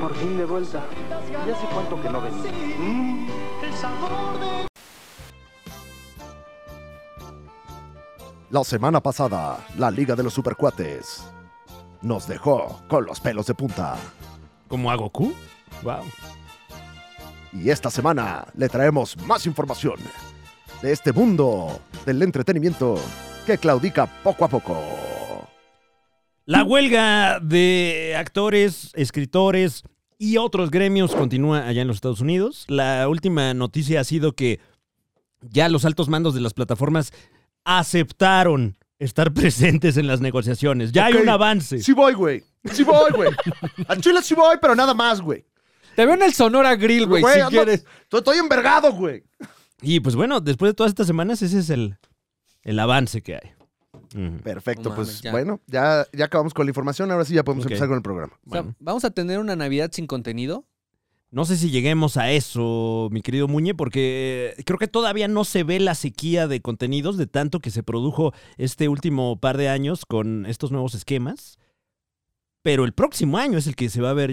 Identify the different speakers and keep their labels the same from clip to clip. Speaker 1: Por fin de vuelta. ¿Y hace cuánto que no venía?
Speaker 2: La semana pasada, la Liga de los Supercuates nos dejó con los pelos de punta.
Speaker 3: ¿Como a Goku? Wow.
Speaker 2: Y esta semana le traemos más información de este mundo del entretenimiento que claudica poco a poco.
Speaker 3: La huelga de actores, escritores y otros gremios continúa allá en los Estados Unidos. La última noticia ha sido que ya los altos mandos de las plataformas aceptaron estar presentes en las negociaciones. Ya
Speaker 2: Ok,
Speaker 3: hay un avance.
Speaker 2: Sí voy, güey. Sí voy, güey. Al chile sí voy, pero nada más, güey.
Speaker 4: Te veo en el Sonora Grill, güey, si
Speaker 2: ando-
Speaker 4: quieres.
Speaker 2: estoy- Estoy envergado, güey.
Speaker 3: Y pues bueno, después de todas estas semanas, ese es el, el avance que hay. Mm. Ujú.
Speaker 2: Perfecto,
Speaker 4: No mames,
Speaker 2: pues
Speaker 4: ya.
Speaker 2: bueno, ya, ya acabamos con la información, ahora sí ya podemos
Speaker 3: Ok.
Speaker 2: empezar con el programa.
Speaker 4: O sea,
Speaker 3: Bueno.
Speaker 4: ¿Vamos a tener una Navidad sin contenido?
Speaker 3: No sé si lleguemos a eso, mi querido Muñe, porque eh, creo que todavía no se ve la sequía de contenidos de tanto que se produjo este último par de años con estos nuevos esquemas. Pero el próximo año es el que se va a ver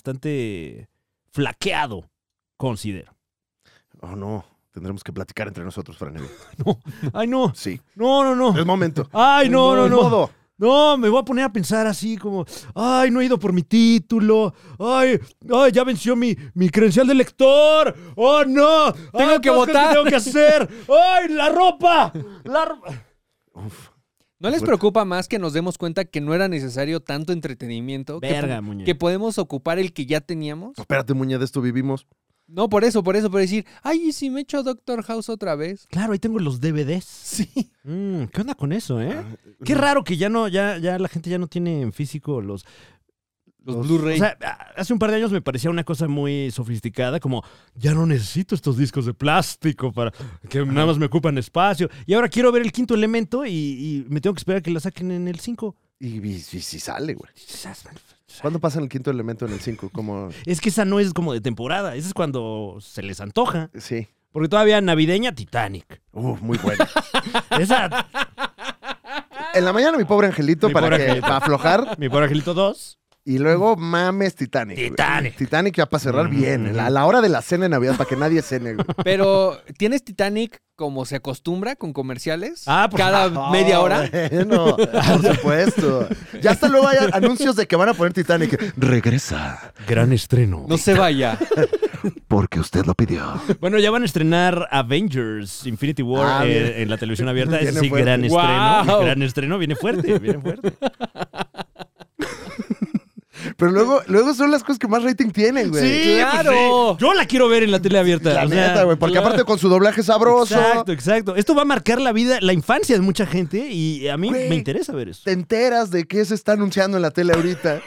Speaker 3: bastante flaqueado, considero.
Speaker 2: Oh, no, tendremos que platicar entre nosotros, Franel.
Speaker 3: Ay, no,
Speaker 2: Sí,
Speaker 3: no, no, no.
Speaker 2: es momento.
Speaker 3: Ay, no, no,
Speaker 2: Ni
Speaker 3: no.
Speaker 2: modo.
Speaker 3: No, me voy a poner a pensar así como, ay, no he ido por mi título, ay, ay, ya venció mi, mi credencial de lector, oh no,
Speaker 4: Tengo
Speaker 3: Ay,
Speaker 4: que
Speaker 3: cosas
Speaker 4: votar.
Speaker 3: tengo que hacer, ay, la ropa, la ropa.
Speaker 2: Uf,
Speaker 4: ¿No les
Speaker 2: Bueno.
Speaker 4: preocupa más que nos demos cuenta que no era necesario tanto entretenimiento? Que po-
Speaker 3: Verga,
Speaker 4: Que,
Speaker 3: muñeca.
Speaker 4: podemos ocupar el que ya teníamos.
Speaker 2: espérate, muñe, de esto vivimos.
Speaker 4: No, por eso, por eso, por decir, ay, ¿y si me echo Doctor House otra vez?
Speaker 3: Claro, ahí tengo los DVDs.
Speaker 4: Sí.
Speaker 3: Mm, ¿Qué onda con eso, eh? Qué raro que ya no, ya, ya la gente ya no tiene en físico los,
Speaker 4: Los,
Speaker 2: Los-
Speaker 3: O
Speaker 4: Blu-ray.
Speaker 3: sea, hace un par de años me parecía una cosa muy sofisticada, como ya no necesito estos discos de plástico para que nada más me ocupan espacio. Y ahora quiero ver el quinto elemento y, y me tengo que esperar a que la saquen en el 5.
Speaker 2: Y, y- y si sale, güey. ¿Cuándo pasan el quinto elemento en el 5? Como,
Speaker 3: "Ah, Es que esa no es como de temporada, esa es cuando se les antoja.
Speaker 2: sí.
Speaker 3: Porque todavía navideña Titanic.
Speaker 2: Uf, muy bueno.
Speaker 3: Esa,
Speaker 2: En la mañana, mi pobre angelito,
Speaker 3: Mi
Speaker 2: para
Speaker 3: pobre
Speaker 2: que
Speaker 3: angelito.
Speaker 2: para aflojar.
Speaker 3: mi pobre angelito 2.
Speaker 2: Y luego mames Titanic. güey.
Speaker 3: Titanic. Mm.
Speaker 2: Titanic ya para cerrar bien. A la, a la hora de la cena de Navidad, para que nadie cene, güey.
Speaker 4: Pero, ¿tienes Titanic como se acostumbra con comerciales?
Speaker 3: Ah, por
Speaker 4: Cada media hora.
Speaker 2: Bueno, por supuesto. Ya hasta luego hay anuncios de que van a poner Titanic. Regresa,
Speaker 3: Gran estreno.
Speaker 4: No se vaya.
Speaker 2: porque usted lo pidió.
Speaker 3: Bueno, ya van a estrenar Avengers Infinity War
Speaker 2: Ah,
Speaker 3: eh,
Speaker 2: bien.
Speaker 3: en la televisión abierta. Ese
Speaker 2: Viene
Speaker 3: sí,
Speaker 2: fuerte.
Speaker 3: gran estreno.
Speaker 4: ¡Guau!
Speaker 3: Gran estreno, viene fuerte, viene fuerte.
Speaker 2: Pero luego, luego son las cosas que más rating tienen, güey.
Speaker 4: claro.
Speaker 3: pues sí. Yo la quiero ver en la tele abierta.
Speaker 2: La
Speaker 3: o sea,
Speaker 2: neta, güey. Porque
Speaker 3: claro.
Speaker 2: aparte con su doblaje sabroso.
Speaker 3: Exacto, exacto. Esto va a marcar la vida, la infancia de mucha gente y a mí
Speaker 2: Güey.
Speaker 3: me interesa ver eso.
Speaker 2: Te enteras de qué se está anunciando en la tele ahorita.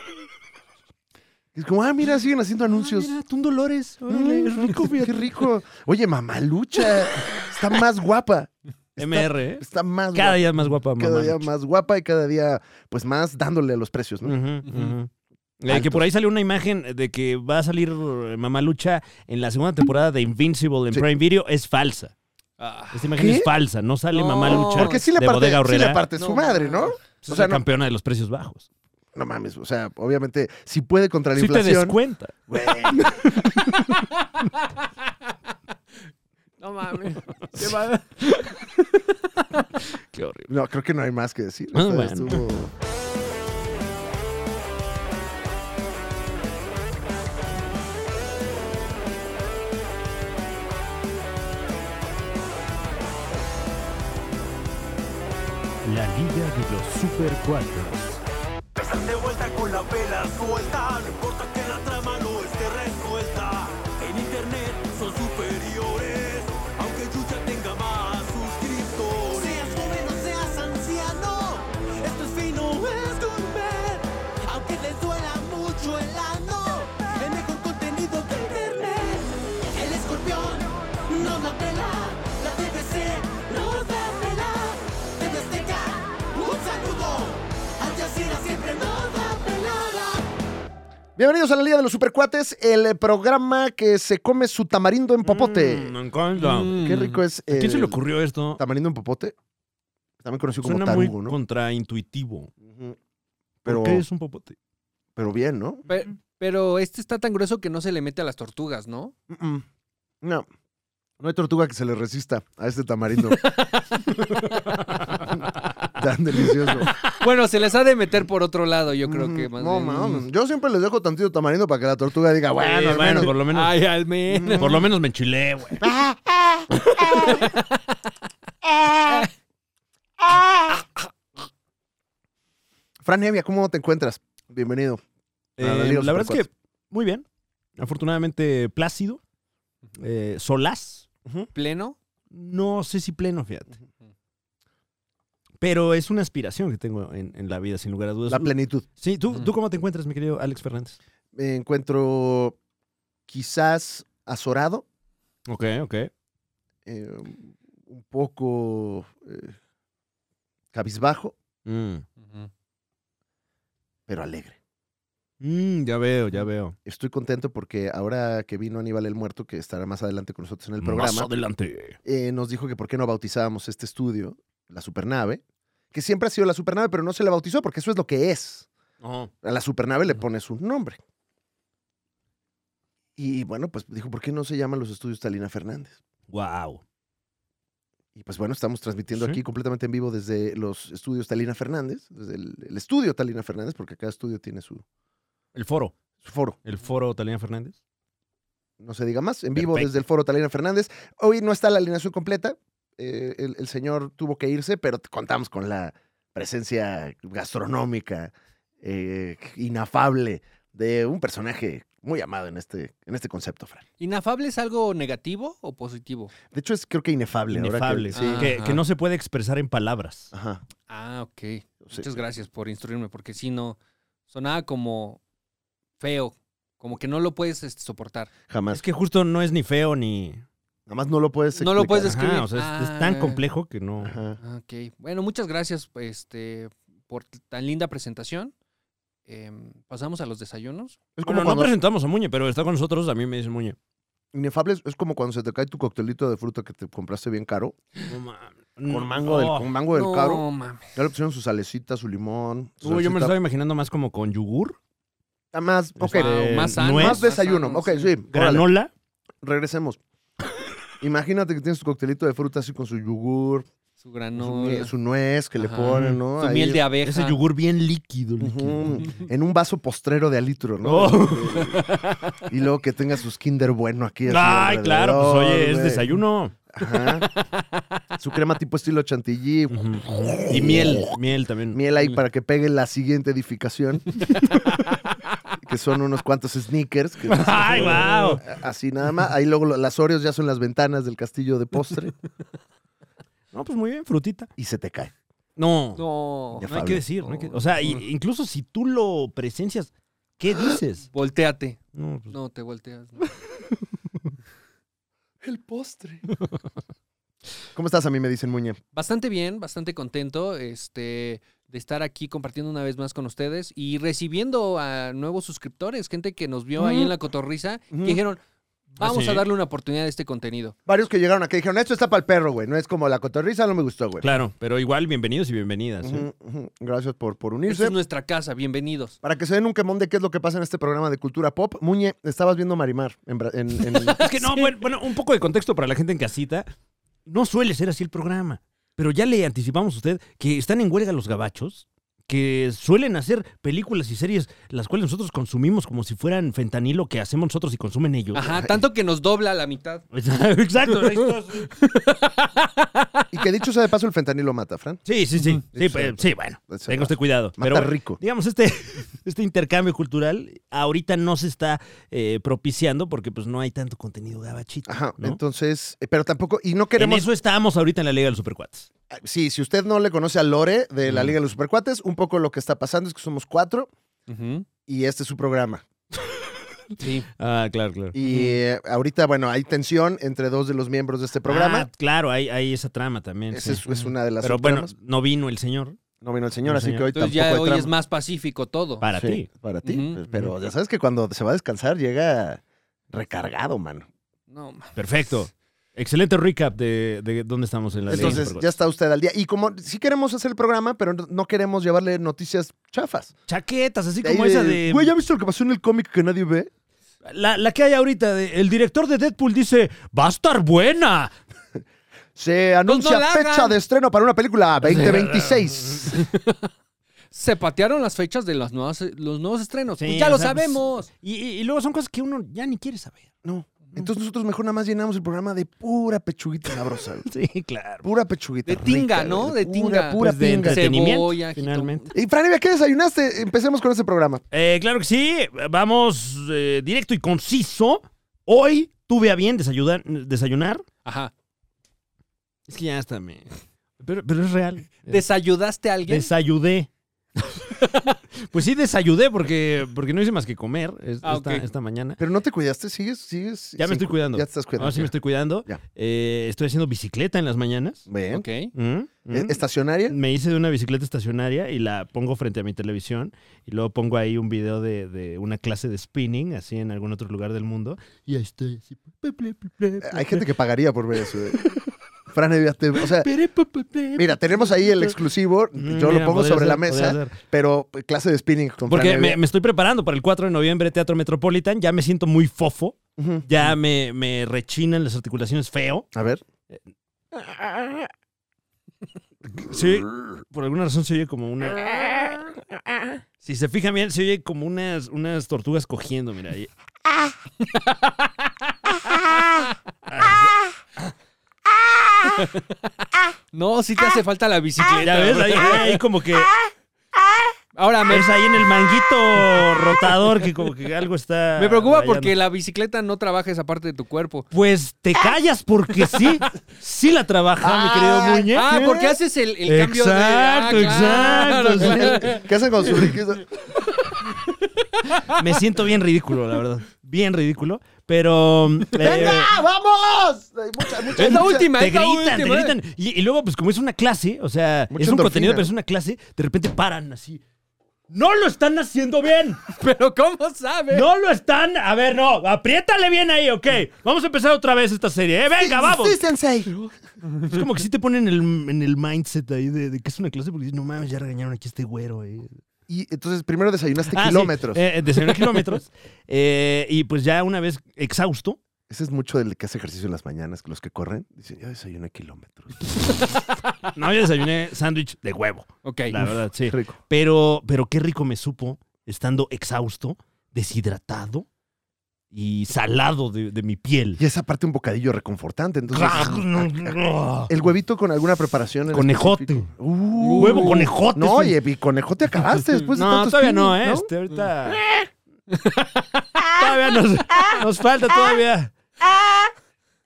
Speaker 2: Es como, ah, mira, siguen haciendo anuncios.
Speaker 3: Ah, mira, Tun Dolores. órale,
Speaker 2: Mm,
Speaker 3: es rico,
Speaker 2: Qué
Speaker 3: fíjate.
Speaker 2: rico. Oye, mamalucha. Está más guapa.
Speaker 3: MR, ¿eh?
Speaker 2: Está más
Speaker 3: Cada
Speaker 2: guapa.
Speaker 3: día más guapa, mamá.
Speaker 2: cada día más guapa y cada día, pues más dándole a los precios, ¿no?
Speaker 3: Ujú, ujú. Eh, que
Speaker 2: Altos.
Speaker 3: por ahí salió una imagen de que va a salir eh, Mamalucha en la segunda temporada de Invincible en
Speaker 2: Sí.
Speaker 3: Prime Video es falsa.
Speaker 4: Ah,
Speaker 3: Esta imagen
Speaker 2: ¿Qué?
Speaker 3: es falsa, no sale
Speaker 4: No,
Speaker 3: Mamá Lucha
Speaker 2: Porque sí le
Speaker 3: de
Speaker 2: parte,
Speaker 3: Bodega
Speaker 2: sí
Speaker 3: Horrera.
Speaker 2: le parte su
Speaker 4: No,
Speaker 2: madre, ¿no?
Speaker 4: mames.
Speaker 3: es
Speaker 2: O sea,
Speaker 3: la
Speaker 2: no,
Speaker 3: campeona de los precios bajos.
Speaker 2: no mames, o sea, obviamente, si puede contra la
Speaker 3: Si te des
Speaker 2: inflación.
Speaker 3: cuenta.
Speaker 2: güey,
Speaker 4: no mames.
Speaker 3: Qué horrible.
Speaker 2: no, creo que no hay más que decir.
Speaker 3: Ah,
Speaker 2: O sea,
Speaker 3: bueno.
Speaker 2: estuvo-
Speaker 3: La Liga de los Super Cuatros.
Speaker 5: Están de vuelta con la vela suelta, no importa que la trama no esté resuelta. En internet son superiores, aunque Yuya tenga más suscriptores. Seas joven o seas anciano, esto es fino, es gourmet. Aunque les duela mucho el ano, el mejor contenido de internet. El escorpión no la pela, la TVC no la pela. TV Azteca, un saludo. Al Jazeera siempre nos da pelada.
Speaker 2: Bienvenidos a la Liga de los Supercuates, el programa que se come su tamarindo en popote.
Speaker 3: Mm, me encanta.
Speaker 2: Qué rico es
Speaker 3: Mm, ¿A
Speaker 2: el
Speaker 3: quién se le ocurrió esto?
Speaker 2: tamarindo en popote. También conocido como
Speaker 3: Suena muy
Speaker 2: tarugo, ¿no?
Speaker 3: contraintuitivo.
Speaker 2: Ujú.
Speaker 3: Pero...
Speaker 2: Pero,
Speaker 3: ¿Por qué es un popote?
Speaker 2: pero bien, ¿no?
Speaker 4: Pe- Pero, este está tan grueso que no se le mete a las tortugas, ¿no?
Speaker 2: Mm-mm. No. No hay tortuga que se le resista a este tamarindo. Tan delicioso.
Speaker 4: Bueno, se les ha de meter por otro lado, yo creo que
Speaker 2: Mm,
Speaker 4: más
Speaker 2: no,
Speaker 4: bien.
Speaker 2: mames. Yo siempre les dejo tantito tamarindo para que la tortuga diga, bueno,
Speaker 3: Bueno,
Speaker 2: al menos".
Speaker 3: por lo menos.
Speaker 4: Ay, al menos.
Speaker 3: Por lo menos me enchilé, güey.
Speaker 2: Fran Evia, ¿cómo te encuentras? Bienvenido.
Speaker 3: Eh,
Speaker 2: Ah, la Liga
Speaker 3: la verdad es que
Speaker 2: Supercuatro.
Speaker 3: muy bien. Afortunadamente plácido. Eh, solaz.
Speaker 4: ¿Pleno?
Speaker 3: No sé si pleno, fíjate. Pero es una aspiración que tengo en, en la vida, sin lugar a dudas.
Speaker 2: La plenitud.
Speaker 3: sí, ¿tú,
Speaker 4: Ujú.
Speaker 3: ¿tú cómo te encuentras, mi querido Alex Fernández?
Speaker 2: Me encuentro quizás azorado,
Speaker 3: Ok, ok.
Speaker 2: eh, un poco eh, cabizbajo,
Speaker 3: Mm.
Speaker 2: pero alegre.
Speaker 3: Mm, ya veo, ya veo.
Speaker 2: Estoy contento porque ahora que vino Aníbal el Muerto, que estará más adelante con nosotros en el
Speaker 3: Más
Speaker 2: programa,
Speaker 3: adelante.
Speaker 2: eh, nos dijo que por qué no bautizábamos este estudio, la supernave, que siempre ha sido la supernave, pero no se la bautizó porque eso es lo que es. A la supernave le pones un nombre. Y bueno, pues dijo, ¿por qué no se llaman los estudios Talina Fernández?
Speaker 3: Wow.
Speaker 2: Y pues bueno, estamos transmitiendo
Speaker 3: Sí.
Speaker 2: aquí completamente en vivo desde los estudios Talina Fernández, desde el, el estudio Talina Fernández, porque cada estudio tiene su,
Speaker 3: El foro.
Speaker 2: su foro.
Speaker 3: El foro Talina Fernández.
Speaker 2: no se diga más, en vivo
Speaker 3: Perfecto.
Speaker 2: desde el foro Talina Fernández. Hoy no está la alineación completa, eh, el, el señor tuvo que irse, pero te contamos con la presencia gastronómica, eh, inafable, de un personaje muy amado en este, en este concepto, Fran.
Speaker 4: ¿Inafable es algo negativo o positivo?
Speaker 2: De hecho, es creo que inefable. ahora que-
Speaker 3: Inefable.
Speaker 2: sí.
Speaker 4: Ah.
Speaker 3: que,
Speaker 4: Ajá.
Speaker 3: que no se puede expresar en palabras.
Speaker 2: Ajá.
Speaker 4: Ah, ok.
Speaker 2: Sí.
Speaker 4: Muchas gracias por instruirme, porque si no, sonaba como feo, como que no lo puedes este, soportar.
Speaker 2: Jamás.
Speaker 3: Es que justo no es ni feo ni.
Speaker 2: Nada más no lo puedes
Speaker 4: No lo
Speaker 2: explicar.
Speaker 4: puedes
Speaker 3: Ajá,
Speaker 4: escribir.
Speaker 3: o sea, es, es
Speaker 4: Ah.
Speaker 3: tan complejo que no.
Speaker 2: Ajá.
Speaker 4: Ah, Ok. Bueno, muchas gracias este, por t- tan linda presentación. Em, Pasamos a los desayunos.
Speaker 2: Es como
Speaker 3: Bueno, no
Speaker 2: cuando-
Speaker 3: presentamos a Muñe, pero está con nosotros. A mí me dice Muñe.
Speaker 2: Inefable es- es como cuando se te cae tu coctelito de fruta que te compraste bien caro. Con mango, del,
Speaker 3: Oh.
Speaker 2: con mango del
Speaker 4: no,
Speaker 2: caro.
Speaker 4: mames.
Speaker 2: Ya le pusieron su salecita, su limón. su
Speaker 3: Uy, yo me lo
Speaker 2: salsita.
Speaker 3: estaba imaginando más como con yogur,
Speaker 2: Ah, más, ok.
Speaker 3: Este,
Speaker 4: Wow, más sano.
Speaker 3: nuez,
Speaker 2: Más desayuno.
Speaker 4: sano,
Speaker 2: Ok, sí. órale.
Speaker 3: granola.
Speaker 2: Regresemos. Imagínate que tienes tu coctelito de fruta así con su yogur,
Speaker 4: Su
Speaker 2: su,
Speaker 4: granola,
Speaker 2: nie-
Speaker 4: su,
Speaker 2: su nuez que le
Speaker 4: Ajá.
Speaker 2: ponen, ¿no? Ahí,
Speaker 4: miel de abeja.
Speaker 3: Ese yogur bien líquido. líquido.
Speaker 2: ujú, En un vaso postrero de alitro, ¿no?
Speaker 3: Oh.
Speaker 2: Y luego que tenga sus Kinder bueno aquí. así
Speaker 3: Ay, claro, pues
Speaker 2: alrededor,
Speaker 3: oye, es
Speaker 2: güey.
Speaker 3: desayuno.
Speaker 2: Ajá. Su crema tipo estilo chantilly,
Speaker 3: Ujú. Y miel, miel también.
Speaker 2: miel ahí para que pegue la siguiente edificación. que son unos cuantos sneakers. que-
Speaker 3: Ay, wow.
Speaker 2: Así nada más. Ahí luego lo- las Oreos ya son las ventanas del castillo de postre
Speaker 3: No, pues muy bien, frutita.
Speaker 2: y se te cae.
Speaker 3: No, no,
Speaker 4: No,
Speaker 2: Ya
Speaker 3: hay que decir. no hay que- o sea, y- incluso si tú lo presencias, ¿qué dices?
Speaker 4: volteate.
Speaker 3: No, pues,
Speaker 4: No, te volteas.
Speaker 2: El postre. ¿Cómo estás? A mí me dicen Muñe.
Speaker 4: Bastante bien, bastante contento este, de estar aquí compartiendo una vez más con ustedes y recibiendo a nuevos suscriptores, gente que nos vio ahí en la cotorriza,
Speaker 2: Ujú.
Speaker 4: que dijeron, vamos
Speaker 3: sí.
Speaker 4: a darle una oporidad a este contenido.
Speaker 2: Varios que llegaron acá dijeron, esto está para el perro, güey. No es como la cotorriza, no me gustó, güey.
Speaker 3: Claro, pero igual bienvenidos y bienvenidas. ¿eh?
Speaker 2: Ujú, ujú. Gracias por, por
Speaker 4: Esta
Speaker 2: unirse.
Speaker 4: es nuestra casa, bienvenidos.
Speaker 2: Para que se den un quemón de qué es lo que pasa en este programa de cultura pop, Muñe, estabas viendo Marimar en... Bra- en- en-
Speaker 3: Es que no, bueno, bueno, un poco de contexto para la gente en casita. No suele ser así el programa, pero ya le anticipamos a usted que están en huelga los gabachos, que suelen hacer películas y series las cuales nosotros consumimos como si fueran fentanilo que hacemos nosotros y consumen ellos.
Speaker 4: Ajá, tanto que nos dobla la mitad.
Speaker 3: Exacto. esto es-
Speaker 2: y que dicho sea de paso, el fentanilo mata, Fran.
Speaker 3: Sí, sí, sí. Sí,
Speaker 2: Sí,
Speaker 3: pues,
Speaker 2: sí.
Speaker 3: sí, bueno.
Speaker 2: Eso,
Speaker 3: Tenga usted cuidado.
Speaker 2: Mata
Speaker 3: Pero
Speaker 2: rico.
Speaker 3: digamos, este, este intercambio cultural ahorita no se está eh, propiciando porque pues no hay tanto contenido gabachito.
Speaker 2: Ajá,
Speaker 3: ¿no?
Speaker 2: entonces, eh, pero tampoco, y no
Speaker 3: En
Speaker 2: queremos...
Speaker 3: eso estábamos ahorita en la Liga de los Supercuates.
Speaker 2: Sí, si usted no le conoce a Lore de la
Speaker 3: Mm.
Speaker 2: Liga de los Supercuates, un poco lo que está pasando es que somos cuatro y este es su programa.
Speaker 4: Sí.
Speaker 3: Ah, claro, claro.
Speaker 2: Y eh, ahorita, bueno, hay tensión entre dos de los miembros de este programa.
Speaker 3: Ah, claro, hay, hay esa trama también.
Speaker 2: Esa
Speaker 3: sí.
Speaker 2: es, es una de las
Speaker 3: Pero bueno,
Speaker 2: subtramas.
Speaker 3: no vino el señor
Speaker 2: no vino el señor,
Speaker 3: no,
Speaker 2: así que
Speaker 3: señor.
Speaker 2: hoy
Speaker 4: Entonces
Speaker 2: tampoco
Speaker 4: ya
Speaker 2: hay
Speaker 4: hoy
Speaker 2: trama.
Speaker 4: es más pacífico todo.
Speaker 3: para
Speaker 2: Sí,
Speaker 3: ti.
Speaker 2: Para ti.
Speaker 4: Ujú.
Speaker 2: Pero ya sabes que cuando se va a descansar llega recargado, mano.
Speaker 4: No, ma-
Speaker 3: Perfecto. Excelente recap de, de dónde estamos en la ley.
Speaker 2: Entonces, ya está usted al día. Y como sí queremos hacer el programa, pero no- no queremos llevarle noticias chafas.
Speaker 3: Chaquetas, así
Speaker 2: ahí
Speaker 3: como esa de...
Speaker 2: Güey, ¿ya viste lo que pasó en el cómic que nadie ve?
Speaker 3: La, la que hay ahorita, de- el director de Deadpool dice, va a estar buena.
Speaker 2: Se anuncia
Speaker 4: Pues la hagan.
Speaker 2: fecha de estreno para una película 2026.
Speaker 4: Se patearon las fechas de las nuevas, los nuevos estrenos.
Speaker 3: Sí,
Speaker 4: Pues ya
Speaker 3: o
Speaker 4: lo
Speaker 3: sea, pues-
Speaker 4: sabemos.
Speaker 3: Y, y- y luego son cosas que uno ya ni quiere saber.
Speaker 2: no. Entonces nosotros mejor nada más llenamos el programa de pura pechuguita sabrosa. güey.
Speaker 3: Sí, claro.
Speaker 2: Pura pechuguita.
Speaker 4: De tinga,
Speaker 2: rica,
Speaker 4: ¿no? De
Speaker 2: güey. Pura,
Speaker 4: tinga.
Speaker 2: Pura
Speaker 3: Pues de
Speaker 2: tinga.
Speaker 3: entretenimiento,
Speaker 4: Cebolla, jitom-
Speaker 3: finalmente.
Speaker 2: Y Franivia, ¿qué desayunaste? Empecemos con este programa.
Speaker 3: Eh, claro que sí, vamos eh, directo y conciso. Hoy tuve a bien desayudar- desayunar.
Speaker 4: Ajá.
Speaker 3: Es que ya está, me... Pero, pero es real. Eh,
Speaker 4: ¿Desayudaste a alguien?
Speaker 3: Desayudé. pues sí, desayudé porque, porque no hice más que comer es-
Speaker 4: Ah,
Speaker 3: esta,
Speaker 4: ok.
Speaker 3: esta mañana.
Speaker 2: Pero no te cuidaste, sigues, sigues.
Speaker 3: Ya me
Speaker 2: sin-
Speaker 3: estoy cuidando.
Speaker 2: Ya te estás cuidando.
Speaker 3: Ahora sí me estoy cuidando.
Speaker 2: Ya.
Speaker 3: Eh, estoy haciendo bicicleta en las mañanas.
Speaker 2: Bien.
Speaker 4: ok.
Speaker 3: Mm, mm.
Speaker 2: Eh, ¿Estacionaria?
Speaker 3: Me hice de una bicicleta estacionaria y la pongo frente a mi televisión y luego pongo ahí un video de, de una clase de spinning, así en algún otro lugar del mundo. Y ahí estoy. así, ple, ple, ple, ple,
Speaker 2: Hay gente que pagaría por ver eso. eh. Franevia TV. O sea,
Speaker 3: pere, ple, ple, ple.
Speaker 2: mira, tenemos ahí el exclusivo.
Speaker 3: Mm,
Speaker 2: Yo lo
Speaker 3: mira,
Speaker 2: pongo
Speaker 3: podría
Speaker 2: sobre la
Speaker 3: ser, podría
Speaker 2: mesa,
Speaker 3: ser.
Speaker 2: pero clase de spinning con
Speaker 3: Porque
Speaker 2: Fran Evia.
Speaker 3: me, me estoy preparando para el 4 de noviembre Teatro Metropolitan. Ya me siento muy fofo.
Speaker 2: Ujú.
Speaker 3: Ya me, me rechinan las articulaciones feo.
Speaker 2: A ver.
Speaker 3: Sí, por alguna razón se oye como una. Si se fijan bien, se oye como unas, unas tortugas cogiendo, mira. ahí.
Speaker 4: No, sí te hace falta la bicicleta.
Speaker 3: Ah, Ya ves, ahí, ahí como que
Speaker 4: Ahora me,
Speaker 3: es ahí en el manguito rotador que como que algo está.
Speaker 4: me preocupa
Speaker 3: rayando.
Speaker 4: porque la bicicleta no trabaja esa parte de tu cuerpo.
Speaker 3: Pues te callas porque sí, sí la trabaja, mi querido Muñe.
Speaker 4: Ah, porque haces el, el cambio de. ah,
Speaker 3: Exacto,
Speaker 4: claro,
Speaker 3: exacto,
Speaker 4: claro.
Speaker 2: ¿Qué hacen con su riqueza?
Speaker 3: Me siento bien ridículo, la verdad. Bien ridículo. Pero. eh,
Speaker 6: ¡Ah,
Speaker 2: ¡Venga, vamos! Hay mucha, mucha,
Speaker 4: Es la
Speaker 2: mucha-
Speaker 4: última,
Speaker 3: Te
Speaker 4: es la
Speaker 3: gritan, te
Speaker 4: última.
Speaker 3: gritan. Y, y luego, pues como es una clase, o sea,
Speaker 2: Mucha
Speaker 3: es un
Speaker 2: endorfina.
Speaker 3: contenido, pero es una clase, de repente paran así. ¡No lo están haciendo bien!
Speaker 4: Pero ¿cómo sabe?
Speaker 3: ¡No lo están! A ver, no, apriétale bien ahí, ok. Vamos a empezar otra vez esta serie, ¿eh? ¡Venga, vamos!
Speaker 2: Sí, sensei.
Speaker 3: Es como que sí te ponen el, en el mindset ahí de, de que es una clase, porque dices, no mames, ya regañaron aquí a este güero, eh.
Speaker 2: Y entonces primero desayunaste
Speaker 3: Ah, sí,
Speaker 2: kilómetros.
Speaker 3: eh, desayuné kilómetros. Eh, y pues ya una vez exhausto,
Speaker 2: Ese es mucho del que hace ejercicio en las mañanas, que los que corren dicen, yo desayuné kilómetros.
Speaker 3: no, yo desayuné sándwich de huevo,
Speaker 4: Ok.
Speaker 3: la verdad, sí.
Speaker 2: Qué rico.
Speaker 3: Pero, pero qué rico me supo estando exhausto, deshidratado y salado de, de mi piel.
Speaker 2: Y esa parte un bocadillo reconfortante. Entonces, mm,
Speaker 3: Conejote.
Speaker 2: el huevito con alguna preparación. en específico. Uh,
Speaker 3: Huevo conejote.
Speaker 2: No,
Speaker 3: es un-
Speaker 2: oye, y conejote acabaste después de
Speaker 3: no,
Speaker 2: tantos
Speaker 3: todavía no, ¿eh?
Speaker 2: pinis,
Speaker 3: Este, ahorita. todavía nos, nos falta todavía.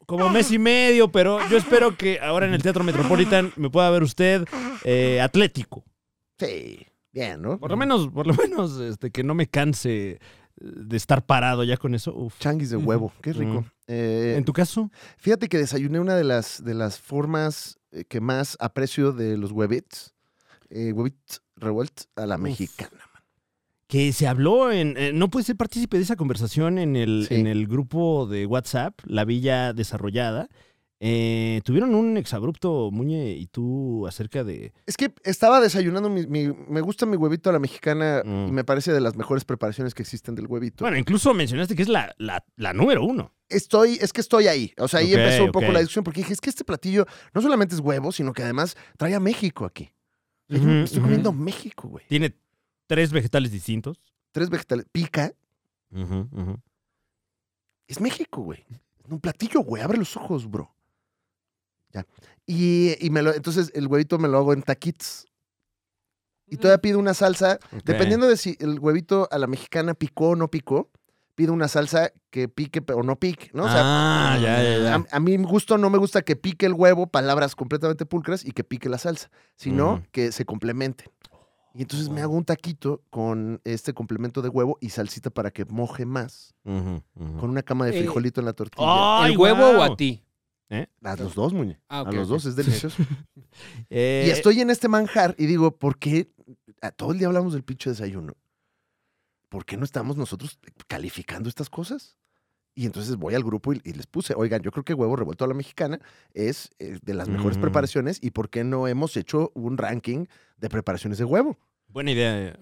Speaker 3: Como mes y medio, pero yo espero que ahora en el Teatro Metropolitan me pueda ver usted eh, atlético.
Speaker 2: Sí, bien, ¿no?
Speaker 3: Por lo menos, por lo menos, este, que no me canse eh, de estar parado ya con eso. Uf.
Speaker 2: Changuis de huevo, qué rico.
Speaker 3: Mm.
Speaker 2: Eh,
Speaker 3: ¿En tu caso?
Speaker 2: Fíjate que desayuné una de las, de las formas eh, que más aprecio de los huevitos. Eh, huevitos revueltos a la
Speaker 3: Uf.
Speaker 2: mexicana.
Speaker 3: Que se habló en. eh, no puede ser partícipe de esa conversación en el,
Speaker 2: Sí.
Speaker 3: en el grupo de WhatsApp, La Villa Desarrollada. Eh, tuvieron un exabrupto, Muñe y tú, acerca de.
Speaker 2: Es que estaba desayunando, mi, mi- me gusta mi huevito a la mexicana
Speaker 3: Mm.
Speaker 2: y me parece de las mejores preparaciones que existen del huevito.
Speaker 3: Bueno, incluso mencionaste que es la, la, la número uno.
Speaker 2: Estoy, es que estoy ahí. O sea, ahí
Speaker 3: Ok,
Speaker 2: empezó un poco
Speaker 3: ok.
Speaker 2: la discusión porque dije, es que este platillo no solamente es huevo, sino que además trae a México aquí. O sea, yo
Speaker 3: Ujú,
Speaker 2: estoy
Speaker 3: ujú.
Speaker 2: comiendo México, güey.
Speaker 3: Tiene tres vegetales distintos.
Speaker 2: Tres vegetales. Pica. Es México, güey. Un platillo, güey. Abre los ojos, bro. Ya. Y, y me lo, entonces el huevito me lo hago en taquitos. Y todavía pido una salsa. Dependiendo de si el huevito a la mexicana picó o no picó, pido una salsa que pique pe- o no pique, ¿no? O sea,
Speaker 3: ah, ya, ya, ya.
Speaker 2: a, a mi gusto no me gusta que pique el huevo, palabras completamente pulcras, y que pique la salsa, sino
Speaker 3: Ujú.
Speaker 2: que se complementen. Y entonces me hago un taquito con este complemento de huevo y salsita para que moje más,
Speaker 3: Ujú, ujú. Oh.
Speaker 2: con una cama de
Speaker 4: Eh,
Speaker 2: frijolito en la tortilla.
Speaker 3: ¡Ay,
Speaker 4: ¿El huevo o
Speaker 3: guau!
Speaker 4: a ti?
Speaker 2: A los dos, muñe.
Speaker 4: Ah, ok,
Speaker 2: a los
Speaker 4: ok.
Speaker 2: dos, es delicioso.
Speaker 3: Eh,
Speaker 2: Y estoy en este manjar y digo, ¿por qué a todo el día hablamos del pinche desayuno? ¿Por qué no estamos nosotros calificando estas cosas? Y entonces voy al grupo y, y les puse, oigan, yo creo que huevo revuelto a la mexicana es eh, de las mejores
Speaker 3: Mm.
Speaker 2: preparaciones y por qué no hemos hecho un ranking de preparaciones de huevo.
Speaker 3: Buena idea. eh.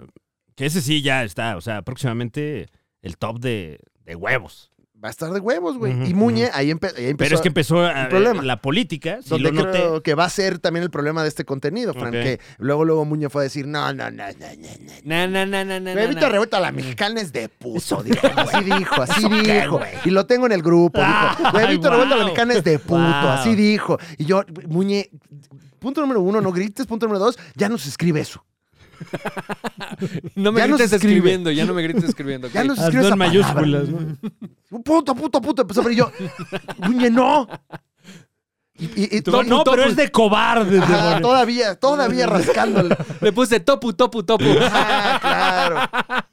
Speaker 3: Que ese sí ya está, o sea, próximamente el top de, de huevos.
Speaker 2: Va a estar de huevos, güey.
Speaker 3: Ujú,
Speaker 2: Y Muñe ahí, empe- ahí empezó.
Speaker 3: Pero es que empezó a- eh,
Speaker 2: el problema.
Speaker 3: la política, si
Speaker 2: donde
Speaker 3: lo noté.
Speaker 2: creo que va a ser también el problema de este contenido, Frank.
Speaker 3: Ok.
Speaker 2: Que luego, luego Muñe fue a decir, no, no, no, no, no, no.
Speaker 4: Na, na, na, na, na,
Speaker 2: Huevito
Speaker 4: na.
Speaker 2: revuelto a la mexicana es de puto, dijo. Así dijo, así dijo. Y lo tengo en el grupo, dijo. Huevito
Speaker 3: wow.
Speaker 2: revuelto a la mexicana es de puto,
Speaker 3: Wow.
Speaker 2: así dijo. Y yo, Muñe, punto número uno, no grites. Punto número dos, ya no se escribe eso.
Speaker 4: No me
Speaker 2: Ya nos
Speaker 4: grites
Speaker 2: escribe.
Speaker 4: escribiendo, ya no me grites escribiendo. ok.
Speaker 2: Ya no se
Speaker 3: Hazlo
Speaker 2: escribe esa
Speaker 3: en mayúsculas,
Speaker 2: palabra.
Speaker 3: ¿no?
Speaker 2: Puto, puto, puto. Empezó a ver y yo, Muñe, no. Y, y- y-
Speaker 3: No, no,
Speaker 2: y-
Speaker 3: pero es de cobarde.
Speaker 2: Ajá, todavía, todavía rascándole.
Speaker 4: Le puse topu, topu, topu.
Speaker 2: Ah, claro.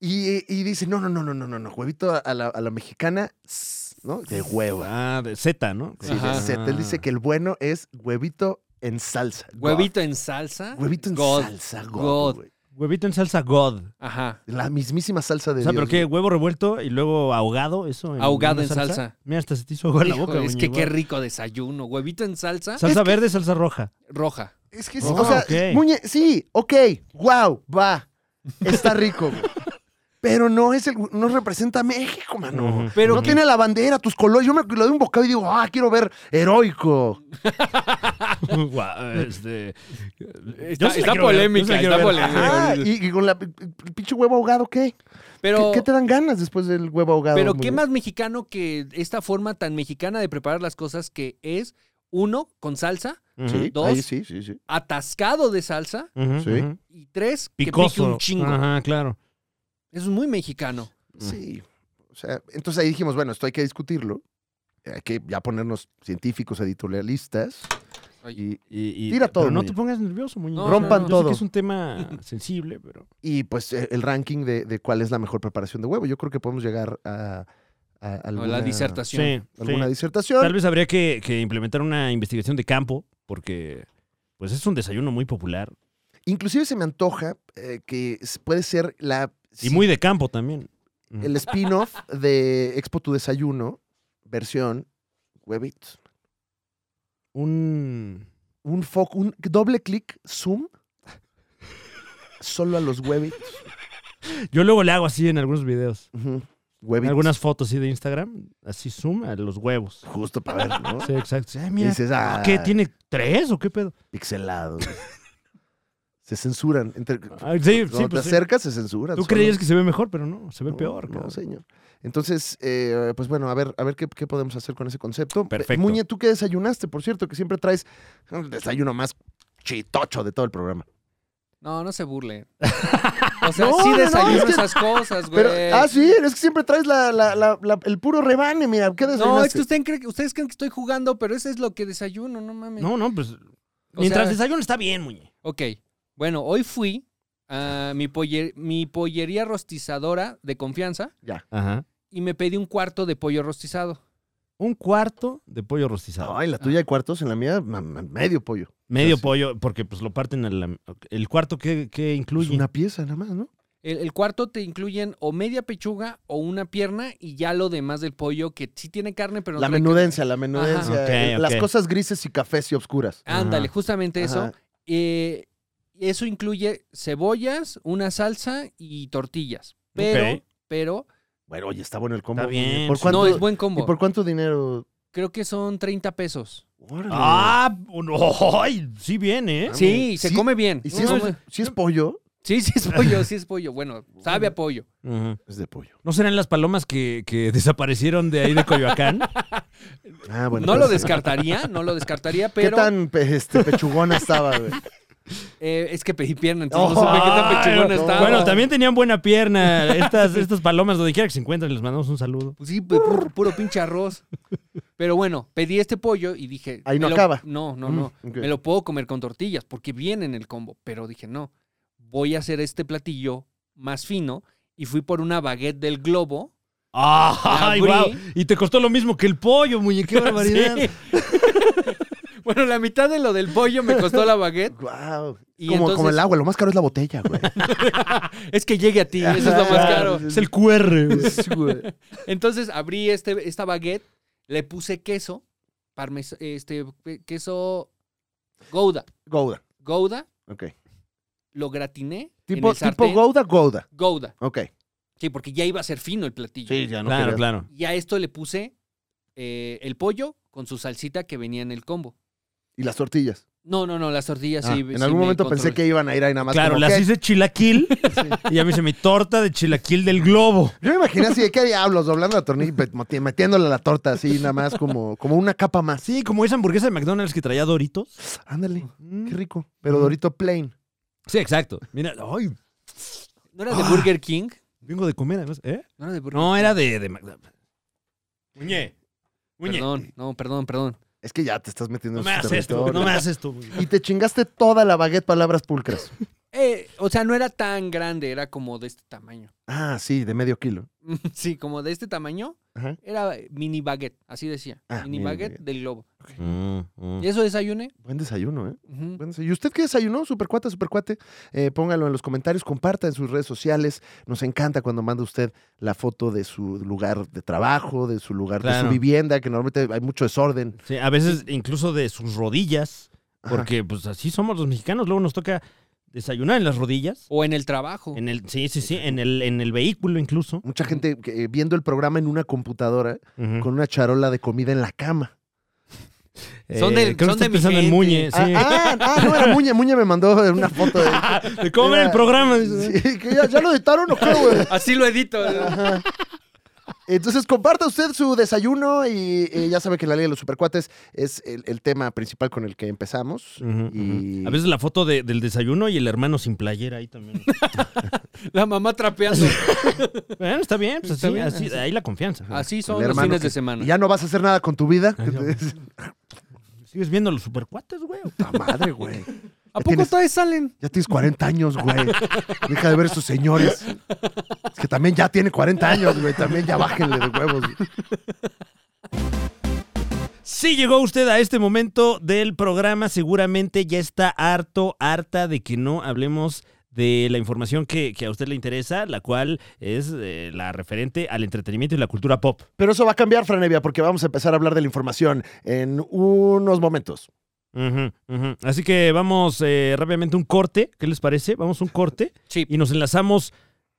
Speaker 2: Y, y dice, no, no, no, no, no, no, no, huevito a la, a la mexicana, s- ¿no? De hueva.
Speaker 3: Ah, de Z, ¿no?
Speaker 2: Sí,
Speaker 4: Ajá.
Speaker 2: de set. Él dice que el bueno es huevito en salsa. God.
Speaker 4: Huevito en salsa.
Speaker 2: Huevito en
Speaker 4: God.
Speaker 2: salsa, God,
Speaker 4: God.
Speaker 2: güey.
Speaker 3: Huevito en salsa God.
Speaker 4: Ajá.
Speaker 2: La mismísima salsa de
Speaker 3: O sea,
Speaker 2: Dios,
Speaker 3: pero qué,
Speaker 2: güey.
Speaker 3: huevo revuelto y luego ahogado, eso.
Speaker 4: Ahogado
Speaker 3: una
Speaker 4: en salsa.
Speaker 3: Mira, hasta se te hizo agua en la
Speaker 4: Hijo,
Speaker 3: boca.
Speaker 4: es
Speaker 3: Muñe,
Speaker 4: que qué
Speaker 3: guau.
Speaker 4: rico desayuno. Huevito en salsa
Speaker 3: Salsa verde, salsa roja.
Speaker 4: roja.
Speaker 2: Es que sí,
Speaker 3: Ah,
Speaker 2: o sea,
Speaker 3: ok.
Speaker 2: Muñe, sí, ok, wow, va, está rico, güey. Pero no es el, no representa a México, mano.
Speaker 3: Ujú.
Speaker 4: Pero
Speaker 2: no
Speaker 4: qué-
Speaker 2: tiene la bandera, tus colores. Yo me lo doy un bocado y digo, ah, quiero ver heroico.
Speaker 3: Guau, este,
Speaker 4: Está,
Speaker 3: yo sí la
Speaker 4: está
Speaker 3: quiero ver, yo
Speaker 4: polémica,
Speaker 3: sí la quiero
Speaker 4: está
Speaker 3: ver.
Speaker 4: polémica.
Speaker 2: Ajá, y, y con la, el pinche huevo ahogado, ¿qué?
Speaker 4: Pero,
Speaker 2: ¿Qué, qué te dan ganas después del huevo ahogado?
Speaker 4: pero
Speaker 2: Muñe?
Speaker 4: qué más mexicano que esta forma tan mexicana de preparar las cosas que es, uno, con salsa,
Speaker 3: Ujú,
Speaker 2: Sí,
Speaker 4: Dos.
Speaker 2: ahí sí, sí, sí.
Speaker 4: atascado de salsa,
Speaker 3: ujú,
Speaker 2: Sí.
Speaker 3: ujú.
Speaker 4: y tres, que pique
Speaker 3: Picoso.
Speaker 4: un chingo.
Speaker 3: Ajá, claro.
Speaker 4: Es muy mexicano.
Speaker 2: Sí. O sea, entonces ahí dijimos, bueno, esto hay que discutirlo. Hay que ya ponernos científicos, editorialistas. Y,
Speaker 3: Y, y-
Speaker 2: Tira todo,
Speaker 3: pero no
Speaker 2: Muñe.
Speaker 3: te pongas nervioso, Muñe.
Speaker 4: No,
Speaker 3: O sea,
Speaker 2: Rompan
Speaker 3: yo sé
Speaker 2: todo.
Speaker 3: que es un tema sensible, pero.
Speaker 2: y, pues eh, el ranking de, de cuál es la mejor preparación de huevo. Yo creo que podemos llegar a, a
Speaker 4: O
Speaker 2: alguna,
Speaker 4: la disertación.
Speaker 3: Sí,
Speaker 2: alguna
Speaker 3: sí.
Speaker 2: disertación.
Speaker 3: Tal vez habría que, que implementar una investigación de campo, porque pues es un desayuno muy popular.
Speaker 2: Inclusive se me antoja eh, que s- puede ser la...
Speaker 3: Y
Speaker 2: si-
Speaker 3: muy de campo también.
Speaker 2: El spin-off de Expo Tu Desayuno, versión huevitos.
Speaker 3: Un.
Speaker 2: Un, fo- un doble clic, zoom, solo a los huevitos.
Speaker 3: Yo luego le hago así en algunos videos.
Speaker 2: Ujú,
Speaker 3: En
Speaker 2: Huevitos.
Speaker 3: algunas fotos así de Instagram, así zoom a los huevos.
Speaker 2: Justo para ver, ¿no?
Speaker 3: Sí, exacto. Sí, Ay,
Speaker 2: Y
Speaker 3: mira,
Speaker 2: dices, ah,
Speaker 3: ¿Qué? ¿Tiene tres o qué pedo?
Speaker 2: pixelado. se censuran. Entre,
Speaker 3: Ay, sí,
Speaker 2: cuando
Speaker 3: sí,
Speaker 2: te
Speaker 3: pues sí.
Speaker 2: acercas, se censuran.
Speaker 3: Tú
Speaker 2: solo-
Speaker 3: creías que se ve mejor, pero no, se ve
Speaker 2: No,
Speaker 3: peor.
Speaker 2: No,
Speaker 3: cabrón.
Speaker 2: señor. Entonces, eh, pues bueno, a ver, a ver qué, qué podemos hacer con ese concepto. Eh,
Speaker 3: Perfecto.
Speaker 2: Muñe, ¿tú qué desayunaste? Por cierto, que siempre traes el desayuno más chitocho de todo el programa.
Speaker 4: No, no se burle. O sea,
Speaker 2: No,
Speaker 4: sí
Speaker 2: no, no,
Speaker 4: desayuno
Speaker 2: es que-
Speaker 4: esas cosas, güey.
Speaker 2: Pero, ah, sí, es que siempre traes la, la- la- la- el puro rebane, mira, ¿qué desayunaste?
Speaker 4: No, es que ustedes creen que, ustedes creen que estoy jugando, pero ese es lo que desayuno, no mames.
Speaker 3: No, no, pues. mientras
Speaker 4: sea-
Speaker 3: desayuno está bien, muñe.
Speaker 4: Ok, bueno, hoy fui a mi, polle- mi pollería rostizadora de confianza
Speaker 3: Ajá.
Speaker 4: y me pedí un cuarto de pollo rostizado.
Speaker 3: Un cuarto de pollo rostizado.
Speaker 2: Ay, la tuya de cuartos, en la mía, ma- ma- medio pollo.
Speaker 3: Medio
Speaker 2: Así.
Speaker 3: pollo, porque pues lo parten al. El cuarto que,
Speaker 2: Pues
Speaker 3: incluye.
Speaker 2: una pieza nada más, ¿no?
Speaker 4: El, el cuarto te incluyen o media pechuga o una pierna y ya lo demás del pollo que sí tiene carne, pero no
Speaker 2: la
Speaker 4: trae carne.
Speaker 2: menudencia, la menudencia.
Speaker 3: Ok,
Speaker 2: eh,
Speaker 3: ok.
Speaker 2: Las cosas grises y cafés y oscuras.
Speaker 4: Ándale,
Speaker 3: Ajá.
Speaker 4: justamente eso.
Speaker 2: Ajá.
Speaker 4: Eh, eso incluye cebollas, una salsa y tortillas. Pero,
Speaker 3: Ok.
Speaker 4: pero
Speaker 2: Bueno, oye, está bueno el combo.
Speaker 3: Está bien.
Speaker 2: ¿Por
Speaker 3: Sí.
Speaker 2: cuánto,
Speaker 4: no es buen
Speaker 2: ¿Y
Speaker 4: combo.
Speaker 2: por cuánto dinero?
Speaker 4: Creo que son 30 pesos.
Speaker 2: Órale.
Speaker 3: Ah, un- ¡ay! Sí viene, ¿eh?
Speaker 2: Ah,
Speaker 4: Sí,
Speaker 2: mira,
Speaker 4: se
Speaker 2: sí.
Speaker 4: come bien.
Speaker 2: ¿Y
Speaker 4: Se
Speaker 2: si es,
Speaker 4: come-
Speaker 2: si es pollo?
Speaker 4: Sí, sí es pollo, sí es pollo. Bueno, sabe a pollo.
Speaker 3: Ajá.
Speaker 2: Es de pollo.
Speaker 3: ¿No serán las palomas que, que desaparecieron de ahí de Coyoacán?
Speaker 2: Ah, bueno.
Speaker 4: no lo
Speaker 2: descargo.
Speaker 4: descartaría, no lo descartaría,
Speaker 2: ¿Qué
Speaker 4: pero
Speaker 2: tan pe- este, pechugona estaba, güey?
Speaker 4: eh, es que pedí pierna, entonces
Speaker 2: Oh,
Speaker 4: no supe qué tan
Speaker 3: Ay,
Speaker 4: pechugona
Speaker 2: no.
Speaker 4: estaba.
Speaker 3: Bueno, también tenían buena pierna. Estas, estas palomas, donde quiera que se encuentren, les mandamos un saludo.
Speaker 4: Pues sí, pu- pu- puro, pinche arroz. Pero bueno, pedí este pollo y dije.
Speaker 2: Ahí no
Speaker 4: me lo-
Speaker 2: acaba.
Speaker 4: No, no, no.
Speaker 2: Mm, ok.
Speaker 4: Me lo puedo comer con tortillas porque viene en el combo. Pero dije, no, voy a hacer este platillo más fino y fui por una baguette del globo.
Speaker 3: ¡Ay,
Speaker 4: Abrí.
Speaker 3: wow! Y te costó lo mismo que el pollo, muñe. ¡Qué barbaridad!
Speaker 4: Sí. bueno, la mitad de lo del pollo me costó la baguette.
Speaker 2: Guau.
Speaker 4: Y
Speaker 2: como, como
Speaker 4: entonces-
Speaker 2: el agua, lo más caro es la botella, güey.
Speaker 4: Es que llegue a ti, eso es lo más caro.
Speaker 3: Es el QR. güey.
Speaker 4: Entonces abrí este, esta baguette, le puse queso, parmes, este, pe- queso Gouda.
Speaker 2: Gouda.
Speaker 4: Gouda,
Speaker 2: Ok.
Speaker 4: lo gratiné. en
Speaker 2: Tipo,
Speaker 4: el
Speaker 2: tipo
Speaker 4: sartén.
Speaker 2: Gouda, Gouda.
Speaker 4: Gouda.
Speaker 2: Ok.
Speaker 4: Sí, porque ya iba a ser fino el platillo.
Speaker 2: ya
Speaker 3: Claro, claro.
Speaker 4: Y a esto le puse eh, el pollo con su salsita que venía en el combo.
Speaker 2: Y las tortillas.
Speaker 4: No, no, no, las tortillas
Speaker 2: Ah,
Speaker 4: Ah, sí.
Speaker 2: en
Speaker 4: sí
Speaker 2: algún
Speaker 4: me
Speaker 2: momento pensé
Speaker 4: controlé.
Speaker 2: que iban a ir ahí nada más.
Speaker 3: Claro,
Speaker 2: como,
Speaker 3: las
Speaker 2: ¿qué?
Speaker 3: hice chilaquil y ya me hice mi torta de chilaquil del globo.
Speaker 2: Yo me imaginé así de qué diablos, doblando la tornilla y meti- metiéndole la torta así, nada más como, como una capa más.
Speaker 3: Sí, como esa hamburguesa de McDonald's que traía Doritos.
Speaker 2: Ándale,
Speaker 3: Mm.
Speaker 2: qué rico. Pero Dorito Plain.
Speaker 3: Sí, exacto. Mira, ay,
Speaker 4: ¿No era de Burger King?
Speaker 3: vengo de comer además. ¿Eh?
Speaker 4: No era de Burger
Speaker 3: No, era de, de McDonald's. Muñe.
Speaker 4: King.
Speaker 3: Muñe.
Speaker 4: Perdón, no, perdón, perdón.
Speaker 2: Es que ya te estás metiendo
Speaker 3: No
Speaker 2: en
Speaker 3: me
Speaker 2: su
Speaker 3: haces esto,
Speaker 2: territorio.
Speaker 3: no me haces esto. Muñe.
Speaker 2: Y te chingaste toda la baguette palabras pulcras.
Speaker 4: Eh, o sea, no era tan grande, era como de este tamaño.
Speaker 2: Ah, sí, de medio kilo.
Speaker 4: Sí, como de este tamaño,
Speaker 2: Ajá.
Speaker 4: era mini baguette, así decía.
Speaker 2: Ah,
Speaker 4: mini
Speaker 2: mini
Speaker 4: baguette
Speaker 2: baguette.
Speaker 4: del globo.
Speaker 3: Mm, mm.
Speaker 4: ¿Y eso desayuné?
Speaker 2: Buen desayuno, ¿eh?
Speaker 4: Ujú.
Speaker 2: Buen desayuno. ¿Y usted qué desayunó? Supercuata, supercuate. Eh, póngalo en los comentarios, comparta en sus redes sociales. Nos encanta cuando manda usted la foto de su lugar de trabajo, de su lugar, de
Speaker 3: Claro.
Speaker 2: su vivienda, que normalmente hay mucho desorden.
Speaker 3: Sí, a veces incluso de sus rodillas,
Speaker 2: Ajá.
Speaker 3: porque pues así somos los mexicanos, luego nos toca desayunar en las rodillas.
Speaker 4: O en el trabajo.
Speaker 3: En el, sí, sí, sí, en el, en el vehículo incluso.
Speaker 2: Mucha gente que, eh, viendo el programa en una computadora
Speaker 3: Ujú.
Speaker 2: con una charola de comida en la cama.
Speaker 4: Son del-
Speaker 3: eh, creo que
Speaker 4: son de
Speaker 3: estás
Speaker 4: mi
Speaker 3: pensando en
Speaker 4: gente.
Speaker 3: Muñe, sí.
Speaker 2: Ah, ah, ah, no, era Muña. Muña me mandó una foto de...
Speaker 3: De comer
Speaker 2: Era-
Speaker 3: el programa. ¿eh? dice.
Speaker 2: Sí, que ya, ya lo editaron o qué, güey.
Speaker 4: Así lo edito.
Speaker 2: Ajá. Entonces, comparta usted su desayuno y eh, ya sabe que la Liga de los Supercuates es el, el tema principal con el que empezamos.
Speaker 3: Ujú,
Speaker 2: y...
Speaker 3: ujú. A veces la foto de- del desayuno y el hermano sin playera ahí también.
Speaker 4: La mamá trapeando.
Speaker 3: bueno, está bien, pues
Speaker 4: Está
Speaker 3: así,
Speaker 4: bien,
Speaker 3: así- ahí la confianza.
Speaker 4: Así
Speaker 2: el
Speaker 4: son los
Speaker 2: hermano
Speaker 4: fines
Speaker 2: que-
Speaker 4: de semana.
Speaker 2: y ya no vas a hacer nada con tu vida.
Speaker 3: Ay, Sigues viendo los supercuates, güey.
Speaker 2: Puta madre, güey.
Speaker 4: ¿A
Speaker 2: Ya
Speaker 4: poco
Speaker 2: tienes-
Speaker 4: todavía salen?
Speaker 2: Ya tienes 40 años, güey. Deja de ver esos señores. Es que también ya tiene 40 años, güey. También ya bájenle de huevos.
Speaker 3: Si llegó usted a este momento del programa, seguramente ya está harto, harta de que no hablemos de la información que, que a usted le interesa, la cual es eh, la referente al entretenimiento y la cultura pop.
Speaker 2: Pero eso va a cambiar, Franevia, porque vamos a empezar a hablar de la información en unos momentos.
Speaker 3: Ujú, ujú. Así que vamos eh, rápidamente un corte, ¿qué les parece? Vamos un corte
Speaker 4: Sí.
Speaker 3: y nos enlazamos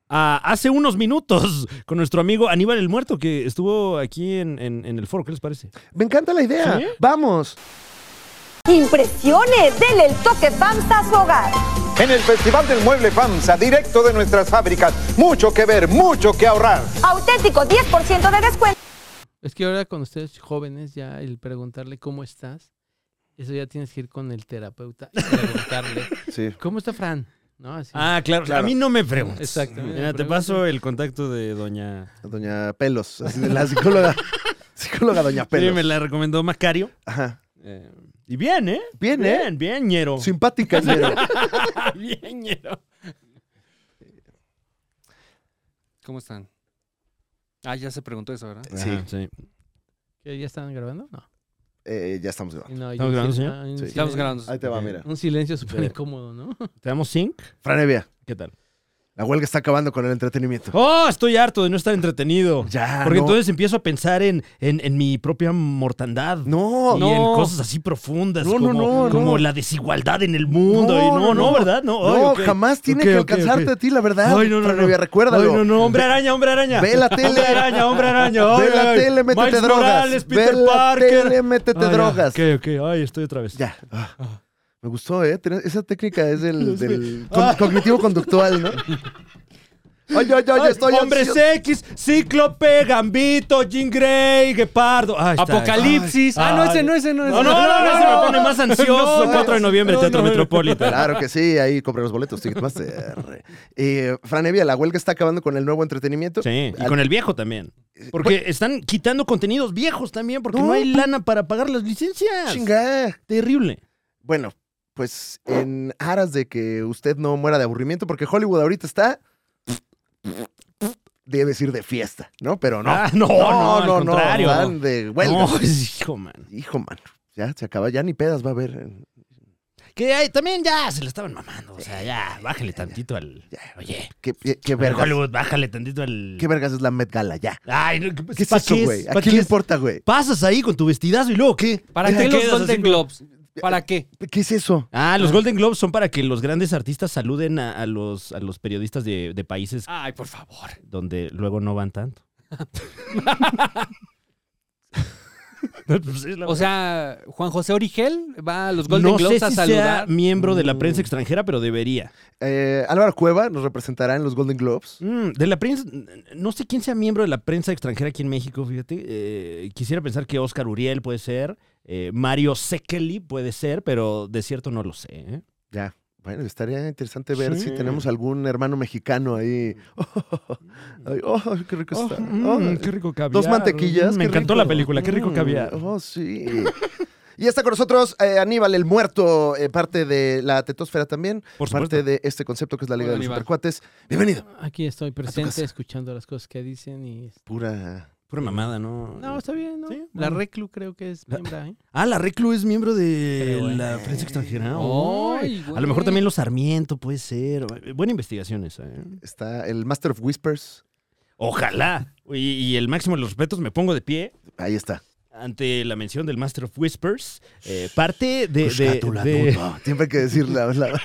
Speaker 3: a hace unos minutos con nuestro amigo Aníbal el Muerto, que estuvo aquí en, en- en el foro, ¿qué les parece?
Speaker 2: Me encanta la idea.
Speaker 3: ¿Sí?
Speaker 2: Vamos.
Speaker 7: Impresione, dele el toque FAMSA a su hogar.
Speaker 6: En el Festival del Mueble FAMSA, directo de nuestras fábricas. Mucho que ver, mucho que ahorrar.
Speaker 7: Auténtico 10% de descuento.
Speaker 8: Es que ahora con ustedes jóvenes, ya el preguntarle cómo estás, eso ya tienes que ir con el terapeuta y preguntarle,
Speaker 2: Sí.
Speaker 8: ¿cómo está Fran? ¿No? Así.
Speaker 3: Ah, claro, a mí no me preguntes.
Speaker 8: Exacto, a mí no me
Speaker 3: Mira, te
Speaker 8: preguntes.
Speaker 3: paso el contacto de doña...
Speaker 2: Doña Pelos, así de la psicóloga. psicóloga Doña
Speaker 3: Sí,
Speaker 2: Pelos.
Speaker 3: me la recomendó Macario.
Speaker 2: Ajá.
Speaker 3: Eh, y bien, ¿eh?
Speaker 2: Bien, ¿eh?
Speaker 3: Bien, bien, ñero.
Speaker 2: Simpática, ñero.
Speaker 3: bien, ñero.
Speaker 4: ¿Cómo están? Ah, ya se preguntó eso, ¿verdad?
Speaker 2: Sí.
Speaker 3: Ajá, sí.
Speaker 8: ¿Que ¿Ya están grabando? No.
Speaker 2: Eh, ya estamos grabando.
Speaker 8: No, hay
Speaker 3: ¿Estamos
Speaker 8: un
Speaker 3: grabando,
Speaker 8: sil-
Speaker 3: señor?
Speaker 8: ah, un
Speaker 2: Sí.
Speaker 8: silencio-
Speaker 4: Estamos grabando.
Speaker 2: Ahí te va, mira.
Speaker 8: Un silencio súper
Speaker 3: Sí.
Speaker 8: incómodo, ¿no?
Speaker 3: ¿Te damos zinc?
Speaker 2: Franevia,
Speaker 3: ¿Qué tal?
Speaker 2: la huelga está acabando con el entretenimiento.
Speaker 3: ¡Oh! Estoy harto de no estar entretenido.
Speaker 2: Ya,
Speaker 3: Oh, Porque
Speaker 2: no.
Speaker 3: entonces empiezo a pensar en, en, en mi propia mortandad.
Speaker 2: No,
Speaker 3: Y
Speaker 2: no.
Speaker 3: en cosas así profundas,
Speaker 2: No, no,
Speaker 3: como,
Speaker 2: no,
Speaker 3: como
Speaker 2: no.
Speaker 3: la desigualdad en el mundo. y no, no, ¿verdad? No, ay,
Speaker 2: No,
Speaker 3: ok.
Speaker 2: jamás tiene
Speaker 3: Ok,
Speaker 2: que
Speaker 3: ok,
Speaker 2: alcanzarte
Speaker 3: ok.
Speaker 2: a ti, la verdad.
Speaker 3: Ay, no, no,
Speaker 2: Franevia,
Speaker 3: no.
Speaker 2: recuérdalo.
Speaker 3: Ay, no, no, hombre araña, hombre araña.
Speaker 2: Ve la tele.
Speaker 3: Hombre araña, hombre araña.
Speaker 2: Ve
Speaker 3: Ay,
Speaker 2: la
Speaker 3: ay.
Speaker 2: tele, métete
Speaker 3: Miles
Speaker 2: drogas.
Speaker 3: Morales,
Speaker 2: Ve
Speaker 3: Peter
Speaker 2: la
Speaker 3: Parker.
Speaker 2: tele, métete
Speaker 3: Ah, ya.
Speaker 2: drogas.
Speaker 3: Ok, ok. Ay, estoy otra vez.
Speaker 2: Ya. Ah. Me gustó, ¿eh? Tener- Esa técnica es del, del
Speaker 3: Ah.
Speaker 2: con- cognitivo-conductual, ¿no? Ay, ay, ay,
Speaker 3: Ay,
Speaker 2: estoy
Speaker 3: Hombres
Speaker 2: ansioso.
Speaker 3: X, Cíclope, Gambito, Jean Grey, Gepardo. Ay, está.
Speaker 4: Apocalipsis. ah, no, ese no, ese no.
Speaker 3: Ay.
Speaker 4: Ese
Speaker 3: No, no, no, no, ese me pone más ansioso.
Speaker 2: No,
Speaker 3: 4 de noviembre, Teatro Metropolitan.
Speaker 2: Claro que sí, ahí compré los boletos, Ticketmaster. Eh, Fran Evia, la huelga está acabando con el nuevo entretenimiento.
Speaker 3: Sí, y
Speaker 2: Al- Eh, pues
Speaker 3: con el viejo también. Porque están quitando contenidos viejos también, porque no,
Speaker 2: No,
Speaker 3: hay
Speaker 2: pues-
Speaker 3: lana para pagar las licencias.
Speaker 2: Chinga.
Speaker 3: Terrible.
Speaker 2: Bueno, pues en aras de que usted no muera de aburrimiento, porque Hollywood ahorita está. Debes ir de fiesta, ¿no? Pero no.
Speaker 3: Ah, no, no, al contrario.
Speaker 2: van de huelga.
Speaker 3: No, hijo, man.
Speaker 2: Hijo, man. Ya se acaba, ya ni pedas va a haber.
Speaker 3: Que ay, también ya se le estaban mamando. O sea, ya, bájale tantito al.
Speaker 2: Ya.
Speaker 3: Oye,
Speaker 2: ¿Qué, qué- qué
Speaker 3: al
Speaker 2: vergas,
Speaker 3: Hollywood, bájale tantito al.
Speaker 2: ¿Qué vergas es la Met Gala? Ya.
Speaker 3: Ay, no,
Speaker 2: ¿Qué es
Speaker 3: Pues, ¿pa'
Speaker 2: eso,
Speaker 3: es?
Speaker 2: güey? ¿A
Speaker 3: ¿Pa'
Speaker 2: quién
Speaker 3: qué
Speaker 2: le
Speaker 3: es?
Speaker 2: importa, güey?
Speaker 3: Pasas ahí con tu vestidazo y luego qué?
Speaker 4: ¿Para
Speaker 3: Ya
Speaker 4: qué
Speaker 3: te
Speaker 4: los
Speaker 3: quedas así
Speaker 4: Golden
Speaker 3: como-
Speaker 4: Globes? ¿Para qué?
Speaker 2: ¿Qué es eso?
Speaker 3: Ah, los Golden Globes son para que los grandes artistas saluden a, a los, a los periodistas de, de países
Speaker 4: Ay, por favor.
Speaker 3: donde luego no van tanto. Pues es la
Speaker 4: O sea, Juan José Origel va a los
Speaker 3: verdad.
Speaker 4: Golden
Speaker 3: no
Speaker 4: Globes
Speaker 3: sé
Speaker 4: a
Speaker 3: si sea
Speaker 4: saludar. Mm.
Speaker 3: miembro de la prensa extranjera, pero debería.
Speaker 2: Eh, Álvaro Cueva nos representará en los Golden Globes.
Speaker 3: Mm, de la prensa, no sé quién sea miembro de la prensa extranjera aquí en México, fíjate. Eh, quisiera pensar que Oscar Uriel puede ser, eh, Mario Sekeli puede ser, pero de cierto no lo sé. ¿eh?
Speaker 2: Ya. Bueno, estaría interesante ver
Speaker 3: Sí.
Speaker 2: si tenemos algún hermano mexicano ahí.
Speaker 3: Mm.
Speaker 2: Ay, oh, qué rico está. Oh,
Speaker 3: rico mm,
Speaker 2: Dos mantequillas.
Speaker 3: Me
Speaker 2: qué
Speaker 3: encantó
Speaker 2: rico.
Speaker 3: la película, qué rico
Speaker 2: Mm,
Speaker 3: caviar.
Speaker 2: Oh, sí. Y está con nosotros eh, Aníbal el Muerto, eh, parte de la tetósfera también,
Speaker 3: Por
Speaker 2: parte
Speaker 3: supuesto.
Speaker 2: de este concepto que es la Liga
Speaker 4: Hola,
Speaker 2: de los
Speaker 4: Aníbal.
Speaker 2: Supercuates. Bienvenido.
Speaker 8: Aquí estoy presente,
Speaker 2: casa.
Speaker 8: escuchando las cosas que dicen y...
Speaker 2: Pura.
Speaker 3: Pura mamada, ¿no?
Speaker 8: No, está bien, ¿no?
Speaker 3: Sí,
Speaker 8: La
Speaker 3: bueno.
Speaker 8: Reclu creo que es
Speaker 3: La-
Speaker 8: miembro, ¿eh?
Speaker 3: Ah, la Reclu es miembro de
Speaker 8: Pero bueno.
Speaker 3: la prensa extranjera.
Speaker 4: Ay,
Speaker 3: Ay, a
Speaker 4: güey.
Speaker 3: lo mejor también los Sarmiento puede ser. Buena investigación esa, ¿eh?
Speaker 2: Está el Master of Whispers.
Speaker 3: Ojalá. Y, y el máximo de los respetos, me pongo de pie
Speaker 2: Ahí está.
Speaker 3: ante la mención del Master of Whispers. eh, parte de. de-
Speaker 2: Cuscatula
Speaker 3: de-
Speaker 2: dudo. Siempre hay que decir la, la- la-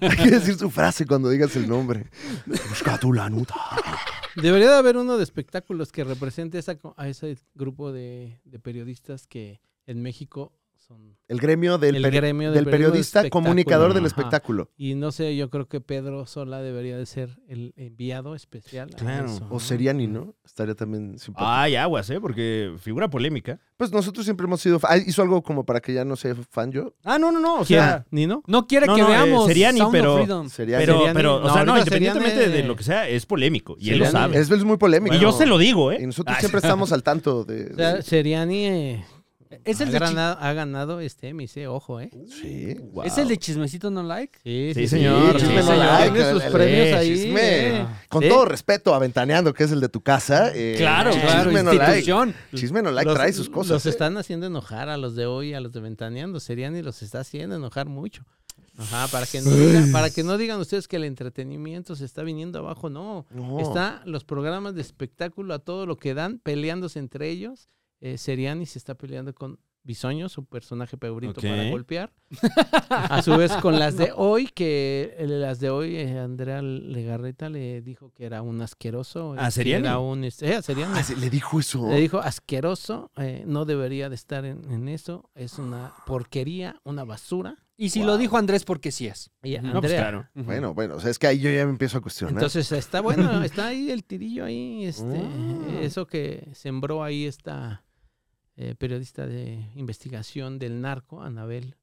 Speaker 2: hay que decir su frase cuando digas el nombre. Cuscatulanuta.
Speaker 8: Debería de haber uno de espectáculos que represente esa co- a ese grupo de, de periodistas que en México son...
Speaker 2: El gremio del,
Speaker 8: El
Speaker 2: peri-
Speaker 8: gremio
Speaker 2: del
Speaker 8: del
Speaker 2: periodista
Speaker 8: espectáculo.
Speaker 2: comunicador del
Speaker 8: Ajá.
Speaker 2: espectáculo.
Speaker 8: Y no sé, yo creo que Pedro Sola debería de ser el enviado especial. a
Speaker 3: Claro.
Speaker 8: eso,
Speaker 2: O
Speaker 8: ¿no?
Speaker 2: Seriani, ¿no? Estaría también simpático.
Speaker 3: Ay, aguas, ¿eh? Porque figura polémica.
Speaker 2: Pues nosotros siempre hemos sido. fa- ah, hizo algo como para que ya no sea fan yo.
Speaker 3: Ah, no, no, no. O
Speaker 8: ¿Quién?
Speaker 3: sea.
Speaker 8: ¿Nino?
Speaker 4: No quiere
Speaker 3: No,
Speaker 4: que
Speaker 3: no, eh,
Speaker 4: veamos
Speaker 3: Seriani,
Speaker 4: Sound of
Speaker 3: pero-
Speaker 4: Freedom.
Speaker 2: Seriani.
Speaker 3: Pero,
Speaker 8: Seriani-
Speaker 3: pero, o
Speaker 8: no,
Speaker 3: sea, no,
Speaker 8: ahorita
Speaker 3: independientemente
Speaker 8: Seriani-
Speaker 3: de lo que sea, es polémico. Y él lo
Speaker 8: Seriani-
Speaker 3: sabe.
Speaker 2: eh, es, es muy polémico.
Speaker 3: Y yo se lo digo, ¿eh?
Speaker 2: Y nosotros siempre estamos al tanto de.
Speaker 8: O
Speaker 2: de-
Speaker 8: sea, Seriani eh,
Speaker 4: Es el,
Speaker 8: ha,
Speaker 4: de chi-
Speaker 8: ganado, ha ganado este Emmy, eh, ojo, ¿eh?
Speaker 2: sí.
Speaker 3: Wow.
Speaker 4: es el de Chismecito No Like.
Speaker 8: Sí,
Speaker 3: sí, señor.
Speaker 2: Uh, Sí,
Speaker 3: Sí,
Speaker 2: no
Speaker 3: señor.
Speaker 2: like,
Speaker 8: Tiene sus
Speaker 2: el- el-
Speaker 8: premios
Speaker 2: el
Speaker 8: ahí,
Speaker 2: chisme.
Speaker 8: eh.
Speaker 2: Con
Speaker 8: Sí.
Speaker 2: todo respeto a Ventaneando, que es el de tu casa. eh,
Speaker 3: Claro,
Speaker 2: Chisme
Speaker 4: Claro,
Speaker 2: no like.
Speaker 4: institución.
Speaker 2: Chisme no like
Speaker 8: Los-
Speaker 2: trae sus cosas.
Speaker 8: Los
Speaker 2: ¿eh?
Speaker 8: están haciendo enojar a los de hoy, a los de Ventaneando. Seriani los está haciendo enojar mucho. Ajá, para que no, diga- para que no digan ustedes que el entretenimiento se está viniendo abajo, no.
Speaker 2: ¿eh?
Speaker 3: Oh.
Speaker 2: No.
Speaker 8: Está los programas de espectáculo a todo lo que dan, peleándose entre ellos. Eh, Seriani se está peleando con Bisoño, su personaje favorito para
Speaker 3: Ok.
Speaker 8: golpear. A su vez con las de hoy, que eh, las de hoy eh, Andrea Legarreta le dijo que era un asqueroso. eh,
Speaker 3: ¿A
Speaker 8: que
Speaker 3: Seriani?
Speaker 8: Era un, este- eh, a Seriani.
Speaker 2: Ah, sí, le dijo eso.
Speaker 8: Le dijo asqueroso, eh, no debería de estar en, en eso, es una porquería, una basura.
Speaker 4: Y si lo dijo Andrés, porque sí es.
Speaker 8: Y
Speaker 3: No, pues
Speaker 8: Andrea,
Speaker 3: claro.
Speaker 4: Ujú.
Speaker 2: Bueno, bueno, o sea, es que ahí yo ya me empiezo a cuestionar.
Speaker 8: Entonces está bueno, está ahí el tirillo ahí, este,
Speaker 2: Ah.
Speaker 8: eso que sembró ahí esta eh, periodista de investigación del narco, Anabel,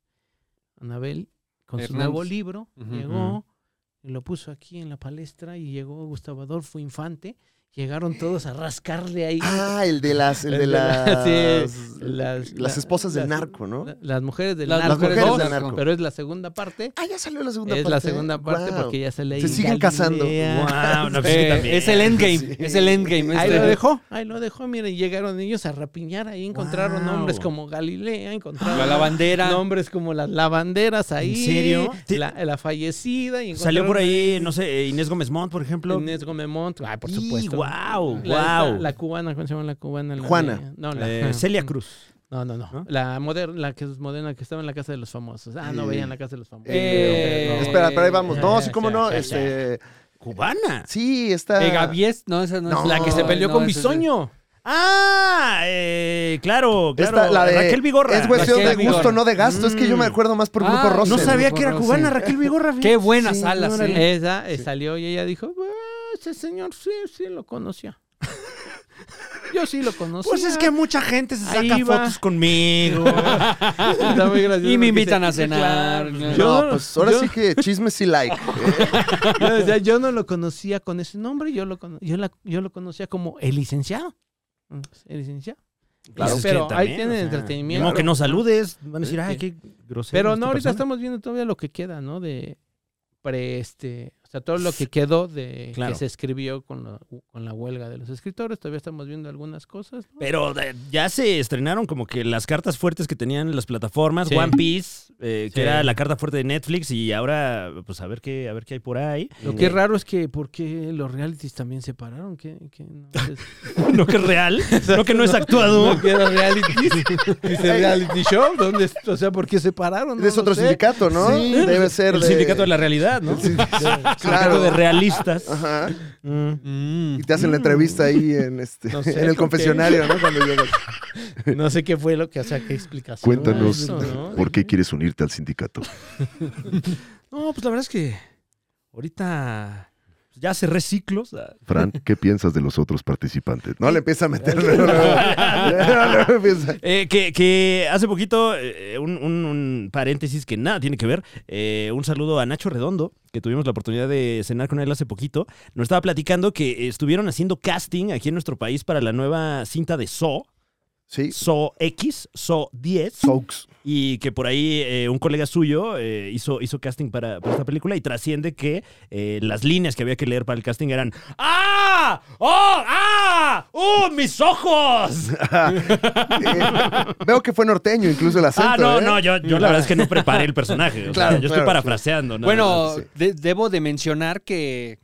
Speaker 8: Anabel, con su
Speaker 4: Hernández.
Speaker 8: nuevo libro,
Speaker 4: Ujú.
Speaker 8: llegó, lo puso aquí en la palestra y llegó Gustavo Adolfo Infante, llegaron todos a rascarle ahí.
Speaker 2: ah, el de las, el
Speaker 8: El
Speaker 2: de
Speaker 8: de la-
Speaker 2: las,
Speaker 8: sí,
Speaker 2: las,
Speaker 8: las- la-
Speaker 2: esposas del
Speaker 8: las-
Speaker 2: narco, ¿no?
Speaker 8: La- Las mujeres del
Speaker 4: Las
Speaker 8: narco.
Speaker 2: mujeres
Speaker 8: dos,
Speaker 2: del narco.
Speaker 8: Pero es la segunda parte.
Speaker 2: ah, ya salió la segunda
Speaker 8: Es
Speaker 2: parte.
Speaker 8: la segunda parte
Speaker 2: Guau.
Speaker 8: porque ya se le
Speaker 2: Se siguen casando.
Speaker 3: Guau, no, pues sí,
Speaker 4: Eh,
Speaker 3: también.
Speaker 4: es el endgame.
Speaker 2: Sí.
Speaker 4: Es el endgame.
Speaker 8: Ahí
Speaker 4: este.
Speaker 8: lo dejó, ahí lo dejó, miren, llegaron ellos a rapiñar, ahí encontraron
Speaker 3: Guau.
Speaker 8: nombres como Galilea, encontraron
Speaker 4: La lavandera.
Speaker 8: nombres como las lavanderas ahí,
Speaker 3: serio?
Speaker 8: La, la fallecida, y
Speaker 3: Salió por
Speaker 8: encontraron
Speaker 3: ahí, no sé, eh, Inés Gómez Mont, por ejemplo.
Speaker 8: Inés Gómez Montt, ah, por
Speaker 3: Y,
Speaker 8: supuesto.
Speaker 3: guau,
Speaker 8: La,
Speaker 3: guau.
Speaker 8: esta- la cubana, ¿cómo se llama la cubana? La de-
Speaker 2: Juana.
Speaker 8: no, la-
Speaker 3: Eh, Celia Cruz.
Speaker 8: No, no, no.
Speaker 3: ¿No?
Speaker 8: La moderna, la que es moderna, que estaba en la casa de los famosos. Ah, no
Speaker 2: Eh,
Speaker 8: veían la casa de los famosos. Eh,
Speaker 4: eh,
Speaker 8: Pero-
Speaker 2: Espera, pero ahí vamos. No,
Speaker 8: Ya,
Speaker 2: sí, cómo
Speaker 8: ya,
Speaker 2: no.
Speaker 8: ya,
Speaker 2: Este,
Speaker 3: Cubana.
Speaker 2: sí, está.
Speaker 4: Eh, Gavies, no, esa no,
Speaker 2: Ah. No,
Speaker 4: es
Speaker 8: La que se
Speaker 4: no,
Speaker 8: peleó
Speaker 4: no,
Speaker 8: con
Speaker 4: esa es-
Speaker 8: Bisoño.
Speaker 3: Ah, eh, claro,
Speaker 2: Esta,
Speaker 3: claro.
Speaker 2: la de-
Speaker 3: Raquel Vigorra.
Speaker 2: Es cuestión
Speaker 4: Raquel
Speaker 2: de gusto,
Speaker 4: Vigorra.
Speaker 2: no de gasto. Es que yo me
Speaker 3: Mm.
Speaker 2: acuerdo más por Grupo
Speaker 4: Ah,
Speaker 2: Rosa.
Speaker 3: No sabía
Speaker 4: Vigorra,
Speaker 3: que era
Speaker 4: sí.
Speaker 3: cubana, Raquel Vigorra. fíjate.
Speaker 4: Qué buenas alas. eh.
Speaker 3: órale.
Speaker 8: Esa eh, salió y ella dijo, "Ah, ese señor sí, sí lo conocía. Yo sí lo conocía.
Speaker 3: Pues es que mucha gente se
Speaker 8: Ahí
Speaker 3: saca
Speaker 8: va.
Speaker 3: fotos conmigo.
Speaker 8: Está muy gracioso
Speaker 4: Y me
Speaker 8: porque
Speaker 4: invitan
Speaker 8: dice,
Speaker 4: a cenar.
Speaker 8: "Claro".
Speaker 2: No,
Speaker 8: Yo-
Speaker 2: pues ahora
Speaker 8: yo-
Speaker 2: sí que chisme sí like. Eh,
Speaker 8: Yo, decía, "Yo no lo conocía con ese nombre, yo lo, cono- yo la- yo lo conocía como el licenciado. Mm, El licenciado.
Speaker 3: Claro,
Speaker 8: Pero
Speaker 3: es que
Speaker 8: ahí
Speaker 3: también,
Speaker 8: tienen
Speaker 3: o sea,
Speaker 8: entretenimiento.
Speaker 3: Ni modo que no saludes. Van a decir,
Speaker 8: Sí.
Speaker 3: ay, qué grosero. este
Speaker 8: Pero
Speaker 3: esta
Speaker 8: no, ahorita
Speaker 3: persona".
Speaker 8: estamos viendo todavía lo que queda, ¿no? De pre este. O sea, todo lo que quedó de
Speaker 3: Claro.
Speaker 8: que se escribió con, la- con la huelga de los escritores, todavía estamos viendo algunas cosas. ¿no?
Speaker 3: Pero de- ya se estrenaron como que las cartas fuertes que tenían las plataformas,
Speaker 8: Sí.
Speaker 3: One Piece, eh, que
Speaker 8: Sí.
Speaker 3: era la carta fuerte de Netflix, y ahora, pues a ver qué, a ver qué hay por ahí.
Speaker 8: Lo que es raro es que por qué los realities también se pararon, que, que no pues, es-
Speaker 3: No que es real, no que no es actuado.
Speaker 8: No quiero realities. Dice reality show. ¿Dónde, es- o sea, ¿por qué se pararon? No
Speaker 2: Es
Speaker 8: lo
Speaker 2: otro
Speaker 8: sé.
Speaker 2: sindicato, ¿no?
Speaker 8: Sí.
Speaker 2: Debe ser
Speaker 3: El
Speaker 2: de-
Speaker 3: sindicato de la realidad, ¿no?
Speaker 2: el sin-
Speaker 3: Sindicato
Speaker 2: claro.
Speaker 3: de realistas.
Speaker 2: Ajá.
Speaker 3: Mm.
Speaker 2: Y te hacen la entrevista ahí en este
Speaker 8: No sé,
Speaker 2: en el
Speaker 8: ¿por qué?
Speaker 2: confesionario, ¿no? Cuando llegas.
Speaker 8: No sé qué fue lo que, o sea, qué explicación. a eso, ¿no?
Speaker 2: qué quieres unirte al sindicato.
Speaker 3: No, pues la verdad es que ahorita ya ah. hace reciclos.
Speaker 2: Fran, ¿qué piensas de los otros participantes? No le empieza a meter. No, no, no. No, no, empieza.
Speaker 3: Eh, que, que hace poquito, eh, un, un- un paréntesis que nada tiene que ver, eh, un saludo a Nacho Redondo, que tuvimos la oportunidad de cenar con él hace poquito. Nos estaba platicando que estuvieron haciendo casting aquí en nuestro país para la nueva cinta de So,
Speaker 2: Sí,
Speaker 3: So X, So 10.
Speaker 2: Soaks.
Speaker 3: Y que por ahí eh, un colega suyo eh, hizo, hizo casting para, para esta película y trasciende que eh, las líneas que había que leer para el casting eran ¡Ah! ¡Oh! ¡Ah! ¡Uh! ¡Mis ojos!
Speaker 2: Eh, veo que fue norteño incluso el acento.
Speaker 3: ah, no,
Speaker 2: ¿eh?
Speaker 3: no, yo, yo la verdad es que no preparé el personaje. o sea,
Speaker 2: Claro,
Speaker 3: yo estoy
Speaker 2: claro,
Speaker 3: parafraseando. nada más.
Speaker 4: bueno,
Speaker 2: sí.
Speaker 4: de- debo de mencionar que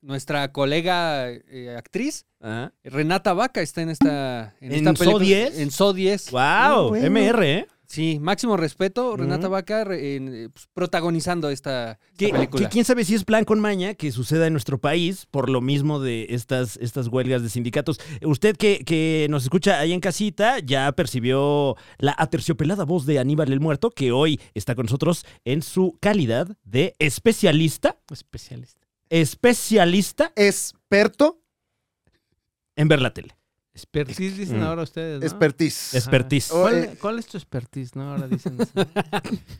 Speaker 4: nuestra colega eh, actriz,
Speaker 3: Ah.
Speaker 4: Renata Vaca, está en esta,
Speaker 3: ¿En
Speaker 4: esta
Speaker 3: So
Speaker 4: película-
Speaker 3: 10?
Speaker 4: En So 10.
Speaker 3: ¡Wow!
Speaker 2: Ah, bueno.
Speaker 3: MR, ¿eh?
Speaker 4: Sí, máximo respeto, Renata
Speaker 3: Ujú.
Speaker 4: Vaca re- en, eh, pues, protagonizando esta, esta
Speaker 3: Que, que
Speaker 4: película.
Speaker 3: quién sabe si es plan con maña que suceda en nuestro país por lo mismo de estas, estas huelgas de sindicatos. Usted que, que nos escucha ahí en casita ya percibió la aterciopelada voz de Aníbal el Muerto, que hoy está con nosotros en su calidad de especialista,
Speaker 8: Especialista.
Speaker 3: especialista
Speaker 2: Experto,
Speaker 3: en ver la tele.
Speaker 8: Expertise dicen
Speaker 3: Mm.
Speaker 8: ahora ustedes, ¿no?
Speaker 2: expertise.
Speaker 3: Es- Expertise.
Speaker 8: Ajá.
Speaker 2: Oh, eh.
Speaker 8: ¿Cuál, cuál es tu expertise, no? Ahora dicen eso.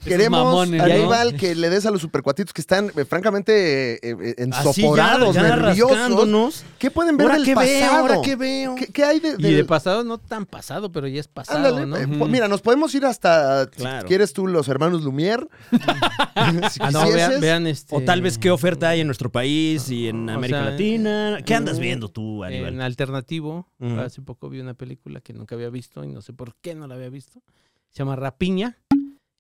Speaker 2: Queremos
Speaker 4: mamones,
Speaker 2: a
Speaker 4: ¿no?
Speaker 2: Aníbal que le des a los supercuatitos que están, eh, francamente, eh, eh,
Speaker 3: Así ya,
Speaker 2: ensoporados,
Speaker 3: ya
Speaker 2: nerviosos.
Speaker 3: rascándonos.
Speaker 2: ¿Qué pueden ver
Speaker 3: Ahora
Speaker 2: del
Speaker 3: que veo,
Speaker 2: pasado?
Speaker 3: ahora que veo.
Speaker 2: ¿Qué, qué hay de,
Speaker 8: Y de
Speaker 2: del-
Speaker 8: pasado, no tan pasado, pero ya es pasado,
Speaker 2: Ándale,
Speaker 8: ¿no?
Speaker 2: eh, pues, mira, nos podemos ir hasta, si
Speaker 3: Claro.
Speaker 2: quieres tú, los hermanos Lumier. pues, si
Speaker 8: Ah, no, vean,
Speaker 2: quisieses.
Speaker 8: vean este.
Speaker 3: O tal vez qué oferta hay en nuestro país y en
Speaker 8: O
Speaker 3: América
Speaker 8: sea,
Speaker 3: Latina. ¿Qué andas
Speaker 8: eh,
Speaker 3: viendo tú, Aníbal?
Speaker 8: En alternativo,
Speaker 3: Ujú.
Speaker 8: hace poco vi una película que nunca había visto y no sé por qué no la había visto. Se llama Rapiña.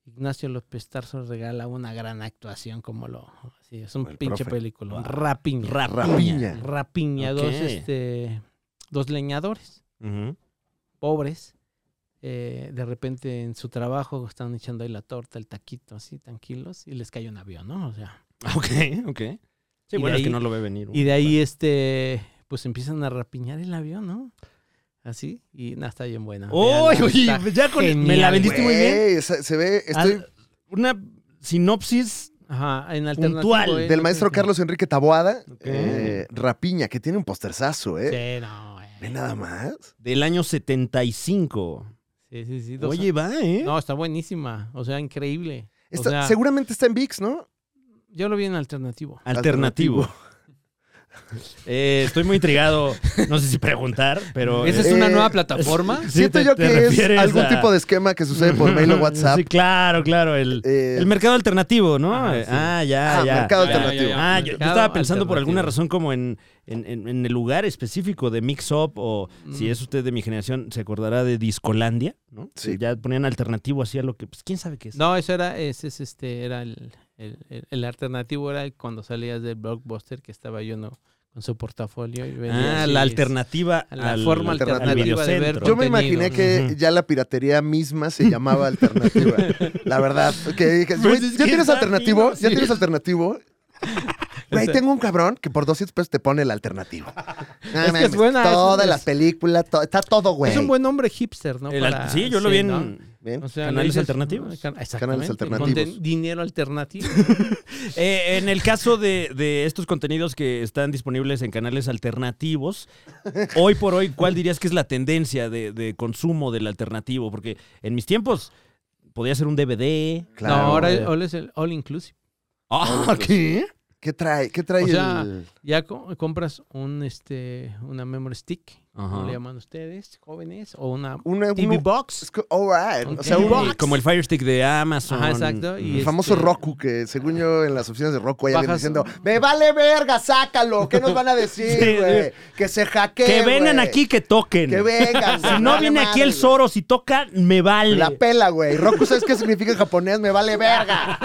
Speaker 8: Ignacio López Tarso regala una gran actuación como lo... Sí, es un
Speaker 2: El
Speaker 8: pinche
Speaker 2: profe.
Speaker 8: película.
Speaker 3: Wow.
Speaker 8: Rapiña.
Speaker 2: Rapiña.
Speaker 8: Rapiña,
Speaker 3: Ok.
Speaker 8: dos, este, dos leñadores
Speaker 3: Ujú.
Speaker 8: pobres. eh, de repente en su trabajo están echando ahí la torta, el taquito, así tranquilos, y les cae un avión, ¿no? O sea,
Speaker 3: Ok, ok. Sí,
Speaker 8: Y
Speaker 3: bueno,
Speaker 8: de
Speaker 3: es que
Speaker 8: ahí-
Speaker 3: no lo ve venir.
Speaker 8: y de ahí, este, pues empiezan a rapiñar el avión, ¿no? Así, y nada, está bien buena.
Speaker 3: ¡Uy!
Speaker 8: véanla, está
Speaker 3: oye, Pues ya con- me
Speaker 8: genial,
Speaker 3: la vendiste
Speaker 8: ¿Viste
Speaker 3: muy bien.
Speaker 2: Güey, se, se ve,
Speaker 8: eh,
Speaker 2: estoy
Speaker 3: Al- Una sinopsis.
Speaker 8: Ajá, en alternativo.
Speaker 3: Puntual.
Speaker 8: ¿eh?
Speaker 2: del
Speaker 8: No
Speaker 2: maestro
Speaker 8: sé.
Speaker 2: Carlos Enrique Taboada, eh, Rapiña, que tiene un posterzazo, ¿eh?
Speaker 8: Sí, no, eh.
Speaker 2: Ve nada más.
Speaker 3: Del año 75.
Speaker 8: Sí, sí, sí. dos-
Speaker 3: Oye, va, ¿eh?
Speaker 8: No, está buenísima. O sea, increíble. O
Speaker 2: Está-
Speaker 8: sea,
Speaker 2: seguramente está en VIX, ¿no?
Speaker 8: Yo lo vi en alternativo.
Speaker 3: Alternativo. Eh, estoy muy intrigado. No sé si preguntar, pero.
Speaker 4: ¿Esa es
Speaker 3: eh,
Speaker 4: una
Speaker 2: Eh,
Speaker 4: nueva plataforma?
Speaker 3: sí,
Speaker 2: Siento
Speaker 3: te-
Speaker 2: yo
Speaker 3: te
Speaker 2: que es
Speaker 3: refieres
Speaker 2: algún
Speaker 3: a-
Speaker 2: tipo de esquema que sucede por mail o WhatsApp.
Speaker 3: Sí, claro, claro. El,
Speaker 2: Eh,
Speaker 3: el mercado alternativo, ¿no?
Speaker 8: Ajá,
Speaker 3: Eh,
Speaker 8: sí.
Speaker 3: Ah, ya,
Speaker 2: Ah,
Speaker 3: ya.
Speaker 2: mercado
Speaker 3: ya.
Speaker 2: alternativo.
Speaker 3: Ah, yo, yo
Speaker 8: Mercado
Speaker 3: estaba pensando por alguna
Speaker 8: alternativo.
Speaker 3: razón como en, en- en- en el lugar específico de Mix Up o si
Speaker 8: Mm.
Speaker 3: es usted de mi generación se acordará de Discolandia, ¿no?
Speaker 2: Sí.
Speaker 3: Que Ya ponían alternativo así a lo que, pues quién sabe qué es.
Speaker 8: No, eso era, ese es este, era el, el, el- el alternativo era cuando salías del blockbuster que estaba yo no, con su portafolio y vendía
Speaker 3: ah,
Speaker 8: así,
Speaker 3: la
Speaker 8: es,
Speaker 3: alternativa.
Speaker 8: la
Speaker 3: al-
Speaker 8: forma
Speaker 3: al
Speaker 8: alternativa, de ver.
Speaker 3: videocentro.
Speaker 2: Yo me
Speaker 8: contenido.
Speaker 2: imaginé que
Speaker 3: Ujú.
Speaker 2: ya la piratería misma se llamaba alternativa. la verdad. Que dije,
Speaker 3: Pues
Speaker 2: "Güey,
Speaker 3: es
Speaker 2: ¿ya
Speaker 3: que
Speaker 2: tienes
Speaker 3: está
Speaker 2: alternativo?
Speaker 3: fino,
Speaker 2: ¿Ya
Speaker 3: sí.
Speaker 2: tienes alternativo? Güey, tengo un cabrón que por 200 pesos te pone el alternativo. No
Speaker 8: Es que es
Speaker 2: mames,
Speaker 8: buena, es-
Speaker 2: Todas
Speaker 8: es-
Speaker 2: las películas, to- está todo, güey.
Speaker 8: Es un buen hombre hipster, ¿no?
Speaker 3: El
Speaker 8: Para-
Speaker 3: al- sí, yo lo vi en.
Speaker 8: ¿no?
Speaker 2: Bien.
Speaker 8: O sea,
Speaker 3: Canales
Speaker 8: le dices,
Speaker 3: alternativos.
Speaker 8: ah, can- exactamente,
Speaker 2: alternativos.
Speaker 8: conten- dinero alternativo.
Speaker 3: Eh, en el caso de, de estos contenidos que están disponibles en canales alternativos, hoy por hoy, ¿cuál dirías que es la tendencia de, de consumo del alternativo? Porque en mis tiempos podía ser un DVD.
Speaker 2: Claro.
Speaker 8: no, ahora el- ahora es el all inclusive.
Speaker 3: Ah, ¿qué?
Speaker 2: ¿Qué trae? ¿Qué trae
Speaker 8: O sea,
Speaker 2: el-
Speaker 8: Ya co- compras un este una memory stick
Speaker 3: Ajá.
Speaker 8: ¿Cómo le llaman ustedes, jóvenes? O una
Speaker 2: Una-
Speaker 8: TV
Speaker 2: uno-
Speaker 8: Box.
Speaker 2: es que- all right.
Speaker 8: Un
Speaker 2: O sea,
Speaker 8: TV
Speaker 2: un-
Speaker 8: box.
Speaker 3: Como el Fire Stick de Amazon.
Speaker 8: Ajá, exacto. Y
Speaker 2: el famoso
Speaker 8: este,
Speaker 2: Roku, que según yo en las oficinas de Roku hay alguien
Speaker 8: Bajas-
Speaker 2: diciendo, me vale verga, sácalo, ¿qué nos van a decir,
Speaker 3: Sí,
Speaker 2: güey?
Speaker 3: sí.
Speaker 2: Que se hackeen,
Speaker 3: Que vengan
Speaker 2: güey.
Speaker 3: aquí, que toquen.
Speaker 2: Que vengan.
Speaker 3: Si no viene aquí el
Speaker 2: zorro
Speaker 3: Zoro, si toca, me vale.
Speaker 2: La pela, güey. Roku, ¿sabes qué significa en japonés? Me vale verga.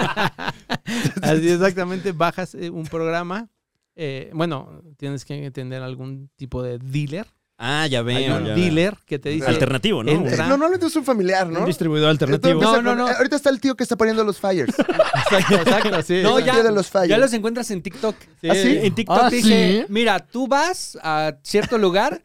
Speaker 8: Así exactamente, bajas eh, un programa. eh, bueno, tienes que tener algún tipo de dealer.
Speaker 3: Ah, ya
Speaker 8: Hay
Speaker 3: veo.
Speaker 8: un
Speaker 3: ya veo.
Speaker 8: dealer que te dice.
Speaker 3: Alternativo, ¿no?
Speaker 8: Entra.
Speaker 2: No, normalmente es un familiar,
Speaker 3: Un
Speaker 2: ¿no?
Speaker 3: distribuidor alternativo.
Speaker 2: Entonces,
Speaker 4: No,
Speaker 2: empieza
Speaker 4: no,
Speaker 2: con-
Speaker 4: no.
Speaker 2: eh, Ahorita está el tío que está poniendo los fires.
Speaker 8: Exacto, exacto, sí.
Speaker 4: No,
Speaker 2: el
Speaker 4: ya,
Speaker 2: tío de los fallos.
Speaker 4: ya los encuentras en TikTok.
Speaker 8: Sí.
Speaker 2: ¿Ah, sí?
Speaker 4: En TikTok
Speaker 3: ¿Ah,
Speaker 4: te dice,
Speaker 3: sí?
Speaker 4: mira, tú vas a cierto lugar,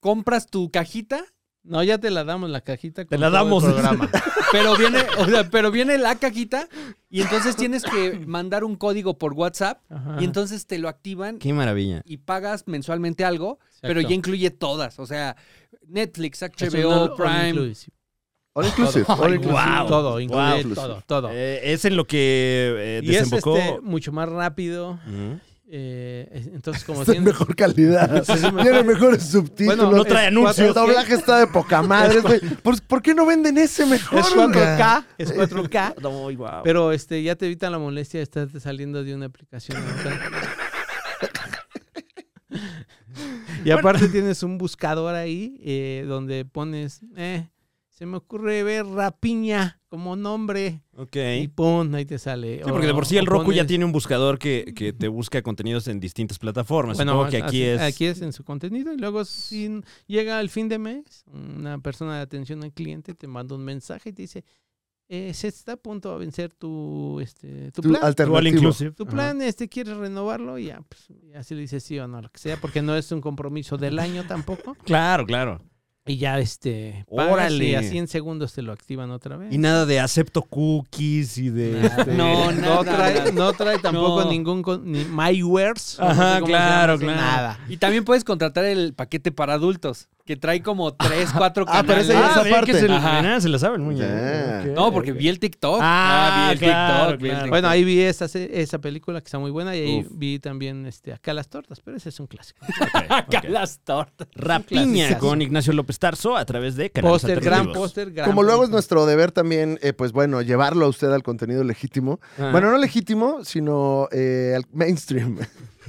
Speaker 4: compras tu cajita,
Speaker 8: No, ya te la damos la cajita.
Speaker 3: Te la damos.
Speaker 8: El programa.
Speaker 4: pero viene, o sea, pero viene la cajita y entonces tienes que mandar un código por WhatsApp
Speaker 8: Ajá.
Speaker 4: y entonces te lo activan
Speaker 3: Qué maravilla.
Speaker 4: y pagas mensualmente algo, pero ya incluye todas, o sea, Netflix,
Speaker 8: Es un all-
Speaker 4: HBO,
Speaker 8: all
Speaker 4: Prime.
Speaker 8: inclusive.
Speaker 2: All inclusive. all
Speaker 8: Todo, all
Speaker 2: inclusive.
Speaker 8: inclusive,
Speaker 3: Wow.
Speaker 8: todo, incluye
Speaker 2: Wow.
Speaker 8: todo, todo.
Speaker 3: Eh, es en lo que eh,
Speaker 8: y es
Speaker 3: desembocó. Mm.
Speaker 8: este, mucho más rápido.
Speaker 3: Ujú.
Speaker 8: eh, es- entonces, como
Speaker 2: Está en
Speaker 8: tiene-
Speaker 2: mejor calidad. Tiene mejores subtítulos.
Speaker 8: Bueno,
Speaker 3: No trae
Speaker 8: es
Speaker 2: el
Speaker 3: anuncios.
Speaker 2: doblaje está de poca madre, güey. ¿Por, por qué no venden ese mejor?
Speaker 8: es
Speaker 2: güey?
Speaker 8: 4K, es 4K.
Speaker 3: No, guau.
Speaker 8: Pero este, ya te evita la molestia de estar saliendo de una aplicación. a otra. y aparte tienes un buscador ahí eh, donde pones, eh, se me ocurre ver rapiña como nombre.
Speaker 3: Ok.
Speaker 8: Y pum, ahí te sale.
Speaker 3: Sí, porque de por sí el Roku
Speaker 8: Roku
Speaker 3: ya tiene un buscador que, que te busca contenidos en distintas plataformas. Supongo que aquí
Speaker 8: así-
Speaker 3: es.
Speaker 8: Aquí es en su contenido. Y luego, si llega el fin de mes, una persona de atención al cliente te manda un mensaje y te dice: eh, Se está a punto de vencer tu, este, tu,
Speaker 2: Tu
Speaker 3: Tu
Speaker 8: plan.
Speaker 3: all
Speaker 2: alternativo.
Speaker 3: inclusive.
Speaker 8: Tu
Speaker 3: Ajá.
Speaker 8: plan, este, ¿quieres renovarlo? Y ya, pues, y así le dices sí o no, lo que sea, porque no es un compromiso del año tampoco.
Speaker 3: Claro, claro.
Speaker 8: Y ya, este, pagas
Speaker 3: Órale.
Speaker 8: Y así en segundos te lo activan otra vez. Ah,
Speaker 3: Y nada de acepto cookies y de. este-
Speaker 4: No,
Speaker 8: no
Speaker 4: nada.
Speaker 8: trae, no trae tampoco
Speaker 4: No.
Speaker 8: ningún con- ni MyWares. no sé
Speaker 3: Ajá,
Speaker 8: cómo se
Speaker 3: claro,
Speaker 8: llama, así,
Speaker 3: claro.
Speaker 8: Nada.
Speaker 4: Y también puedes contratar el paquete para adultos, que trae como tres, cuatro
Speaker 2: Ah, pero
Speaker 4: canales.
Speaker 2: ese ya
Speaker 3: Ah,
Speaker 2: esa
Speaker 3: bien que
Speaker 2: parte. Ah.
Speaker 3: se, lo-
Speaker 4: Ajá.
Speaker 3: mira, se la sabe el muñe.
Speaker 2: Ya.
Speaker 3: Ok,
Speaker 4: No, porque
Speaker 3: ok.
Speaker 4: vi el TikTok.
Speaker 3: Ah,
Speaker 4: vi el
Speaker 3: claro,
Speaker 4: TikTok. vi el
Speaker 3: claro.
Speaker 8: Bueno,
Speaker 4: TikTok.
Speaker 8: ahí vi esa, se- esa película que está muy buena y ahí
Speaker 4: Uf.
Speaker 8: vi también este, acá las tortas, pero ese es un clásico.
Speaker 4: Acá las tortas.
Speaker 3: Rapiña
Speaker 8: Clasicazo.
Speaker 3: con Ignacio López Tarso a través de canales
Speaker 8: Póster, gran
Speaker 3: alternativos.
Speaker 8: póster, gran.
Speaker 2: Como luego es
Speaker 8: película.
Speaker 2: nuestro deber también, eh, pues bueno, llevarlo a usted al contenido legítimo.
Speaker 3: Ah.
Speaker 2: Bueno, no legítimo, sino eh, al mainstream.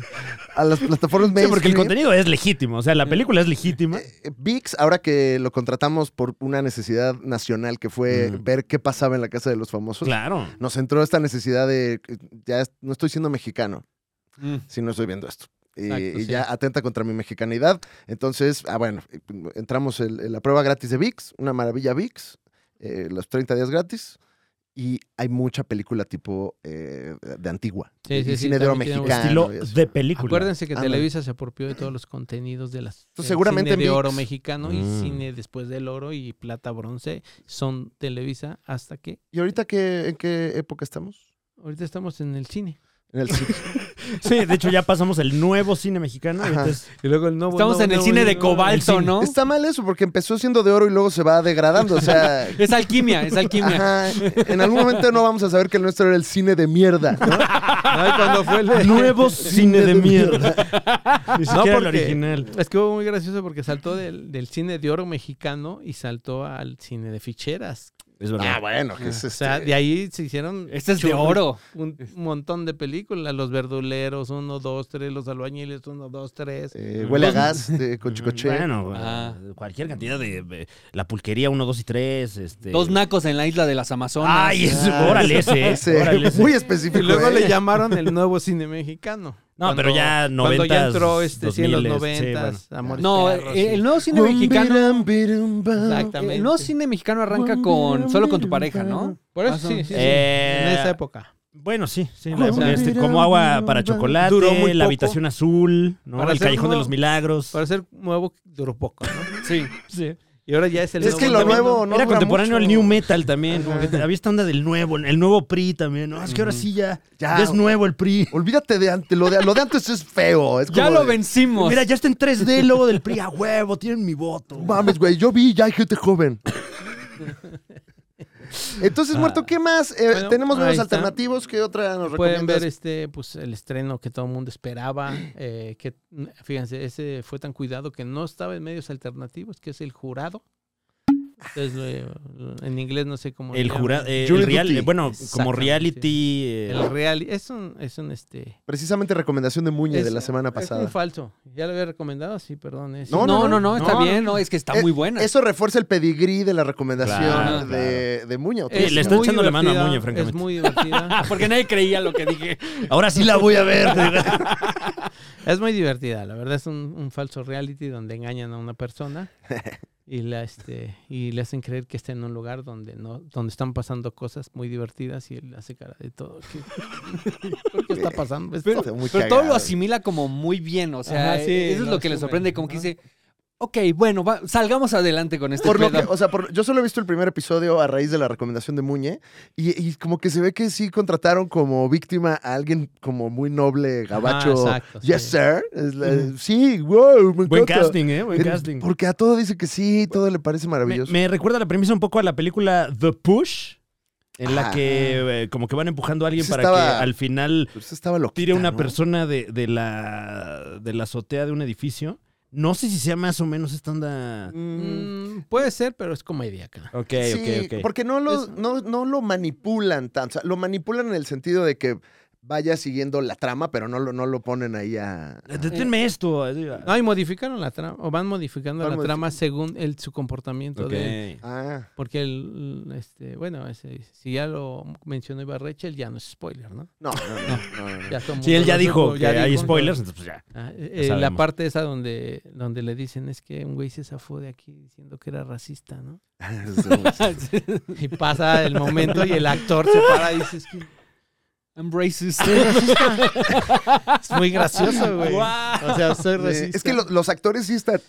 Speaker 2: a las plataformas
Speaker 3: Sí,
Speaker 2: mainstream.
Speaker 3: porque el contenido es legítimo. O sea, la película es legítima.
Speaker 2: Eh, VIX, ahora que lo contratamos por una necesidad nacional que fue
Speaker 3: Ujú.
Speaker 2: ver qué pasaba en la casa de los famosos,
Speaker 3: Claro.
Speaker 2: nos entró esta necesidad de, eh, ya es- no estoy siendo mexicano si no estoy viendo esto. Y,
Speaker 8: Exacto,
Speaker 2: y
Speaker 8: sí.
Speaker 2: ya atenta contra mi mexicanidad. Entonces, ah, bueno, eh, entramos en la prueba gratis de VIX, una maravilla VIX, eh, los 30 días gratis. Y hay mucha película tipo eh, de antigua.
Speaker 8: Sí,
Speaker 2: y
Speaker 8: sí, sí,
Speaker 2: cine de oro
Speaker 8: también tiene un
Speaker 2: mexicano.
Speaker 3: Estilo
Speaker 2: y eso.
Speaker 3: de película.
Speaker 8: Acuérdense que
Speaker 2: Ándale.
Speaker 8: Televisa se apropió de todos los contenidos de las del
Speaker 2: seguramente en
Speaker 8: cine de
Speaker 2: ViX.
Speaker 8: oro mexicano y
Speaker 3: Mm.
Speaker 8: cine después del oro y plata bronce son Televisa hasta que
Speaker 2: ¿Y ahorita qué, en qué época estamos?
Speaker 8: ahorita estamos en el cine.
Speaker 2: En el cine.
Speaker 3: Sí, de hecho ya pasamos el nuevo cine mexicano.
Speaker 2: Ajá.
Speaker 3: ahorita es-
Speaker 8: Y luego el nuevo
Speaker 4: Estamos en el cine de cobalto, ¿no?
Speaker 2: Está mal eso, porque empezó siendo de oro y luego se va degradando. O sea,
Speaker 4: Es alquimia, es alquimia.
Speaker 2: ajá, en algún momento no vamos a saber que el nuestro era el cine de mierda. ¿no?
Speaker 8: cuando fue el de-
Speaker 3: Nuevo cine de mierda. Ni
Speaker 8: No,
Speaker 3: siquiera el
Speaker 8: porque-
Speaker 3: original.
Speaker 8: Es que fue muy gracioso porque saltó del, del cine de oro mexicano y saltó al cine de ficheras.
Speaker 3: Es
Speaker 2: Ah,
Speaker 3: verdad.
Speaker 2: bueno, que es
Speaker 8: O sea,
Speaker 2: este-
Speaker 8: de ahí se hicieron
Speaker 4: Este es de
Speaker 8: churros.
Speaker 4: oro.
Speaker 8: un montón de películas, los verduleros, uno, dos, tres, los albañiles, uno, dos, tres.
Speaker 2: eh, huele a gas de Cochicoche.
Speaker 3: Bueno,
Speaker 4: Ah.
Speaker 3: eh, cualquier cantidad de, eh, la pulquería 1, 2 y 3. Este...
Speaker 4: Dos nacos en la isla de las Amazonas.
Speaker 3: Ay, es,
Speaker 2: Ah,
Speaker 3: órale ese.
Speaker 2: ese,
Speaker 3: órale ese.
Speaker 2: Muy
Speaker 8: Y
Speaker 2: específico.
Speaker 8: luego
Speaker 2: ¿eh?
Speaker 8: le llamaron el nuevo cine mexicano.
Speaker 3: No, pero ya
Speaker 8: Cuando ya
Speaker 3: 90s,
Speaker 8: entró este, sí, en los
Speaker 3: 2000s, sí,
Speaker 8: noventas, Amores
Speaker 4: No,
Speaker 8: Perros,
Speaker 4: eh,
Speaker 8: y-
Speaker 4: el nuevo cine mexicano. eh,
Speaker 2: Bum, birum, bum.
Speaker 8: Exactamente.
Speaker 4: El nuevo cine mexicano arranca con solo con tu pareja, ¿no?
Speaker 8: Por eso
Speaker 4: Más o
Speaker 8: sí,
Speaker 4: menos.
Speaker 8: sí, sí,
Speaker 3: Eh,
Speaker 8: en esa época.
Speaker 3: Bueno, sí, sí. la
Speaker 2: Como
Speaker 3: época, este,
Speaker 2: mira,
Speaker 3: como agua para
Speaker 2: mira,
Speaker 3: chocolate,
Speaker 8: duró
Speaker 3: la
Speaker 8: muy poco.
Speaker 3: habitación azul, ¿no?
Speaker 8: Para
Speaker 3: el
Speaker 8: ser
Speaker 3: callejón de
Speaker 8: nuevo-
Speaker 3: los milagros.
Speaker 8: Para ser nuevo duró poco, ¿no?
Speaker 4: Sí.
Speaker 3: Sí.
Speaker 8: Y ahora ya es el
Speaker 2: Es que lo
Speaker 8: también,
Speaker 2: nuevo no
Speaker 3: Era
Speaker 2: dura
Speaker 3: contemporáneo
Speaker 2: mucho.
Speaker 3: el new metal también. como que había esta onda del nuevo, el nuevo PRI también. ¿no? Es que ahora sí ya,
Speaker 2: Ya.
Speaker 3: ya es nuevo el PRI.
Speaker 2: Olvídate de antes. Lo de, lo de antes es feo. es
Speaker 4: Ya
Speaker 2: como
Speaker 4: lo
Speaker 2: de,
Speaker 4: vencimos.
Speaker 3: Mira, ya está en 3D el logo del PRI. A huevo, tienen mi voto.
Speaker 2: Mames, güey. Yo vi ya hay gente joven. Entonces,
Speaker 3: Ah.
Speaker 2: muerto, ¿qué más? Eh,
Speaker 8: Bueno,
Speaker 2: tenemos nuevos
Speaker 8: ahí está.
Speaker 2: alternativos. ¿Qué otra nos
Speaker 8: Pueden
Speaker 2: recomiendas?
Speaker 8: ver este, pues, el estreno que todo el mundo esperaba. eh, que, fíjense, ese fue tan cuidado que no estaba en medios alternativos, que es el jurado. Ustedes lo- en inglés no sé cómo. le
Speaker 3: Ah. El
Speaker 8: llaman.
Speaker 3: jura- eh, el
Speaker 2: Jury
Speaker 3: real-
Speaker 2: duty.
Speaker 3: eh, bueno, como
Speaker 8: Exactamente.
Speaker 3: reality. eh,
Speaker 8: El real. Es un, es un este.
Speaker 2: Precisamente recomendación de Muñe
Speaker 8: es-
Speaker 2: de la semana
Speaker 8: Es
Speaker 2: pasada.
Speaker 8: un falso. Ya lo había recomendado, sí, perdón. es-
Speaker 2: No,
Speaker 4: No,
Speaker 2: no,
Speaker 4: no, no, está
Speaker 8: no,
Speaker 4: bien, no, es que está
Speaker 2: Eh,
Speaker 4: muy buena.
Speaker 2: Eso refuerza el pedigrí de la recomendación
Speaker 3: Claro,
Speaker 2: de, de Muñe. ¿o tú
Speaker 3: Sí,
Speaker 2: qué
Speaker 3: le
Speaker 2: opinas?
Speaker 3: estoy echando la mano a
Speaker 8: divertida,
Speaker 3: Muñe, francamente.
Speaker 8: Es muy divertida.
Speaker 4: Porque nadie creía lo que dije.
Speaker 3: Ahora sí la voy a ver. de verdad.
Speaker 8: es muy divertida, la verdad es un, un falso reality donde engañan a una persona y la este y le hacen creer que está en un lugar donde no donde están pasando cosas muy divertidas y él hace cara de todo. ¿Qué, ¿Por qué está pasando esto?
Speaker 2: Está muy
Speaker 4: Pero todo lo
Speaker 2: cagado.
Speaker 4: asimila como muy bien, o sea, eh,
Speaker 8: Ajá, sí,
Speaker 4: eso es
Speaker 8: lo
Speaker 4: lo que le
Speaker 8: asume,
Speaker 4: sorprende, como que
Speaker 8: ¿no?
Speaker 4: dice, ok, bueno, va- salgamos adelante con este
Speaker 2: Por lo que,
Speaker 4: pedo".
Speaker 2: o sea, por- yo solo he visto el primer episodio a raíz de la recomendación de Muñe y, y como que se ve que sí contrataron como víctima a alguien como muy noble, gabacho.
Speaker 8: Ah, exacto,
Speaker 2: yes,
Speaker 8: sí.
Speaker 2: sir. Es la- Sí, wow, me
Speaker 3: Buen
Speaker 2: encanta.
Speaker 3: casting, ¿eh? Buen
Speaker 2: El-
Speaker 3: casting.
Speaker 2: Porque a todo dice que sí, todo le parece
Speaker 3: Me,
Speaker 2: maravilloso.
Speaker 3: me recuerda la premisa un poco a la película The Push, en la
Speaker 2: Ah.
Speaker 3: que eh, como que van empujando a alguien
Speaker 2: Ese
Speaker 3: para
Speaker 2: estaba-
Speaker 3: que al final
Speaker 2: Pero eso Pues estaba loco.
Speaker 3: tire una persona de, de la, de la azotea de un edificio. No sé si sea más o menos esta onda.
Speaker 8: Mm, puede ser, pero es comedia acá.
Speaker 3: Ok,
Speaker 2: sí,
Speaker 3: ok, ok.
Speaker 2: porque no lo,
Speaker 8: Es-
Speaker 2: no, no lo manipulan tanto. O sea, lo manipulan en el sentido de que vaya siguiendo la trama, pero no lo, no lo ponen ahí a...
Speaker 3: Deténme esto. así, ah.
Speaker 8: No, y modificaron la trama, o van modificando
Speaker 2: Van
Speaker 8: la trama según el, su comportamiento
Speaker 3: Ok.
Speaker 8: de él.
Speaker 2: Ah,
Speaker 8: Porque el, este, bueno, ese- si ya lo mencionó Ibarreche, él ya no es spoiler, ¿no?
Speaker 2: no, no, no, no, no.
Speaker 8: Ya todo el
Speaker 3: Sí,
Speaker 8: mundo
Speaker 3: él ya
Speaker 8: lo
Speaker 3: dijo
Speaker 8: supo,
Speaker 3: que
Speaker 8: ya
Speaker 3: hay
Speaker 8: dijo,
Speaker 3: spoilers, entonces pues ya.
Speaker 8: Ah, eh, la
Speaker 3: sabemos.
Speaker 8: parte esa donde, donde le dicen es que un güey se zafó de aquí diciendo que era racista, ¿no? Y pasa el momento y el actor se para y dice, es que
Speaker 4: I'm racist.
Speaker 8: es muy gracioso, güey. O sea, soy
Speaker 2: Eh,
Speaker 8: racista.
Speaker 2: es que lo- los actores sí están.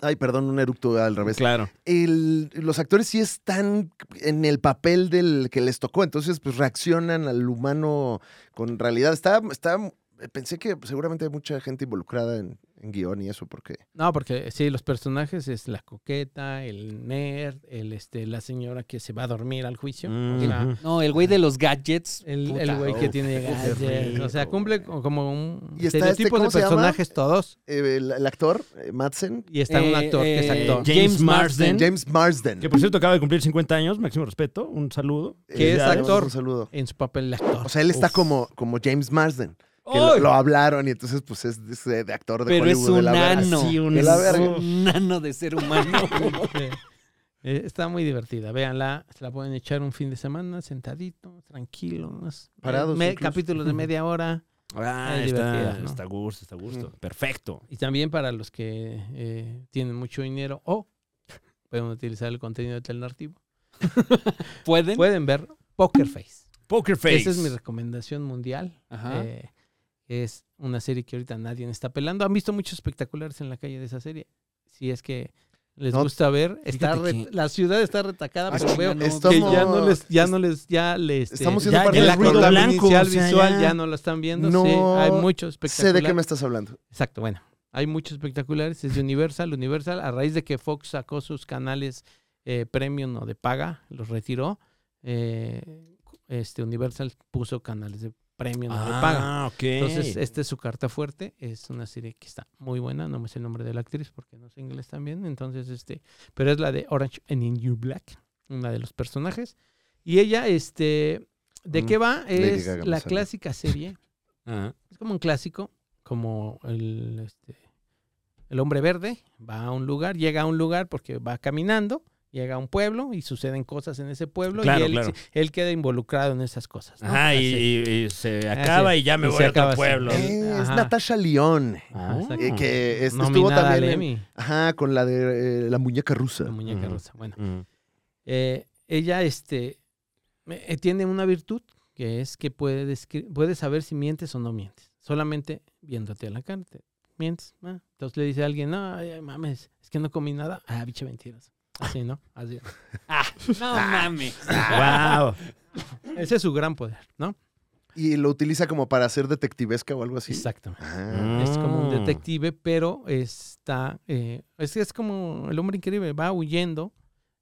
Speaker 2: Ay, perdón, un eructo al revés.
Speaker 3: Claro.
Speaker 2: El- los actores sí están en el papel del que les tocó, entonces pues reaccionan al humano con realidad. Está, está, eh, pensé que seguramente hay mucha gente involucrada en, en guión y eso, porque
Speaker 8: No, porque sí, los personajes es la coqueta, el nerd, el, este, la señora que se va a dormir al juicio. o sea,
Speaker 3: Ujú.
Speaker 4: No, el güey de los gadgets.
Speaker 8: el,
Speaker 4: puta.
Speaker 8: el güey que
Speaker 2: oh,
Speaker 8: tiene
Speaker 2: qué
Speaker 8: gadgets.
Speaker 2: rico,
Speaker 8: O sea, cumple co- como un
Speaker 2: Y está este,
Speaker 8: estereotipo
Speaker 2: ¿cómo
Speaker 8: de
Speaker 2: se llama?
Speaker 8: personajes todos.
Speaker 2: eh, el, el actor, eh, Madsen,
Speaker 8: Y está un
Speaker 4: Eh,
Speaker 8: actor que es
Speaker 4: eh,
Speaker 8: actor.
Speaker 3: James Marsden.
Speaker 2: James Marsden.
Speaker 3: Que por cierto acaba de cumplir 50 años, máximo respeto, un saludo.
Speaker 2: Eh,
Speaker 8: que es
Speaker 2: le damos
Speaker 8: actor.
Speaker 2: Un saludo.
Speaker 8: En su papel de actor.
Speaker 2: O sea, él está
Speaker 8: Uf.
Speaker 2: como, como James Marsden. Que lo, lo hablaron y entonces pues es, es de de actor de
Speaker 4: Pero es
Speaker 2: Hollywood. de
Speaker 4: un
Speaker 2: la verga.
Speaker 4: nano.
Speaker 3: Sí, un-
Speaker 2: De la verga.
Speaker 4: Es un nano de ser humano.
Speaker 8: Eh, eh, está muy divertida. Véanla, se la pueden echar un fin de semana sentadito, tranquilo. unos, eh,
Speaker 2: Parados
Speaker 8: me-
Speaker 2: incluso.
Speaker 8: capítulos de media hora.
Speaker 3: Ah,
Speaker 8: Ay,
Speaker 3: está,
Speaker 8: divertida, ¿no?
Speaker 3: está a gusto, está a gusto. Perfecto.
Speaker 8: Y también para los que eh, tienen mucho dinero o pueden utilizar el contenido alternativo.
Speaker 4: ¿Pueden?
Speaker 8: Pueden ver Poker Face.
Speaker 3: Poker Face.
Speaker 8: Esa es mi recomendación mundial.
Speaker 4: Ajá.
Speaker 8: Eh, es una serie que ahorita nadie está pelando. Han visto muchos espectaculares en la calle de esa serie. Si es que les
Speaker 2: No,
Speaker 8: gusta ver, está
Speaker 4: fíjate
Speaker 8: re-
Speaker 4: que-
Speaker 8: la ciudad está retacada,
Speaker 2: Ah,
Speaker 8: pero veo
Speaker 4: chingada, no,
Speaker 8: que
Speaker 2: estamos-
Speaker 8: ya no les, ya no les, ya les.
Speaker 2: Estamos siendo
Speaker 8: ya,
Speaker 2: parte
Speaker 8: el
Speaker 2: del
Speaker 8: actor
Speaker 2: problema.
Speaker 3: blanco,
Speaker 8: inicial
Speaker 3: o sea,
Speaker 8: visual
Speaker 3: ya-
Speaker 8: ya. no lo están viendo.
Speaker 2: No
Speaker 8: sí, hay mucho
Speaker 2: Sé
Speaker 8: espectacular.
Speaker 2: de qué me estás hablando.
Speaker 8: Exacto, bueno. Hay muchos espectaculares. Es de Universal. Universal, a raíz de que Fox sacó sus canales eh, premium o de paga, los retiró. eh, este Universal puso canales de premium o de paga.
Speaker 3: Ah, ok.
Speaker 8: Entonces, esta es su carta fuerte. Es una serie que está muy buena. No me sé el nombre de la actriz porque no sé inglés también. Entonces, este, pero es la de Orange and the New Black, una de los personajes. Y ella, este, ¿de
Speaker 2: Mm,
Speaker 8: qué va?
Speaker 2: Lady
Speaker 8: Es
Speaker 2: Gaga me
Speaker 8: la
Speaker 2: sale.
Speaker 8: clásica serie.
Speaker 3: Ah,
Speaker 8: Es como un clásico, como el, este, el hombre verde. Va a un lugar, llega a un lugar porque va caminando. Llega a un pueblo y suceden cosas en ese pueblo
Speaker 3: Claro,
Speaker 8: y él,
Speaker 3: claro.
Speaker 8: él queda involucrado en esas cosas. ¿no?
Speaker 2: Ah,
Speaker 3: Ajá, y,
Speaker 8: Así.
Speaker 3: y- y se acaba
Speaker 8: Así.
Speaker 3: y ya me
Speaker 8: Y
Speaker 3: voy
Speaker 8: se
Speaker 3: a otro
Speaker 8: acaba así.
Speaker 3: pueblo.
Speaker 8: El-
Speaker 2: Eh, es
Speaker 8: ajá.
Speaker 2: Natasha León.
Speaker 3: Ah,
Speaker 8: exacto.
Speaker 2: eh, que es- estuvo
Speaker 8: Nominada al
Speaker 2: también en-
Speaker 8: Emmy.
Speaker 2: ajá, con la de eh, la muñeca rusa.
Speaker 8: La muñeca
Speaker 3: Ujú.
Speaker 8: rusa. Bueno,
Speaker 3: Mm.
Speaker 8: eh, ella este, eh, tiene una virtud que es que puede, descri- puede saber si mientes o no mientes. Solamente viéndote a la cara. te- mientes. ah. Entonces le dice a alguien, no, ay, mames, es que no comí nada. Ah, biche mentiras. Así, ¿no? Así.
Speaker 4: Ah, no mames.
Speaker 3: Wow.
Speaker 8: Ese es su gran poder, ¿no?
Speaker 2: Y lo utiliza como para hacer detectivesca o algo así.
Speaker 8: Exactamente.
Speaker 2: Ah,
Speaker 8: Es como un
Speaker 3: Ah.
Speaker 8: detective, pero está. eh, es, es como el hombre increíble, va huyendo.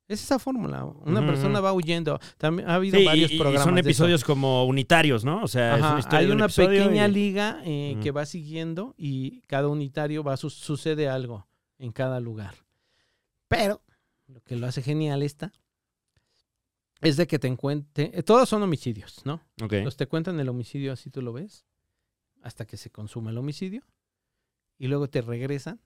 Speaker 8: Es esa fórmula. Una
Speaker 3: Ujú,
Speaker 8: persona
Speaker 3: ujú.
Speaker 8: va huyendo. También ha habido
Speaker 3: Sí, y-
Speaker 8: varios
Speaker 3: y, y
Speaker 8: programas.
Speaker 3: son
Speaker 8: de eso.
Speaker 3: episodios como unitarios, ¿no? O sea, es
Speaker 8: Ajá,
Speaker 3: una historia
Speaker 8: Hay
Speaker 3: de un
Speaker 8: una
Speaker 3: episodio
Speaker 8: pequeña
Speaker 3: y-
Speaker 8: liga eh, que
Speaker 3: Ujú.
Speaker 8: va siguiendo y cada unitario va su- sucede algo en cada lugar. Pero lo que lo hace genial esta es de que te encuentre. eh, Todos son homicidios, ¿no?
Speaker 3: Ok.
Speaker 8: Los te cuentan el homicidio así tú lo ves, hasta que se consuma el homicidio, y luego te regresan,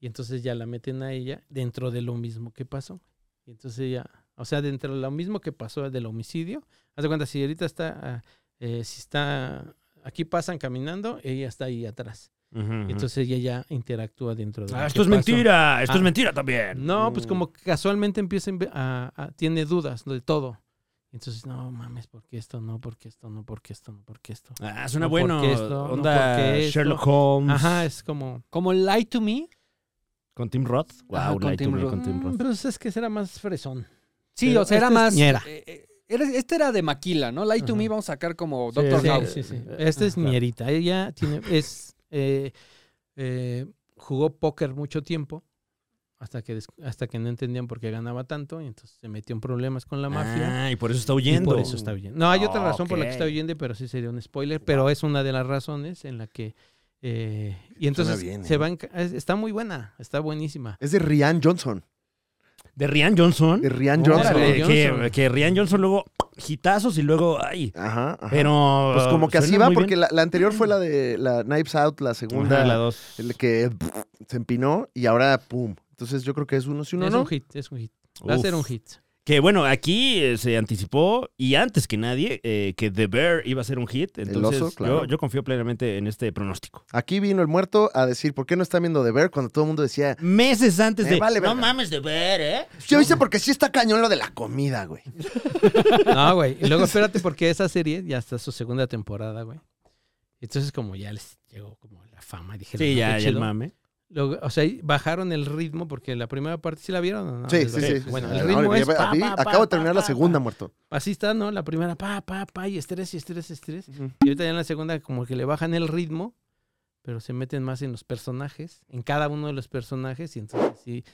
Speaker 8: y entonces ya la meten a ella dentro de lo mismo que pasó. Y entonces ella, o sea, dentro de lo mismo que pasó del homicidio, haz de cuenta, si ahorita está, ah, eh, si está, aquí pasan caminando, ella está ahí atrás.
Speaker 3: Ujú, ujú.
Speaker 8: Y entonces ella ya interactúa dentro de lo
Speaker 3: Ah,
Speaker 8: que
Speaker 3: esto es
Speaker 8: pasó.
Speaker 3: mentira, esto
Speaker 8: Ah.
Speaker 3: es mentira también.
Speaker 8: No, pues
Speaker 3: Mm.
Speaker 8: como que casualmente empieza a inve- a, a- tiene dudas de todo. Entonces, no mames, ¿por qué esto? No, ¿por qué esto? No, ¿por qué esto? No, ¿por qué esto?
Speaker 3: Ah, suena
Speaker 8: No,
Speaker 3: bueno.
Speaker 8: porque esto, no,
Speaker 3: Onda
Speaker 8: porque esto.
Speaker 3: Sherlock Holmes.
Speaker 8: Ajá, es como...
Speaker 4: Como Lie to Me.
Speaker 3: Con Tim Roth.
Speaker 4: Ajá,
Speaker 3: Wow,
Speaker 4: con
Speaker 3: Lie to
Speaker 4: Tim
Speaker 3: Me
Speaker 4: Roth.
Speaker 3: con Tim
Speaker 8: mm,
Speaker 3: Roth.
Speaker 8: Pero pues es que será más fresón.
Speaker 4: Sí,
Speaker 8: Pero
Speaker 4: o sea, era
Speaker 8: esta es
Speaker 4: más.
Speaker 8: ñera.
Speaker 4: eh, eh, era- este era de Maquila, ¿no? Lie to
Speaker 8: Ajá.
Speaker 4: Me vamos a sacar como Doctor
Speaker 8: sí,
Speaker 4: House.
Speaker 8: sí, sí. Esta es
Speaker 3: Claro.
Speaker 8: ñerita. Ella tiene, es, eh, eh, jugó póker mucho tiempo hasta que, des- hasta que no entendían por qué ganaba tanto y entonces se metió en problemas con la mafia.
Speaker 3: Ah, y por eso está
Speaker 8: Y
Speaker 3: huyendo.
Speaker 8: por eso está huyendo. No, hay otra razón por la que está
Speaker 3: Ok.
Speaker 8: huyendo, pero sí sería un spoiler. Pero es una de las razones en la que. eh, y entonces
Speaker 2: bien,
Speaker 8: se
Speaker 2: ¿eh?
Speaker 8: van. ca- es- Está muy buena, está buenísima.
Speaker 2: Es de Rian Johnson.
Speaker 3: De Rian Johnson.
Speaker 2: De Rian
Speaker 8: Órale.
Speaker 2: Johnson.
Speaker 3: Órale, Que,
Speaker 8: Johnson.
Speaker 3: que Rian Johnson luego hitazos y luego. Ay.
Speaker 2: Ajá, ajá.
Speaker 3: Pero.
Speaker 2: Pues como que así
Speaker 3: suena
Speaker 2: va,
Speaker 3: muy
Speaker 2: porque
Speaker 3: bien.
Speaker 2: la, la anterior
Speaker 8: Mm.
Speaker 2: fue la de la Knives Out, la segunda,
Speaker 3: Ajá, la dos.
Speaker 2: el que pff, se empinó y ahora pum. Entonces yo creo que es uno, si uno
Speaker 8: es
Speaker 2: no.
Speaker 8: un hit, es un hit. Va a ser
Speaker 3: Uf.
Speaker 8: un hit.
Speaker 3: Que bueno, aquí eh, se anticipó y antes que nadie eh, que The Bear iba a ser un hit.
Speaker 2: El
Speaker 3: Entonces
Speaker 2: oso, claro.
Speaker 3: yo, yo confío plenamente en este pronóstico.
Speaker 2: Aquí vino el muerto a decir, ¿por qué no están viendo The Bear? Cuando todo el mundo decía,
Speaker 3: Meses antes
Speaker 2: Me
Speaker 3: de.
Speaker 2: Eh, vale
Speaker 3: no
Speaker 2: verga".
Speaker 3: mames, The Bear, ¿eh?
Speaker 2: yo hice porque sí está cañón lo de la comida, güey.
Speaker 8: Ah, No, güey. Y luego espérate, porque esa serie ya está su segunda temporada, güey. Entonces, como ya les llegó como la fama, dije,
Speaker 3: Sí, ya, ya el mame.
Speaker 8: O sea, y bajaron el ritmo porque la primera parte pues sí la vieron. o no?
Speaker 2: sí,
Speaker 8: Les
Speaker 2: sí,
Speaker 8: valió.
Speaker 2: sí,
Speaker 8: Bueno,
Speaker 2: sí,
Speaker 8: el
Speaker 2: sí.
Speaker 8: ritmo
Speaker 2: Ahora,
Speaker 8: es.
Speaker 2: ya-
Speaker 8: pa,
Speaker 2: vi-
Speaker 8: pa, pa,
Speaker 2: acabo de terminar
Speaker 8: pa,
Speaker 2: la segunda,
Speaker 8: pa.
Speaker 2: muerto.
Speaker 8: Así está, ¿no? La primera, pa, pa, pa, y estrés, y estrés, y estrés.
Speaker 2: Ujú.
Speaker 8: Y ahorita ya en la segunda, como que le bajan el ritmo, pero se meten más en los personajes, en cada uno de los personajes, y entonces sí,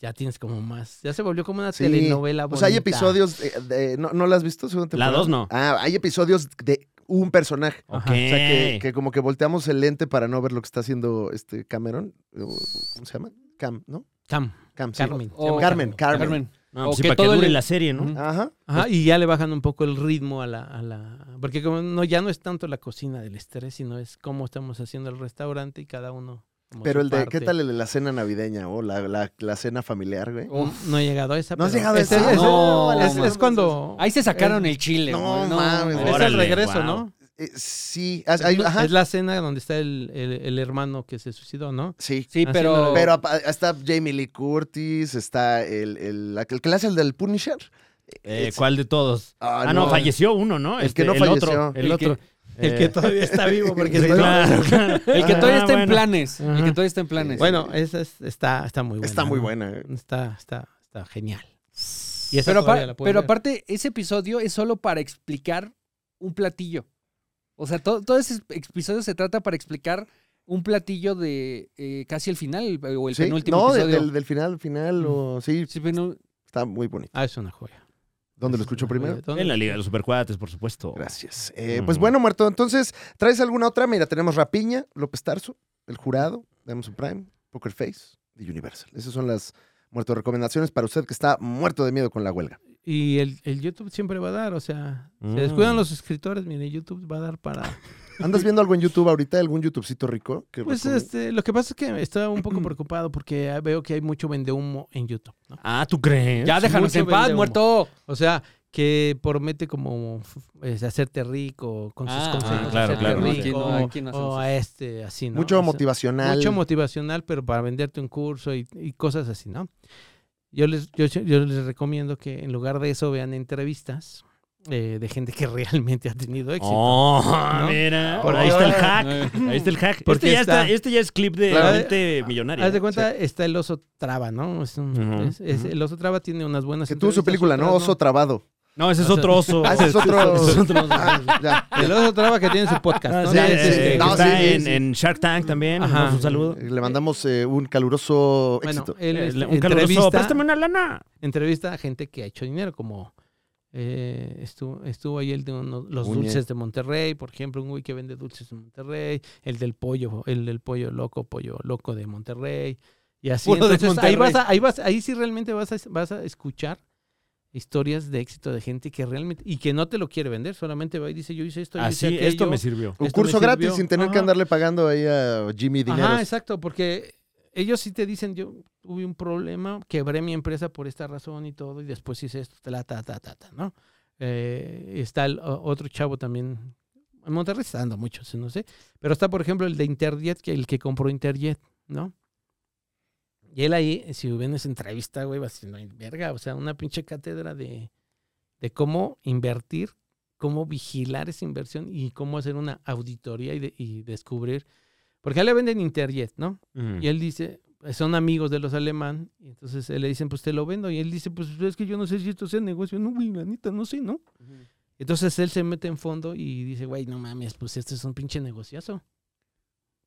Speaker 8: ya tienes como más. Ya se volvió como una
Speaker 2: Sí.
Speaker 8: telenovela.
Speaker 2: O sea, hay
Speaker 8: bonita.
Speaker 2: episodios de, de- ¿no, ¿no la has visto? segunda
Speaker 3: La
Speaker 2: temporada?
Speaker 3: dos no.
Speaker 2: Ah, hay episodios de un personaje.
Speaker 8: Ajá,
Speaker 3: Ok.
Speaker 2: O sea, que, que como que volteamos el lente para no ver lo que está haciendo este Cameron. o- ¿Cómo se llama? Cam, ¿no?
Speaker 8: Cam,
Speaker 2: Cam, sí. Oh,
Speaker 8: Carmen. se
Speaker 4: O-
Speaker 8: llama
Speaker 2: Carmen, Carmen.
Speaker 4: Carmen.
Speaker 3: No,
Speaker 4: O
Speaker 3: pues sí,
Speaker 4: que
Speaker 3: para que
Speaker 4: todo
Speaker 3: dure
Speaker 4: el-
Speaker 3: la serie, ¿no?
Speaker 4: Ujú.
Speaker 2: Ajá.
Speaker 8: Ajá, y ya le bajan un poco el ritmo a la, a la- Porque como no, ya no es tanto la cocina del estrés, sino es cómo estamos haciendo el restaurante y cada uno. como
Speaker 2: Pero
Speaker 8: su
Speaker 2: el de, ¿qué
Speaker 8: parte.
Speaker 2: tal el de la cena navideña o la, la, la cena familiar, güey?
Speaker 8: No, no he llegado a esa.
Speaker 2: No has
Speaker 8: pero
Speaker 2: llegado a
Speaker 8: ese-
Speaker 2: esa.
Speaker 8: ese-
Speaker 4: No,
Speaker 8: es- es,
Speaker 4: mames.
Speaker 8: cuando.
Speaker 4: Ahí se sacaron el chile.
Speaker 2: No
Speaker 4: güey,
Speaker 2: mames.
Speaker 8: Es el
Speaker 3: Órale,
Speaker 8: regreso,
Speaker 3: guau.
Speaker 8: ¿no?
Speaker 2: Eh, sí. ah, hay- ajá.
Speaker 8: Es la escena donde está el, el- el hermano que se suicidó, ¿no?
Speaker 2: Sí.
Speaker 4: Sí, pero.
Speaker 8: Haciéndole-
Speaker 2: Pero apa- está Jamie Lee Curtis, está el, el, el que le hace el del Punisher.
Speaker 3: Eh,
Speaker 2: Es-
Speaker 3: ¿Cuál de todos? Ah, no, falleció uno, ¿no?
Speaker 2: El que no falleció.
Speaker 3: Otro, el,
Speaker 8: El que-
Speaker 3: otro. eh,
Speaker 8: El que todavía está vivo, porque
Speaker 2: Eh, Sí,
Speaker 8: si no-
Speaker 3: Claro, claro. Ah,
Speaker 4: el que todavía está en
Speaker 3: bueno.
Speaker 4: planes. El
Speaker 8: Ah, Ajá.
Speaker 4: que todavía está en planes.
Speaker 8: Bueno, esa es- está, está muy buena.
Speaker 2: Está muy
Speaker 8: ¿no?
Speaker 2: buena. eh.
Speaker 8: Está, está, está genial. Y esa
Speaker 4: pero, apar-
Speaker 8: todavía la puedes
Speaker 4: pero
Speaker 8: ver.
Speaker 4: aparte, ese episodio es solo para explicar un platillo. O sea, todo, todo ese episodio se trata para explicar un platillo de eh, casi el final el- o el
Speaker 2: Sí,
Speaker 4: penúltimo
Speaker 2: no, de-
Speaker 4: episodio.
Speaker 2: del, del final, final, o sí,
Speaker 4: Sí, penú-
Speaker 2: está muy bonito.
Speaker 8: Ah, es una joya.
Speaker 2: ¿Dónde
Speaker 8: Es
Speaker 2: lo escucho
Speaker 8: una
Speaker 2: primero?
Speaker 8: joya. ¿Dónde?
Speaker 3: En la Liga de los Supercuates, por supuesto.
Speaker 2: Gracias. Eh, Pues
Speaker 8: Mm.
Speaker 3: Ujú.
Speaker 2: bueno, Muerto, entonces, ¿traes alguna otra? Mira, tenemos Rapiña, López Tarso, El Jurado, Amazon Prime, Poker Face y Universal. Esas son las Muerto recomendaciones para usted que está muerto de miedo con la huelga.
Speaker 8: Y el, el YouTube siempre va a dar, o sea,
Speaker 3: Mm.
Speaker 8: se descuidan los suscriptores, mire, YouTube va a dar para...
Speaker 2: ¿Andas viendo algo en YouTube ahorita? ¿Algún YouTubecito rico? que
Speaker 8: Pues
Speaker 2: recomiendes?
Speaker 8: este, lo que pasa es que estaba un poco preocupado porque veo que hay mucho vende humo en YouTube, ¿no?
Speaker 3: Ah, ¿tú crees?
Speaker 4: Ya déjanos
Speaker 8: mucho
Speaker 4: en paz,
Speaker 8: vende humo.
Speaker 4: muerto.
Speaker 8: O sea, que promete como f- es, hacerte rico, con sus
Speaker 4: Ah,
Speaker 8: consejos,
Speaker 3: ah, claro,
Speaker 8: hacerte
Speaker 3: claro, no,
Speaker 8: rico,
Speaker 3: aquí
Speaker 4: no, aquí no hacemos
Speaker 8: o a
Speaker 4: eso.
Speaker 8: este, así, ¿no?
Speaker 2: Mucho
Speaker 8: O sea,
Speaker 2: motivacional.
Speaker 8: Mucho motivacional, pero para venderte un curso y, y cosas así, ¿no? Yo les, yo, yo les recomiendo que en lugar de eso vean entrevistas eh, de gente que realmente ha tenido éxito.
Speaker 3: Oh,
Speaker 8: ¿no?
Speaker 3: mira.
Speaker 2: Por
Speaker 3: ahí está el
Speaker 2: ahí.
Speaker 3: hack. Ahí está el hack.
Speaker 8: Porque
Speaker 3: este, ya está-
Speaker 8: está-
Speaker 3: este ya es clip de
Speaker 8: Claro.
Speaker 3: gente millonaria.
Speaker 8: Haz de cuenta, está el oso traba, ¿no? Es un-
Speaker 3: Ujú,
Speaker 8: es- es-
Speaker 3: ujú.
Speaker 8: El oso traba tiene unas buenas.
Speaker 2: que tuvo su
Speaker 8: entrevistas,
Speaker 2: película, ¿no?
Speaker 8: otras
Speaker 2: Oso Trabado.
Speaker 3: No, ese es otro oso.
Speaker 2: Ah, ese es otro.
Speaker 8: Es otro-
Speaker 2: Ah, ya.
Speaker 8: El otro trabaja que tiene su podcast.
Speaker 3: Ah,
Speaker 8: ¿no?
Speaker 3: sí,
Speaker 8: Ya es
Speaker 3: eh,
Speaker 8: este-
Speaker 3: que
Speaker 2: no, sí,
Speaker 3: está
Speaker 2: sí,
Speaker 3: en,
Speaker 2: sí.
Speaker 3: en Shark Tank también.
Speaker 8: Ajá.
Speaker 3: Nos Un saludo.
Speaker 2: Le mandamos eh, un caluroso
Speaker 8: Bueno,
Speaker 2: éxito.
Speaker 8: él,
Speaker 3: Eh,
Speaker 8: este,
Speaker 3: un caluroso.
Speaker 8: entrevista-
Speaker 3: Préstame una lana.
Speaker 8: entrevista a gente que ha hecho dinero, como eh, estuvo, estuvo ahí el de uno- los
Speaker 2: Muñe.
Speaker 8: dulces de Monterrey, por ejemplo, un güey que vende dulces de Monterrey, el del pollo, el del pollo loco, pollo loco de Monterrey, y así.
Speaker 3: Puro de
Speaker 8: Entonces,
Speaker 3: Monterrey.
Speaker 8: Ahí, vas a- ahí, vas, ahí sí realmente vas a, vas a escuchar historias de éxito de gente que realmente, y que no te lo quiere vender, solamente va y dice, yo hice esto, yo hice
Speaker 3: Así,
Speaker 8: aquello.
Speaker 3: esto me sirvió.
Speaker 2: Un
Speaker 8: esto
Speaker 2: curso
Speaker 8: me sirvió.
Speaker 2: gratis sin tener que
Speaker 8: Ajá.
Speaker 2: andarle pagando ahí a Jimmy dinero.
Speaker 8: Ajá, exacto, porque ellos sí te dicen, yo tuve un problema, quebré mi empresa por esta razón y todo, y después hice esto, ta, ta, ta, ta, ta, ¿no? Eh, está el o- otro chavo también, en Monterrey está dando muchos, no sé, pero está, por ejemplo, el de Interjet, que el que compró Interjet, ¿no? Y él ahí, si ven esa entrevista, güey, va haciendo verga, o sea, una pinche cátedra de, de cómo invertir, cómo vigilar esa inversión y cómo hacer una auditoría y, de- y descubrir. Porque a él le venden Interjet, ¿no?
Speaker 3: Mm.
Speaker 8: Y él dice, eh, son amigos de los alemán, y entonces él le dicen, pues te lo vendo. Y él dice, pues es que yo no sé si esto sea negocio. No, güey, la neta, no sé, ¿no? Entonces él se mete en fondo y dice, güey, no mames, pues este es un pinche negociazo.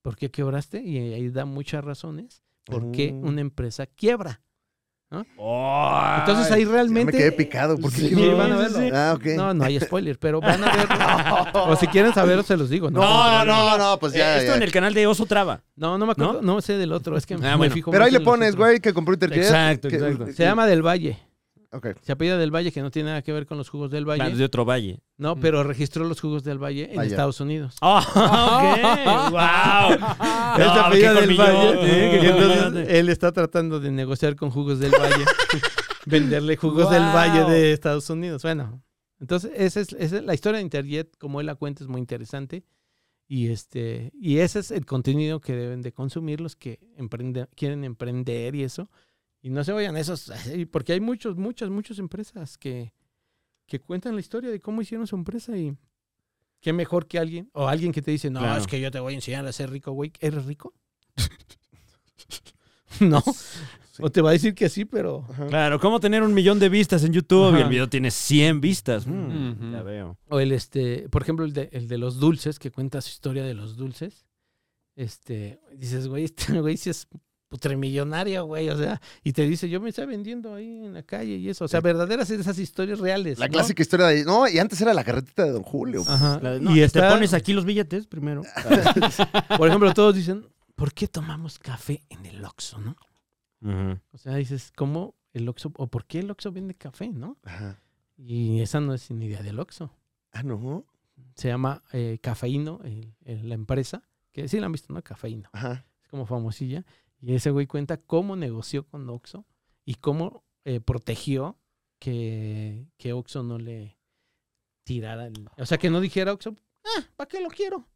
Speaker 8: ¿Por qué quebraste? Y ahí da muchas razones por qué
Speaker 2: Mm.
Speaker 8: una empresa quiebra.
Speaker 3: Ay.
Speaker 8: Entonces ahí
Speaker 2: Ya me
Speaker 8: realmente...
Speaker 2: quedé picado. Porque
Speaker 8: Sí,
Speaker 2: quiero-
Speaker 8: van a verlo.
Speaker 2: Ah, ok.
Speaker 8: No, no hay spoiler, pero van a ver. o si quieren saberlo, se los digo. No,
Speaker 3: No, no, no.
Speaker 2: no, no, pues
Speaker 3: Eh,
Speaker 2: ya.
Speaker 3: esto
Speaker 2: ya.
Speaker 3: en el canal de Oso Traba.
Speaker 8: No, no me acuerdo. No, sé del otro. Es que me
Speaker 3: bueno.
Speaker 8: fijo
Speaker 2: Ah, Pero
Speaker 8: más
Speaker 2: ahí le
Speaker 8: en los
Speaker 2: pones,
Speaker 8: otros.
Speaker 2: güey, que compró Interjet.
Speaker 3: Exacto,
Speaker 2: que-
Speaker 3: exacto.
Speaker 8: Se llama Del Valle.
Speaker 2: Ok.
Speaker 8: Se apellida Del Valle, que no tiene nada que ver con los jugos del Valle.
Speaker 3: Claro, de otro valle.
Speaker 8: No, pero registró los jugos del Valle en
Speaker 2: Vaya.
Speaker 8: Estados Unidos.
Speaker 3: Ah, ok. wow.
Speaker 8: Es
Speaker 3: No,
Speaker 8: la apellida
Speaker 3: Ah, qué
Speaker 8: del
Speaker 3: colmillote,
Speaker 8: Valle.
Speaker 3: qué
Speaker 8: Y entonces
Speaker 3: colmillote.
Speaker 8: él está tratando de negociar con jugos del Valle. venderle jugos del
Speaker 3: Guau.
Speaker 8: Valle de Estados Unidos. Bueno, entonces esa es, esa es la historia de Interjet, como él la cuenta, es muy interesante. Y este, y ese es el contenido que deben de consumir los que emprende- quieren emprender y eso. Y no se vayan a esos, así, porque hay muchos, muchas, muchas empresas que, que cuentan la historia de cómo hicieron su empresa y qué mejor que alguien, o alguien que te dice, no,
Speaker 3: Claro.
Speaker 8: es que yo te voy a enseñar a ser rico, güey. ¿Eres rico? no. O te va a decir que sí, pero
Speaker 3: Claro, ¿cómo tener un millón de vistas en YouTube? Y
Speaker 8: Ajá.
Speaker 3: el video tiene 100 vistas. Mm,
Speaker 4: Ujú.
Speaker 3: Ya veo.
Speaker 8: O el este, por ejemplo, el de, el de los dulces, que cuenta su historia de los dulces. Este, dices, güey, este güey sí es putremillonario, güey. O sea, y te dice, yo me estaba vendiendo ahí en la calle y eso. O sea, verdaderas esas historias reales.
Speaker 2: La
Speaker 8: ¿no?
Speaker 2: clásica historia de. No, y antes era la carretita de Don Julio.
Speaker 8: Ajá.
Speaker 3: La de-
Speaker 8: y
Speaker 3: y
Speaker 8: está,
Speaker 3: te pones aquí los billetes primero.
Speaker 8: por ejemplo, todos dicen, ¿por qué tomamos café en el Oxxo, no?
Speaker 3: Ujú.
Speaker 8: O sea, dices, ¿cómo el Oxxo, o por qué el Oxxo vende café, no?
Speaker 2: Ajá.
Speaker 8: Y esa no es ni idea del Oxxo.
Speaker 2: Ah, no.
Speaker 8: Se llama eh, Cafeíno, el- el- la empresa, que sí la han visto, ¿no? Cafeíno.
Speaker 2: Ajá.
Speaker 8: es como famosilla. Y ese güey cuenta cómo negoció con Oxxo y cómo eh, protegió que, que Oxxo no le tirara. el- o sea, que no dijera Oxxo, ah, ¿para qué lo quiero?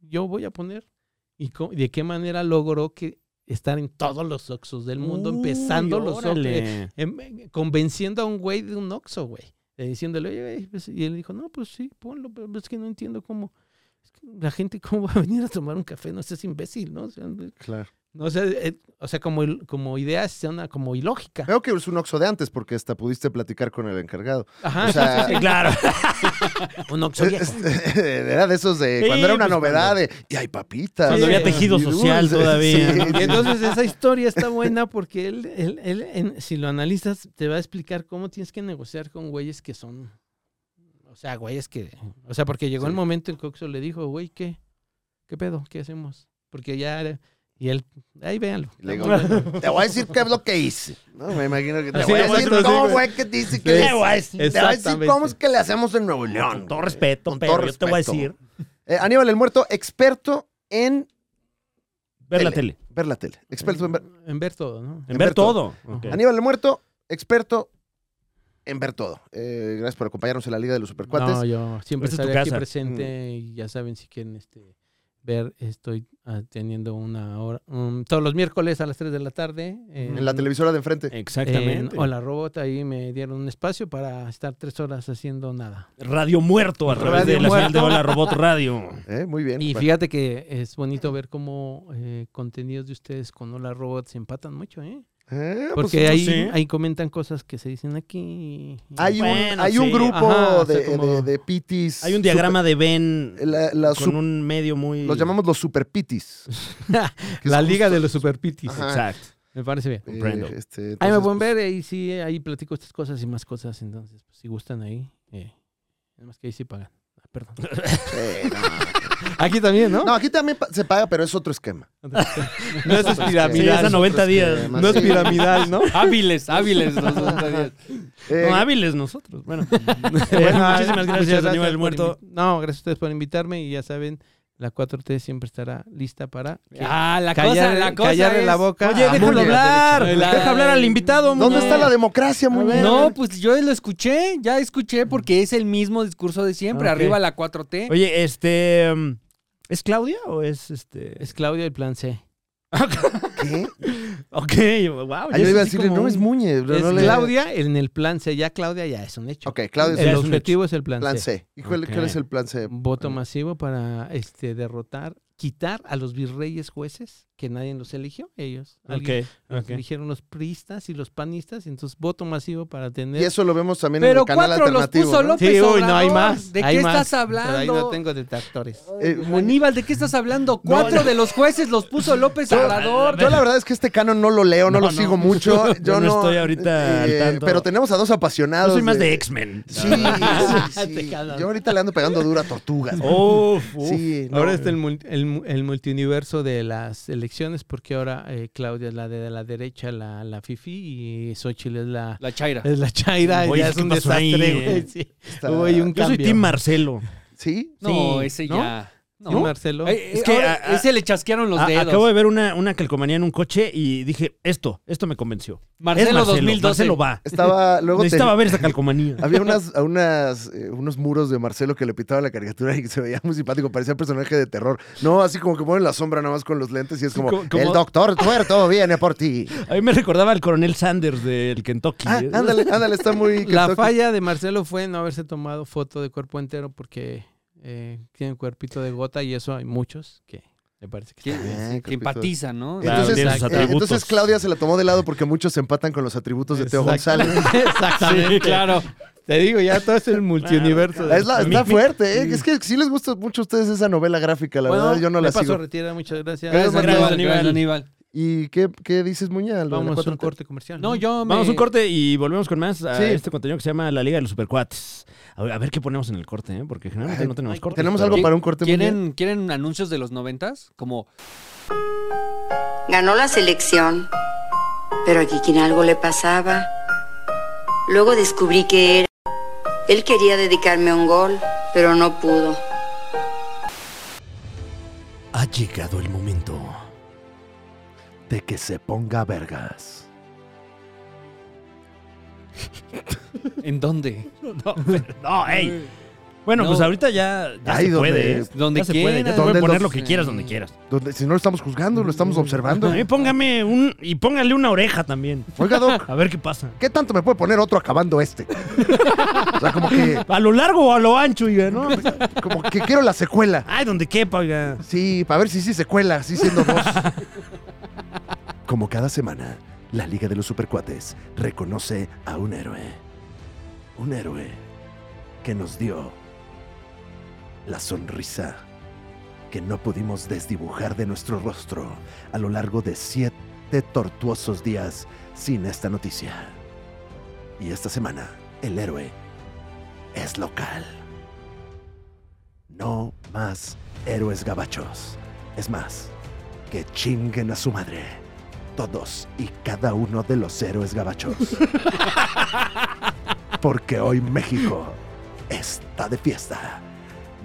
Speaker 8: Yo voy a poner. ¿Y co- de qué manera logró que estar en todos los Oxxos del mundo,
Speaker 3: Uy,
Speaker 8: empezando los Oxxos, eh,
Speaker 3: órale.
Speaker 8: em, eh, convenciendo a un güey de un Oxxo, güey. eh, diciéndole, oye, güey, pues", y él dijo, no, pues sí, ponlo, pero es que no entiendo cómo. es que la gente, ¿cómo va a venir a tomar un café? No seas imbécil, ¿no? O sea,
Speaker 2: Claro.
Speaker 8: no, o sea, eh, o sea, como, il- como idea suena como ilógica.
Speaker 2: Creo que es un oxo de antes porque hasta pudiste platicar con el encargado.
Speaker 8: Ajá,
Speaker 2: O sea,
Speaker 3: Eh, Claro.
Speaker 8: un Ah, Oxxo viejo.
Speaker 2: era de esos de cuando
Speaker 3: Sí,
Speaker 2: era una
Speaker 3: pues,
Speaker 2: novedad de. Y hay papitas.
Speaker 3: Cuando había tejido
Speaker 2: y
Speaker 3: social
Speaker 2: dulces".
Speaker 3: todavía, ¿no?
Speaker 8: Y entonces esa historia está buena porque él, él- él, en- si lo analizas, te va a explicar cómo tienes que negociar con güeyes que son. O sea, güeyes que. O sea, porque llegó el momento en que Oxxo le dijo, güey, ¿qué? ¿Qué pedo? ¿Qué hacemos? Porque ya. era- Y él, ahí véanlo.
Speaker 2: Le digo, te voy a decir qué es lo que hice. No, me imagino que te
Speaker 8: Sí,
Speaker 2: voy a
Speaker 8: le voy a
Speaker 2: decir
Speaker 8: decir así,
Speaker 2: cómo
Speaker 8: güey.
Speaker 3: pues.
Speaker 2: fue que dice que
Speaker 8: Sí.
Speaker 2: le-
Speaker 3: Te voy a decir.
Speaker 2: Te voy a decir
Speaker 8: Exactamente.
Speaker 2: cómo es que le hacemos en Nuevo León.
Speaker 3: Con todo
Speaker 2: güey.
Speaker 3: respeto,
Speaker 2: Con
Speaker 3: pero
Speaker 2: todo
Speaker 3: yo te voy a
Speaker 2: respeto.
Speaker 3: decir.
Speaker 2: Eh, Aníbal el Muerto, experto en
Speaker 3: Ver la tele.
Speaker 2: ver la tele. Experto en ver.
Speaker 8: En ver todo, ¿no?
Speaker 3: En ver todo. Ok.
Speaker 8: Ajá.
Speaker 2: Aníbal el Muerto, experto en ver todo. Eh, gracias por acompañarnos en la Liga de los Supercuates.
Speaker 8: No, yo siempre
Speaker 3: Esta es tu
Speaker 8: estaré aquí
Speaker 3: casa.
Speaker 8: presente y ya saben si quieren este ver, estoy ah, teniendo una hora, um, todos los miércoles a las 3 de la tarde. eh,
Speaker 2: en la televisora de enfrente.
Speaker 3: Exactamente.
Speaker 8: En Hola Robot, ahí me dieron un espacio para estar tres horas haciendo nada.
Speaker 3: Radio Muerto a través
Speaker 8: Radio
Speaker 3: de la señal de
Speaker 8: Muerto.
Speaker 3: Hola Robot Radio.
Speaker 2: Eh, muy bien.
Speaker 8: Y
Speaker 2: Bueno,
Speaker 8: fíjate que es bonito ver cómo eh, contenidos de ustedes con Hola Robot se empatan mucho, ¿eh?
Speaker 2: Ah, pues,
Speaker 8: Porque ahí,
Speaker 3: sí.
Speaker 8: ahí comentan cosas que se dicen aquí. y-
Speaker 2: hay un,
Speaker 3: Bueno,
Speaker 2: hay un
Speaker 3: sí,
Speaker 2: grupo
Speaker 8: ajá, o sea,
Speaker 2: de,
Speaker 8: como-
Speaker 2: de- de pitis.
Speaker 3: Hay un diagrama de Ben
Speaker 2: super- la- la
Speaker 3: con
Speaker 2: sup-
Speaker 3: un medio muy...
Speaker 2: Los llamamos los super pitis. Que
Speaker 8: la
Speaker 2: es
Speaker 8: liga
Speaker 2: justo-
Speaker 8: de los superpitis.
Speaker 2: Ajá.
Speaker 3: Exacto.
Speaker 8: Me parece bien.
Speaker 2: eh,
Speaker 3: comprendo.
Speaker 2: este,
Speaker 8: Ahí me
Speaker 2: entonces,
Speaker 8: pueden ver, ahí sí, ahí platico estas cosas y más cosas. Entonces, pues, si gustan ahí, eh, nada más que ahí sí pagan. Ah, perdón.
Speaker 2: eh,
Speaker 8: Aquí también, ¿no?
Speaker 2: no, aquí también pa- se paga, pero es otro esquema.
Speaker 8: No es
Speaker 3: Sí, es a
Speaker 8: piramidal.
Speaker 3: 90 días.
Speaker 2: esquema,
Speaker 8: No es
Speaker 2: sí.
Speaker 8: piramidal, ¿no?
Speaker 4: Hábiles, hábiles. los 90 días.
Speaker 2: Eh,
Speaker 3: No, hábiles nosotros. Bueno,
Speaker 8: Bueno,
Speaker 3: muchísimas
Speaker 8: muchas
Speaker 3: gracias, Aníbal
Speaker 8: por
Speaker 3: el Muerto.
Speaker 8: invi- No, gracias a ustedes por invitarme y ya saben, la 4T siempre estará lista para que-
Speaker 4: Ah, la cosa,
Speaker 8: callarle-
Speaker 4: la cosa
Speaker 8: callarle la
Speaker 4: es-
Speaker 8: boca.
Speaker 3: Oye,
Speaker 8: a
Speaker 3: déjalo
Speaker 8: Muñe.
Speaker 3: hablar.
Speaker 4: La-
Speaker 3: Deja hablar al invitado,
Speaker 2: ¿Dónde
Speaker 3: Muñe.
Speaker 2: está la democracia, muñeca?
Speaker 4: No, pues yo lo escuché, ya escuché porque es el mismo discurso de siempre.
Speaker 8: Ok.
Speaker 4: Arriba la 4T.
Speaker 3: Oye, este... mm, ¿Es Claudia o es este...?
Speaker 8: Es Claudio el plan C.
Speaker 2: ¿Qué?
Speaker 3: Ok, wow.
Speaker 2: Ah, yo iba a decirle, no, es Muñe. no-
Speaker 8: es
Speaker 2: no le-
Speaker 8: Claudia en el plan C. Ya Claudia ya es un hecho.
Speaker 2: Ok, Claudia es
Speaker 3: Ya
Speaker 8: El
Speaker 3: es un
Speaker 8: objetivo es el plan,
Speaker 2: plan
Speaker 8: C.
Speaker 2: C. ¿Y cuál,
Speaker 3: Ok.
Speaker 2: cuál es el plan C?
Speaker 8: Voto
Speaker 2: Eh,
Speaker 8: masivo para este derrotar, quitar a los virreyes jueces que nadie los eligió, ellos. Alguien-
Speaker 3: Ok,
Speaker 8: los
Speaker 3: ok.
Speaker 8: Eligieron los priistas y los panistas, y entonces voto masivo para tener
Speaker 2: Y eso lo vemos también en
Speaker 4: Pero
Speaker 2: el canal
Speaker 4: cuatro los
Speaker 2: alternativo.
Speaker 4: puso
Speaker 2: ¿no?
Speaker 4: López
Speaker 8: Sí, uy, no
Speaker 4: Pues, Obrador.
Speaker 8: hay más.
Speaker 4: ¿De
Speaker 8: hay
Speaker 4: qué
Speaker 8: más.
Speaker 4: estás hablando?
Speaker 8: Pero ahí no tengo detractores.
Speaker 2: Eh, Muñe,
Speaker 4: Aníbal, ¿de qué estás hablando? Cuatro de los jueces los puso López Obrador.
Speaker 2: Yo la verdad es que este canon no lo leo, no,
Speaker 3: No,
Speaker 2: lo
Speaker 3: no.
Speaker 2: sigo mucho. Yo, eh,
Speaker 3: Yo no estoy ahorita al tanto.
Speaker 2: Pero tenemos a dos apasionados.
Speaker 3: Yo soy más de Este X-Men.
Speaker 2: Sí, sí, sí.
Speaker 8: Te calas.
Speaker 2: Yo ahorita le ando pegando dura a tortugas.
Speaker 3: Uf, Oh, uf.
Speaker 2: Sí, no.
Speaker 8: Ahora está el, mul- el, mu- el multiuniverso de las elecciones, porque ahora eh, Claudia es la de la derecha, la, la Fifi, y Xochitl es la,
Speaker 4: La Chaira.
Speaker 3: Eh,
Speaker 8: es la Chaira.
Speaker 3: Oye,
Speaker 8: ya es
Speaker 3: ¿qué
Speaker 8: un
Speaker 3: pasó ahí,
Speaker 8: desastre,
Speaker 3: eh?
Speaker 8: güey. sí.
Speaker 2: Está-
Speaker 8: Hubo ahí un
Speaker 3: Yo soy
Speaker 8: cambio.
Speaker 3: Tim Marcelo.
Speaker 2: ¿Sí?
Speaker 4: No,
Speaker 3: Sí,
Speaker 4: ese
Speaker 3: ¿no?
Speaker 4: ya. ¿No?
Speaker 8: Tim Marcelo.
Speaker 4: Eh, eh,
Speaker 3: Es que,
Speaker 4: ahora
Speaker 3: a- a-
Speaker 4: ese le chasquearon los
Speaker 3: A-
Speaker 4: dedos.
Speaker 3: acabo de ver una, una calcomanía en un coche y dije, esto, esto me convenció.
Speaker 4: Marcelo,
Speaker 3: es
Speaker 4: 2012.
Speaker 3: Marcelo va.
Speaker 2: Estaba, luego te-
Speaker 3: Necesitaba ver esa calcomanía.
Speaker 2: Había unas, a unas, eh, unos muros de Marcelo que le pintaba la caricatura y que se veía muy simpático, parecía un personaje de terror. No, así como que mueven la sombra nada más con los lentes y es como,
Speaker 3: como- como-
Speaker 2: el doctor tuerto viene por ti.
Speaker 3: A mí me recordaba al coronel Sanders del Kentucky. ¿eh?
Speaker 2: Ah, ándale, ándale, está muy...
Speaker 8: La
Speaker 2: Kentucky.
Speaker 8: falla de Marcelo fue no haberse tomado foto de cuerpo entero porque eh, tiene cuerpito de gota y eso hay muchos que me parece que
Speaker 4: Que,
Speaker 3: Eh,
Speaker 8: está bien.
Speaker 2: Ah,
Speaker 4: que empatiza, ¿no?
Speaker 3: Claro,
Speaker 2: Entonces,
Speaker 3: tiene sus
Speaker 2: eh,
Speaker 3: atributos.
Speaker 2: entonces Claudia se la tomó de lado porque muchos se empatan con los atributos de
Speaker 3: Este
Speaker 2: Teo
Speaker 8: Exacto.
Speaker 2: González.
Speaker 8: Exactamente.
Speaker 4: claro.
Speaker 8: Te digo, ya todo es el multiuniverso. de-
Speaker 2: Es la- está fuerte, ¿eh? Es que sí les gusta mucho a ustedes esa novela gráfica, la
Speaker 8: Bueno,
Speaker 2: verdad yo no
Speaker 8: me
Speaker 2: la
Speaker 8: paso
Speaker 2: sigo.
Speaker 8: retirada, muchas gracias.
Speaker 4: Gracias,
Speaker 3: Gracias,
Speaker 4: Aníbal.
Speaker 3: Aníbal.
Speaker 4: gracias, Aníbal.
Speaker 2: ¿Y qué, qué dices, Muña? lo de la
Speaker 8: Vamos a un
Speaker 2: 4T?
Speaker 8: corte comercial.
Speaker 4: No, yo me...
Speaker 3: Vamos a un corte y volvemos con más a
Speaker 2: Sí.
Speaker 3: este contenido que se llama La Liga de los Supercuates. A ver, a ver qué ponemos en el corte, ¿eh? porque generalmente
Speaker 2: Ay,
Speaker 3: no tenemos corte.
Speaker 2: ¿Tenemos algo para un corte, Muña?
Speaker 4: ¿Quieren, ¿Quieren anuncios de los noventas? Como,
Speaker 9: Ganó la selección, pero a Kikín algo le pasaba. Luego descubrí que era. Él quería dedicarme a un gol, pero no pudo.
Speaker 3: Ha llegado el momento.
Speaker 2: De que se ponga vergas.
Speaker 4: ¿en dónde?
Speaker 3: No, no, ey. Bueno,
Speaker 4: No.
Speaker 3: pues ahorita ya, ya
Speaker 2: Ahí
Speaker 3: se
Speaker 2: donde-
Speaker 3: puede. ¿eh?
Speaker 4: donde
Speaker 3: ya se puede. Ya
Speaker 4: quieras.
Speaker 3: te pueden
Speaker 2: Donde los-
Speaker 3: poner lo que quieras donde quieras.
Speaker 2: Donde, si no lo estamos juzgando, lo estamos observando.
Speaker 3: A mí póngame un... Y póngale una oreja también.
Speaker 2: Oiga, Doc,
Speaker 3: A ver qué pasa.
Speaker 2: ¿qué tanto me puede poner otro acabando este? O sea, como que, pues,
Speaker 3: A lo largo o a lo ancho, oiga, ¿no?
Speaker 2: como que quiero la secuela.
Speaker 3: Ay, donde quepa, oiga.
Speaker 2: Sí, para ver si sí secuela, sí siendo dos. Como cada semana, la Liga de los Supercuates reconoce a un héroe. Un héroe que nos dio la sonrisa que no pudimos desdibujar de nuestro rostro a lo largo de siete tortuosos días sin esta noticia. Y esta semana, el héroe es local. No más héroes gabachos. Es más, que chinguen a su madre. Todos y cada uno de los héroes gabachos. Porque hoy México está de fiesta.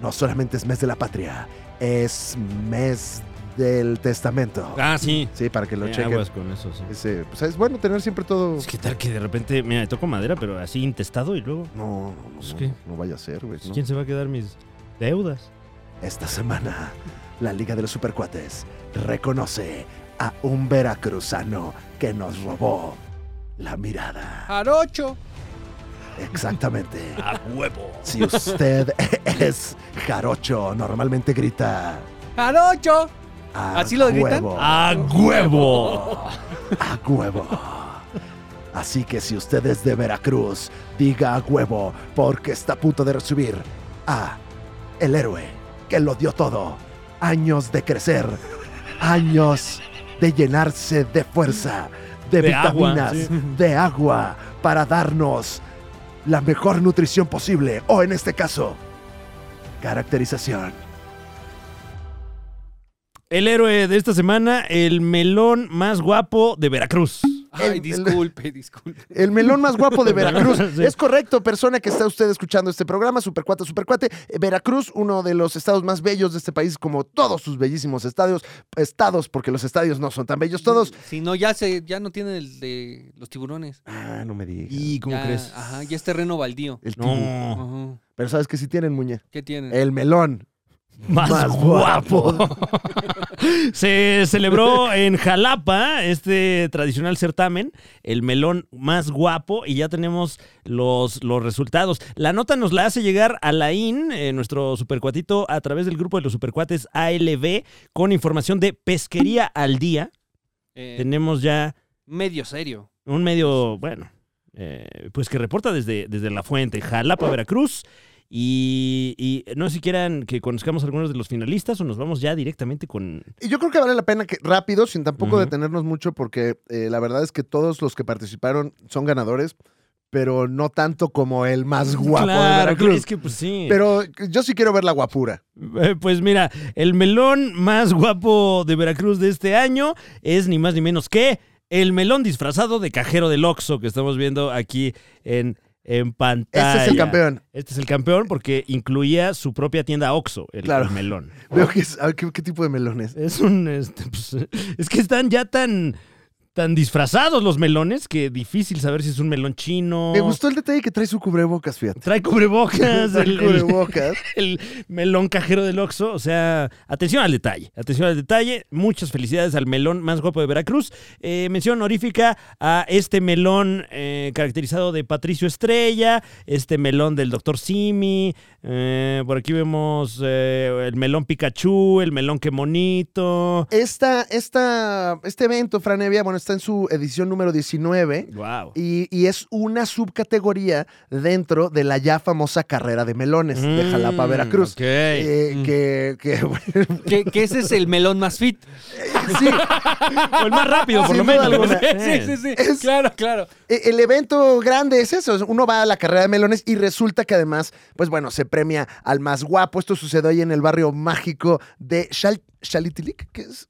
Speaker 2: No solamente es mes de la patria, es mes del testamento.
Speaker 3: Ah, sí.
Speaker 2: Sí, para que lo
Speaker 3: Eh,
Speaker 2: chequen.
Speaker 3: aguas con eso, sí.
Speaker 2: Ese, pues es bueno tener siempre todo.
Speaker 3: Es que tal que de repente, mira, toco madera, pero así intestado y luego,
Speaker 2: No, no,
Speaker 3: Pues,
Speaker 2: no,
Speaker 3: ¿qué?
Speaker 2: no vaya a ser, güey.
Speaker 3: pues,
Speaker 2: no.
Speaker 3: ¿quién se va a quedar mis deudas?
Speaker 2: Esta semana, la Liga de los Supercuates reconoce a un veracruzano que nos robó la mirada.
Speaker 4: Jarocho.
Speaker 2: Exactamente.
Speaker 3: A huevo.
Speaker 2: Si usted es jarocho, normalmente grita.
Speaker 4: Jarocho.
Speaker 2: "A
Speaker 4: ¿Así lo gritan?
Speaker 2: huevo".
Speaker 3: A huevo.
Speaker 2: a huevo. Así que si usted es de Veracruz, diga a huevo, porque está a punto de recibir a el héroe que lo dio todo. Años de crecer, años de llenarse de fuerza, de,
Speaker 3: De agua,
Speaker 2: vitaminas,
Speaker 3: sí.
Speaker 2: de agua, para darnos la mejor nutrición posible, o en este caso, caracterización.
Speaker 3: El héroe de esta semana, el melón más guapo de Veracruz.
Speaker 4: Ay,
Speaker 2: El-
Speaker 4: disculpe, disculpe.
Speaker 2: El melón más guapo de Veracruz.
Speaker 3: Sí.
Speaker 2: Es correcto, persona que está usted escuchando este programa, Supercuate, Supercuate. Eh, Veracruz, uno de los estados más bellos de este país, como todos sus bellísimos estadios, estados, porque los estadios no son tan bellos todos.
Speaker 4: Si no, ya se, ya no tienen el de los tiburones.
Speaker 2: Ah, no me digas.
Speaker 3: ¿Y cómo
Speaker 4: Ya, Ah.
Speaker 3: crees?
Speaker 4: Ajá, ya es terreno baldío.
Speaker 2: El tibu.
Speaker 3: No,
Speaker 4: Ajá.
Speaker 2: Pero sabes que sí tienen, Muñe.
Speaker 4: ¿Qué tienen?
Speaker 2: El melón.
Speaker 3: más,
Speaker 2: Más guapo.
Speaker 3: guapo. Se celebró en Jalapa este tradicional certamen, el melón más guapo, y ya tenemos los, los resultados. La nota nos la hace llegar Alain, eh, nuestro supercuatito, a través del grupo de los supercuates ALB, con información de Pesquería al Día.
Speaker 4: Eh,
Speaker 3: Tenemos ya
Speaker 4: medio serio.
Speaker 3: un medio, bueno, eh, pues que reporta desde, desde la fuente, Jalapa, Veracruz. Y, y no sé si quieran que conozcamos algunos de los finalistas o nos vamos ya directamente con...
Speaker 2: Y yo creo que vale la pena que rápido, sin tampoco
Speaker 3: Ujú.
Speaker 2: detenernos mucho, porque eh, la verdad es que todos los que participaron son ganadores, pero no tanto como el más guapo de
Speaker 3: Claro,
Speaker 2: Veracruz.
Speaker 3: es que pues sí.
Speaker 2: Pero yo sí quiero ver la guapura.
Speaker 3: Eh, Pues mira, el melón más guapo de Veracruz de este año es ni más ni menos que el melón disfrazado de cajero del Oxxo que estamos viendo aquí en, en pantalla.
Speaker 2: Este es el campeón.
Speaker 3: Este es el campeón porque incluía su propia tienda Oxxo, el,
Speaker 2: Claro.
Speaker 3: el melón.
Speaker 2: Veo que es- a ver, ¿qué, qué tipo de melones.
Speaker 3: Es un. este, pues, es que están ya tan. Tan disfrazados los melones que difícil saber si es un melón chino.
Speaker 2: Me gustó el detalle que trae su cubrebocas, fíjate.
Speaker 3: Trae cubrebocas.
Speaker 2: Trae
Speaker 3: el, el-
Speaker 2: cubrebocas.
Speaker 3: el melón cajero del Oxxo. O sea, atención al detalle. Atención al detalle. Muchas felicidades al melón más guapo de Veracruz. Eh, mención honorífica a este melón eh, caracterizado de Patricio Estrella, este melón del Dr. Simi. eh, por aquí vemos eh, el melón Pikachu, el melón que monito.
Speaker 2: Esta, esta, este evento, Franevia, bueno, está en su edición número 19
Speaker 3: Wow.
Speaker 2: y, y es una subcategoría dentro de la ya famosa carrera de melones de
Speaker 3: Mm.
Speaker 2: Jalapa, Veracruz. Eh, que, que, bueno,
Speaker 4: Que, que ese es el melón más fit.
Speaker 2: sí,
Speaker 3: O el más rápido, por
Speaker 2: Sin
Speaker 3: lo
Speaker 2: duda
Speaker 3: menos.
Speaker 2: alguna.
Speaker 4: sí, sí, sí. Claro, claro.
Speaker 2: Eh, El evento grande es eso, es uno va a la carrera de melones y resulta que además, pues bueno, se premia al más guapo. Esto sucedió ahí en el barrio mágico de Xal- Xalitilic, ¿qué es?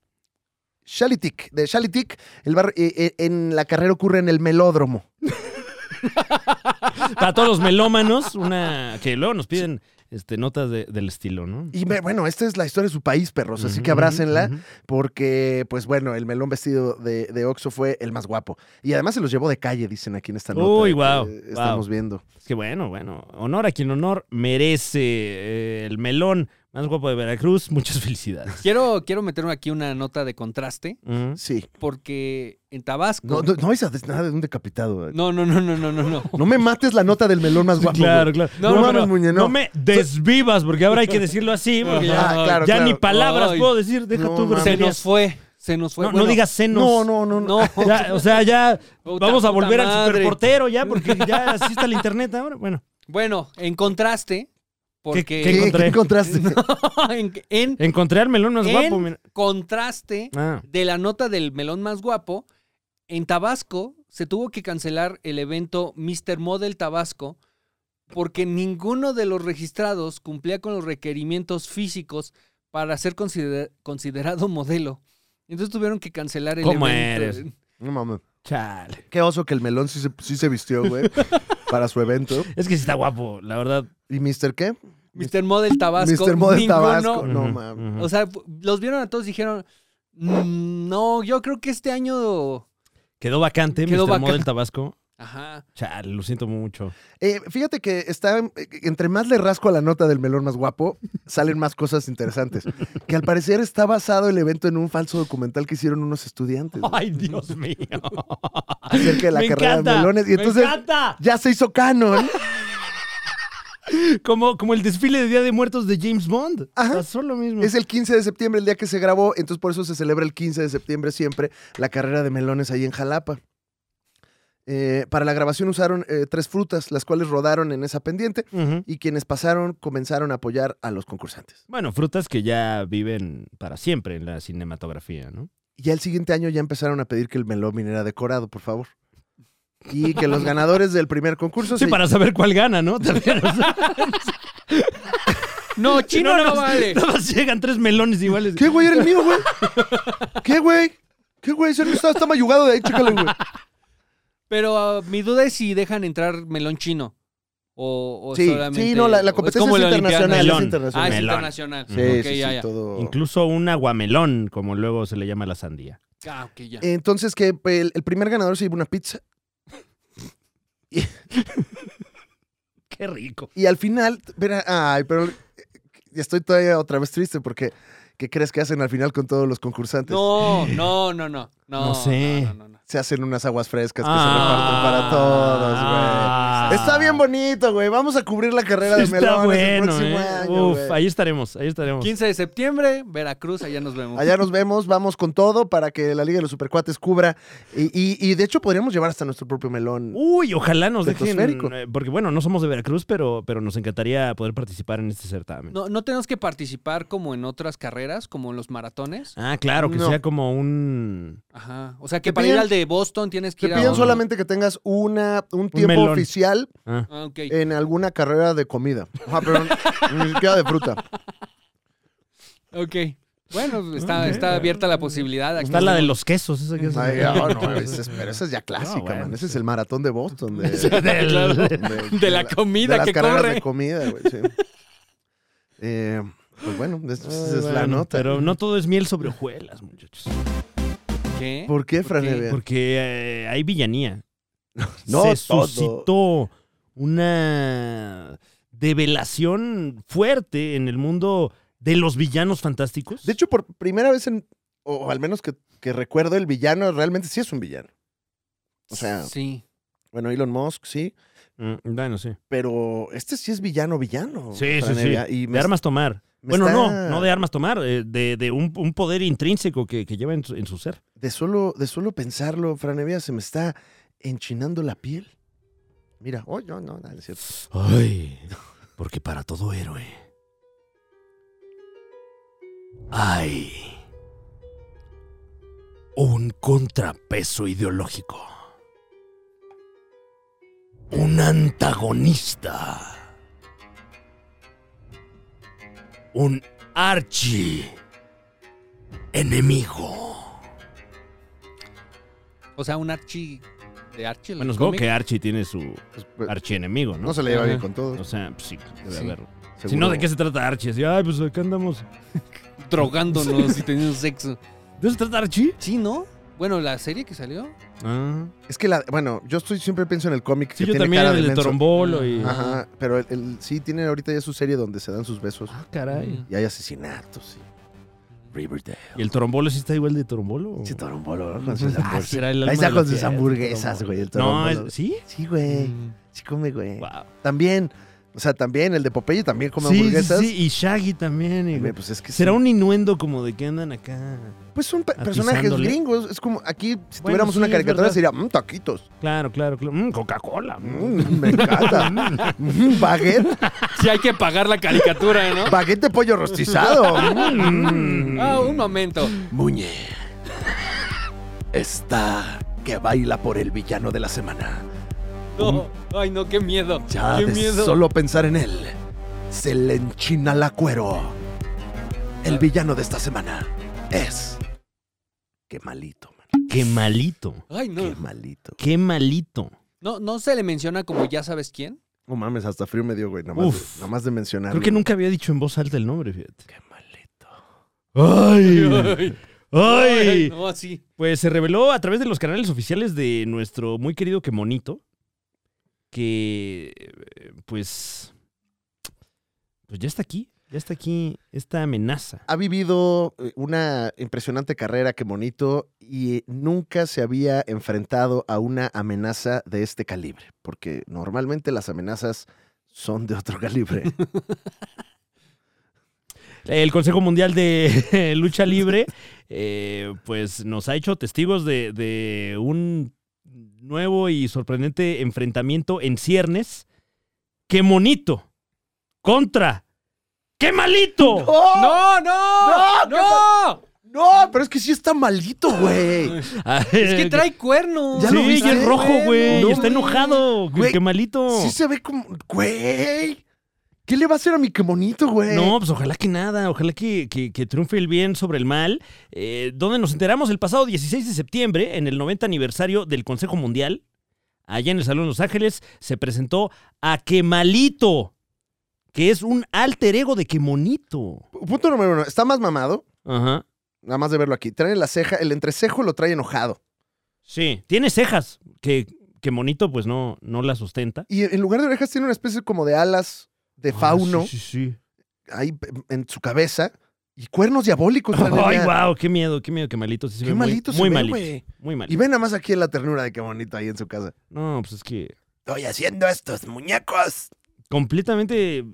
Speaker 2: Xalitic, de Xalitic, el barrio, eh, eh, en la carrera ocurre en el melódromo.
Speaker 3: Para todos los melómanos, una que luego nos piden este, notas de- del estilo, ¿no?
Speaker 2: Y me- bueno, esta es la historia de su país, perros, así que abrácenla, porque pues bueno, el melón vestido de, de Oxo fue el más guapo. Y además se los llevó de calle, dicen aquí en esta nota. eh,
Speaker 3: Uy,
Speaker 2: que
Speaker 3: guau,
Speaker 2: Estamos
Speaker 3: guau.
Speaker 2: viendo.
Speaker 3: Es que bueno, bueno, honor a quien honor merece eh, el melón más guapo de Veracruz. Muchas felicidades.
Speaker 4: Quiero, quiero meter aquí una nota de contraste,
Speaker 3: Ujú.
Speaker 2: Sí.
Speaker 4: porque en Tabasco.
Speaker 2: No, no, no hay nada de un decapitado. eh.
Speaker 4: No, no, no, no, no, no. no.
Speaker 2: No me mates la nota del melón más guapo.
Speaker 3: Claro,
Speaker 2: güey.
Speaker 3: claro.
Speaker 2: No, mames,
Speaker 3: pero
Speaker 2: Muñe, no.
Speaker 3: no me desvivas, porque ahora hay que decirlo así, porque ya,
Speaker 2: Ah, claro,
Speaker 3: ya
Speaker 2: claro.
Speaker 3: ni palabras
Speaker 4: Ay.
Speaker 3: puedo decir. Deja
Speaker 2: No
Speaker 3: tú
Speaker 2: mames.
Speaker 4: Se nos
Speaker 3: groserías.
Speaker 4: fue. Se nos fue.
Speaker 3: Ah, No, no
Speaker 4: Bueno,
Speaker 3: digas senos.
Speaker 2: No, no, no. no.
Speaker 4: No.
Speaker 3: Ya, o sea, ya
Speaker 4: Puta,
Speaker 3: vamos a
Speaker 4: puta
Speaker 3: volver al
Speaker 4: madre.
Speaker 3: superportero ya, porque ya así está el internet ahora. Bueno,
Speaker 4: Bueno, en contraste, porque.
Speaker 2: ¿Qué,
Speaker 3: encontré?
Speaker 2: qué encontraste?
Speaker 4: en, en
Speaker 3: encontré al melón más
Speaker 4: En-
Speaker 3: guapo. mira.
Speaker 4: contraste
Speaker 3: Ah.
Speaker 4: de la nota del melón más guapo, en Tabasco se tuvo que cancelar el evento Mr. Model Tabasco porque ninguno de los registrados cumplía con los requerimientos físicos para ser consider- considerado modelo. Entonces tuvieron que cancelar el
Speaker 3: ¿Cómo
Speaker 4: evento.
Speaker 3: eres?
Speaker 2: No mames.
Speaker 3: Chale.
Speaker 2: Qué oso que el melón sí se, sí se vistió, güey, para su evento.
Speaker 3: Es que sí está guapo, la verdad.
Speaker 2: ¿Y Mr. qué?
Speaker 4: Mr. Model Tabasco.
Speaker 2: Mr. Model
Speaker 4: ninguno-
Speaker 2: Tabasco. No
Speaker 3: Ujú,
Speaker 2: mames.
Speaker 3: ujú.
Speaker 4: O sea, los vieron a todos y dijeron, "Mm, no, yo creo que este año...
Speaker 3: Quedó vacante,
Speaker 4: Quedó
Speaker 3: Mr.
Speaker 4: vacante.
Speaker 3: Model Tabasco.
Speaker 4: Ajá.
Speaker 3: Chale, lo siento mucho.
Speaker 2: Eh, fíjate que está, eh, entre más le rasco a la nota del melón más guapo, salen más cosas interesantes. Que al parecer está basado el evento en un falso documental que hicieron unos estudiantes güey,
Speaker 3: Ay, Dios mío.
Speaker 2: acerca de la
Speaker 3: me
Speaker 2: carrera
Speaker 3: encanta.
Speaker 2: de melones. Y entonces
Speaker 3: me encanta.
Speaker 2: ya se hizo canon.
Speaker 3: Como, como el desfile de Día de Muertos de James Bond.
Speaker 2: Ajá.
Speaker 3: Pasó lo mismo.
Speaker 2: Es el 15 de septiembre, el día que se grabó, entonces por eso se celebra el 15 de septiembre siempre la carrera de melones ahí en Jalapa. Eh, para la grabación usaron eh, tres frutas, las cuales rodaron en esa pendiente
Speaker 3: Ujú.
Speaker 2: y quienes pasaron comenzaron a apoyar a los concursantes.
Speaker 3: Bueno, frutas que ya viven para siempre en la cinematografía, ¿no?
Speaker 2: Y ya el siguiente año ya empezaron a pedir que el melón era decorado, por favor. Y que los ganadores del primer concurso
Speaker 3: Sí,
Speaker 2: se-
Speaker 3: para saber cuál gana, ¿no? También, o sea,
Speaker 4: No,
Speaker 3: si
Speaker 4: chino
Speaker 3: nada
Speaker 4: no
Speaker 3: más-
Speaker 4: vale.
Speaker 3: Nada más llegan tres melones iguales.
Speaker 2: ¿Qué, güey? Era el mío, güey. ¿Qué, güey? ¿Qué, güey? Ese no está, está mayugado de ahí, chécale, güey.
Speaker 4: Pero ah, mi duda es si dejan entrar melón chino. O, o
Speaker 2: Sí,
Speaker 4: Pues solamente.
Speaker 2: sí, no, la, la
Speaker 4: o
Speaker 2: competencia
Speaker 4: como
Speaker 2: es
Speaker 4: la Olimpiada.
Speaker 2: internacional.
Speaker 3: Melón.
Speaker 2: Es
Speaker 4: Ah,
Speaker 2: internacional.
Speaker 4: es
Speaker 3: Melón.
Speaker 4: internacional.
Speaker 2: Sí,
Speaker 4: Ok,
Speaker 2: sí,
Speaker 4: ya,
Speaker 2: sí,
Speaker 4: ya.
Speaker 2: todo.
Speaker 3: Incluso un aguamelón, como luego se le llama a la sandía.
Speaker 4: Ah, ok, ya.
Speaker 2: Entonces, que el, el primer ganador se llevó una pizza.
Speaker 3: Qué rico.
Speaker 2: Y al final, verá, ay, pero eh, estoy todavía otra vez triste porque ¿qué crees que hacen al final con todos los concursantes?
Speaker 4: No, no, no, no. No,
Speaker 3: No sé.
Speaker 4: No, no, no, no.
Speaker 2: Se hacen unas aguas frescas que se reparten para todos,
Speaker 3: Ah.
Speaker 2: güey. Está bien bonito, güey. Vamos a cubrir la carrera de
Speaker 3: Está
Speaker 2: melones el
Speaker 3: bueno,
Speaker 2: próximo
Speaker 3: ¿eh?
Speaker 2: año,
Speaker 3: Uf,
Speaker 2: güey.
Speaker 3: ahí estaremos, ahí estaremos.
Speaker 4: 15 de septiembre, Veracruz, allá nos vemos.
Speaker 2: Allá nos vemos, vamos con todo para que la Liga de los Supercuates cubra. Y, y- y de hecho podríamos llevar hasta nuestro propio melón.
Speaker 3: Uy, ojalá nos dejen.
Speaker 2: Estratosférico.
Speaker 3: eh, Porque bueno, no somos de Veracruz, pero, pero nos encantaría poder participar en este certamen.
Speaker 4: No, no tenemos que participar como en otras carreras, como en los maratones.
Speaker 3: Ah, claro, que
Speaker 2: No.
Speaker 3: sea como un.
Speaker 4: Ajá. O sea, que
Speaker 2: Te
Speaker 4: para ir
Speaker 2: piden-
Speaker 4: al de Boston tienes que
Speaker 2: Te
Speaker 4: ir a.
Speaker 2: piden
Speaker 4: un-
Speaker 2: solamente que tengas una, un tiempo
Speaker 3: melón.
Speaker 2: oficial
Speaker 3: ah.
Speaker 4: Ah, ok.
Speaker 2: en alguna carrera de comida. Ajá, pero ni siquiera de fruta.
Speaker 4: Ok. Bueno, está, está abierta la posibilidad. Aquí
Speaker 3: Está la de los quesos, esa que es.
Speaker 2: Ay, ah, no, esa es- pero esa es ya clásica,
Speaker 3: bueno,
Speaker 2: man. Ese es
Speaker 3: sí.
Speaker 2: el maratón de Boston. De,
Speaker 3: Del-
Speaker 2: de-
Speaker 4: De la comida
Speaker 2: de las
Speaker 4: que
Speaker 2: carreras
Speaker 4: corre.
Speaker 2: de comida, güey, sí. Eh, pues bueno, esa
Speaker 3: Ay,
Speaker 2: es la
Speaker 3: bueno,
Speaker 2: nota.
Speaker 3: Pero no todo es miel sobre hojuelas, muchachos. ¿eh?
Speaker 4: ¿Qué?
Speaker 2: ¿Por qué, Fran Evia?
Speaker 3: Porque eh, hay villanía.
Speaker 2: No
Speaker 3: Se
Speaker 2: todo.
Speaker 3: suscitó una develación fuerte en el mundo de los villanos fantásticos.
Speaker 2: De hecho, por primera vez en. O, o al menos que, que recuerdo, el villano realmente sí es un villano. O sea,
Speaker 4: Sí.
Speaker 2: bueno, Elon Musk sí,
Speaker 3: Mm, bueno, sí.
Speaker 2: pero este sí es villano, villano.
Speaker 3: Sí, sí,
Speaker 2: Fran
Speaker 3: sí.
Speaker 2: Evia, Y
Speaker 3: De armas tomar.
Speaker 2: me
Speaker 3: Bueno,
Speaker 2: está-
Speaker 3: no, no de armas tomar, eh, de, de un, un poder intrínseco que, que lleva en su, en su ser.
Speaker 2: De solo, de solo pensarlo, Franevia, se me está enchinando la piel. Mira, oh, no, no, no, es cierto.
Speaker 3: Ay, porque para todo héroe hay un contrapeso ideológico. Un antagonista. Un archi enemigo.
Speaker 4: O sea, un Archie. ¿De Archie? el
Speaker 3: Bueno, supongo
Speaker 4: cómic.
Speaker 3: que Archie tiene su
Speaker 2: Pues, pues,
Speaker 3: archienemigo, ¿no?
Speaker 2: no se le lleva bien
Speaker 4: Ajá.
Speaker 2: con todos.
Speaker 3: O sea, pues sí, debe
Speaker 4: Sí.
Speaker 3: haber. Si
Speaker 2: seguro.
Speaker 3: no, ¿de qué se trata Archie? Así, ay, pues acá andamos.
Speaker 4: Drogándonos y teniendo sexo.
Speaker 3: ¿De eso se trata Archie?
Speaker 4: Sí, ¿no? Bueno, la serie que salió.
Speaker 3: Ah.
Speaker 2: Es que, la, bueno, yo estoy, siempre pienso en el cómic
Speaker 3: Sí,
Speaker 2: que
Speaker 3: yo
Speaker 2: tiene
Speaker 3: también
Speaker 2: cara
Speaker 3: en
Speaker 2: de
Speaker 3: el de
Speaker 2: menso. Ah.
Speaker 3: Trombolo y.
Speaker 4: Ajá.
Speaker 2: Ajá, pero el- el- sí, tiene ahorita ya su serie donde se dan sus besos
Speaker 3: Ah, caray.
Speaker 2: y hay asesinatos. y- Riverdale.
Speaker 3: ¿Y el Trombolo sí está igual de Trombolo?
Speaker 2: Sí, Torombolo, ¿no? Con sus
Speaker 3: Oh. Ah,
Speaker 2: hamburguesas.
Speaker 3: será el
Speaker 2: Ahí
Speaker 3: alma
Speaker 2: está
Speaker 3: de
Speaker 2: con
Speaker 3: la
Speaker 2: sus
Speaker 3: tierra,
Speaker 2: hamburguesas,
Speaker 3: Torombolo.
Speaker 2: güey, el
Speaker 3: No,
Speaker 2: Torombolo.
Speaker 3: es- Mm. ¿sí?
Speaker 2: Sí, güey. Sí come, güey.
Speaker 3: Wow.
Speaker 2: También. O sea, también el de Popeye también come
Speaker 3: Sí, sí,
Speaker 2: hamburguesas.
Speaker 3: sí, y Shaggy también. y-
Speaker 2: Güey, pues es que
Speaker 3: Será
Speaker 2: sí.
Speaker 3: un innuendo como de que andan acá.
Speaker 2: Pues son pe- personajes
Speaker 3: Atizándole.
Speaker 2: gringos. Es como aquí, si
Speaker 3: Bueno,
Speaker 2: tuviéramos una
Speaker 3: sí, es
Speaker 2: caricatura,
Speaker 3: verdad.
Speaker 2: sería, mmm, taquitos.
Speaker 3: Claro, claro, claro. Mm, Coca-Cola. mm.
Speaker 2: Mm, me encanta. Mm, baguette.
Speaker 4: Sí, hay que pagar la caricatura, ¿no?
Speaker 2: Baguette de pollo rostizado. Mm.
Speaker 4: Ah, un momento.
Speaker 5: Muñe. Está que baila por el villano de la semana.
Speaker 4: No. Ay, no, qué miedo.
Speaker 5: Ya
Speaker 4: qué
Speaker 5: de
Speaker 4: miedo.
Speaker 5: solo pensar en él, se le enchina la cuero. El villano de esta semana es.
Speaker 2: Qué malito, man.
Speaker 3: Qué malito.
Speaker 4: Ay,
Speaker 2: Qué
Speaker 4: no. Eh.
Speaker 2: malito.
Speaker 3: Qué malito.
Speaker 4: no. No se le menciona como ya sabes quién.
Speaker 2: No mames, hasta frío me dio, güey. Nada más,
Speaker 3: Uf.
Speaker 2: de, nada más de mencionarlo.
Speaker 3: Creo que nunca había dicho en voz alta el nombre, fíjate.
Speaker 2: Qué malito.
Speaker 3: ¡Ay!
Speaker 4: Ay,
Speaker 3: ¡Ay!
Speaker 4: no, así.
Speaker 3: Pues se reveló a través de los canales oficiales de nuestro muy querido que monito que eh, pues pues ya está aquí, ya está aquí esta amenaza.
Speaker 2: Ha vivido eh, una impresionante carrera, qué bonito, y eh, nunca se había enfrentado a una amenaza de este calibre, porque normalmente las amenazas son de otro calibre.
Speaker 3: El Consejo Mundial de Lucha Libre, eh, pues nos ha hecho testigos de, de un nuevo y sorprendente enfrentamiento en ciernes. ¡Qué monito! Contra. ¡Qué malito!
Speaker 4: ¡No, no!
Speaker 2: ¡No! ¿Qué
Speaker 4: ¡No!
Speaker 2: ¡No! Pero es que sí está malito, güey.
Speaker 3: Ah,
Speaker 4: Es que trae cuernos.
Speaker 2: Ya
Speaker 3: sí,
Speaker 2: lo viste.
Speaker 3: y es rojo, güey.
Speaker 2: No
Speaker 3: y está
Speaker 2: mames.
Speaker 3: enojado.
Speaker 2: Güey,
Speaker 3: ¡Qué malito!
Speaker 2: Sí se ve como. ¡Güey! ¿Qué le va a hacer a mi quemonito, güey?
Speaker 3: No, pues ojalá que nada, ojalá que, que- que triunfe el bien sobre el mal. Eh, donde nos enteramos el pasado 16 de septiembre, en el 90 aniversario del Consejo Mundial, allá en el Salón Los Ángeles, se presentó a Quemalito, que es un alter ego de Quemonito.
Speaker 2: Punto número uno. Está más mamado,
Speaker 3: Ajá.
Speaker 2: nada más de verlo aquí. Trae la ceja, el entrecejo lo trae enojado.
Speaker 3: Sí, tiene cejas, que Quemonito pues no, no la sustenta.
Speaker 2: Y en lugar de orejas tiene una especie como de alas de
Speaker 3: Ah,
Speaker 2: fauno
Speaker 3: sí, sí, sí.
Speaker 2: ahí en su cabeza y cuernos diabólicos. trae
Speaker 3: Ay,
Speaker 2: allá.
Speaker 3: wow, qué miedo, qué miedo, Quemalito. Sí, se
Speaker 2: Qué
Speaker 3: ve muy-
Speaker 2: malito se
Speaker 3: muy,
Speaker 2: ve,
Speaker 3: malito.
Speaker 2: güey.
Speaker 3: Muy
Speaker 2: Y
Speaker 3: malito.
Speaker 2: ve nada más aquí la ternura de quemonito ahí en su casa.
Speaker 3: No, pues es que
Speaker 2: Estoy haciendo estos muñecos.
Speaker 3: completamente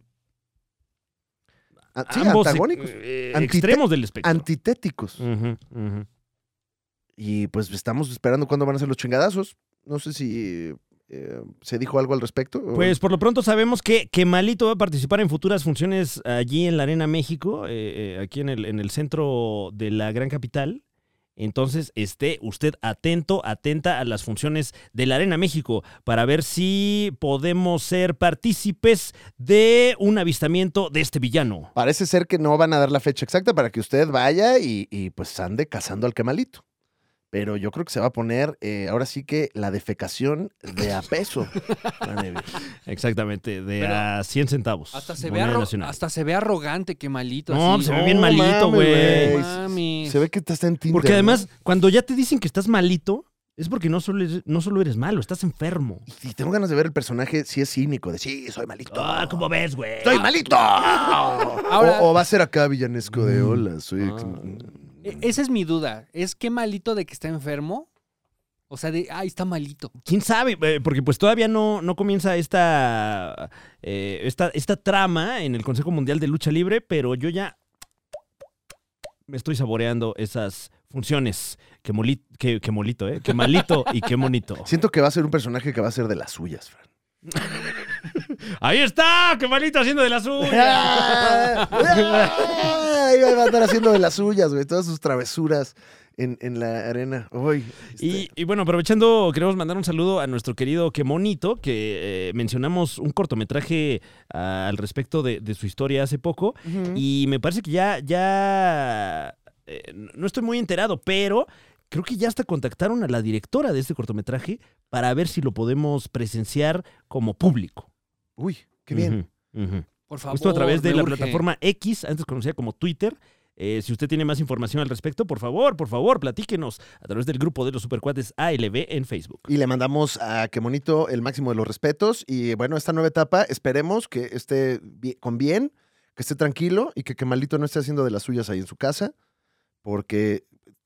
Speaker 2: Ah, sí,
Speaker 3: ambos Mm.
Speaker 2: antagónicos.
Speaker 3: eh,
Speaker 2: Antite-
Speaker 3: extremos del espectro.
Speaker 2: Antitéticos.
Speaker 3: Ujú, ujú.
Speaker 2: Y pues estamos esperando cuándo van a ser los chingadazos. No sé si eh, se dijo algo al respecto. o-
Speaker 3: Pues por lo pronto sabemos que, que Malito va a participar en futuras funciones allí en la Arena México, eh, eh, aquí en el, en el centro de la gran capital. Entonces esté usted atento, atenta a las funciones de la Arena México para ver si podemos ser partícipes de un avistamiento de este villano.
Speaker 2: Parece ser que no van a dar la fecha exacta para que usted vaya y, y, pues ande cazando al quemalito. Pero yo creo que se va a poner eh, ahora sí que la defecación de a peso. Manevi.
Speaker 3: Exactamente, de
Speaker 4: Pero
Speaker 3: a 100 centavos.
Speaker 4: Hasta se, ve
Speaker 3: Moneda
Speaker 4: arro-
Speaker 3: nacional.
Speaker 4: hasta se ve arrogante, qué malito.
Speaker 3: No,
Speaker 4: así. Oh.
Speaker 3: se ve bien
Speaker 2: mames,
Speaker 3: malito, güey.
Speaker 4: Mames.
Speaker 2: Se ve que está en Tinder.
Speaker 3: Porque
Speaker 2: ¿no?
Speaker 3: además, cuando ya te dicen que estás malito, es porque no solo eres, no solo eres malo, estás enfermo.
Speaker 2: Y tengo ganas de ver el personaje si es cínico, de sí, soy malito.
Speaker 3: Ah, ¿cómo ves, güey?
Speaker 2: ¡Soy malito!
Speaker 4: Ahora-
Speaker 2: o, o va a ser acá villanesco de hola, soy... ex-
Speaker 3: Ah.
Speaker 2: mm.
Speaker 4: E- Esa es mi duda. ¿Es qué malito de que está enfermo? O sea, de, ay, está malito.
Speaker 3: ¿Quién sabe? Eh, Porque pues todavía no, no comienza esta, eh, esta, esta trama en el Consejo Mundial de Lucha Libre, pero yo ya me estoy saboreando esas funciones. Que, moli- que, que molito, ¿eh? Que malito y qué bonito.
Speaker 2: Siento que va a ser un personaje que va a ser de las suyas, Fran.
Speaker 3: ¡Ahí está! ¡Qué malito haciendo de la suya!
Speaker 2: Ahí va Ah, a estar haciendo de las suyas, güey. Todas sus travesuras en, en la arena. Uy, este,
Speaker 3: Y, y bueno, aprovechando, queremos mandar un saludo a nuestro querido Quemonito, que eh, mencionamos un cortometraje ah, al respecto de, de su historia hace poco. Y me parece que ya, ya, eh, no estoy muy enterado, pero creo que ya hasta contactaron a la directora de este cortometraje para ver si lo podemos presenciar como público.
Speaker 2: Uy, qué bien.
Speaker 3: Ujú, ujú.
Speaker 4: Por favor.
Speaker 3: Justo a través de
Speaker 4: me
Speaker 3: la
Speaker 4: urge.
Speaker 3: plataforma X, antes conocida como Twitter. Eh, si usted tiene más información al respecto, por favor, por favor, platíquenos a través del grupo de los supercuates ALB en Facebook.
Speaker 2: Y le mandamos a Quemonito el máximo de los respetos. Y bueno, esta nueva etapa, esperemos que esté bi- con bien, que esté tranquilo y que Kemalito no esté haciendo de las suyas ahí en su casa. Porque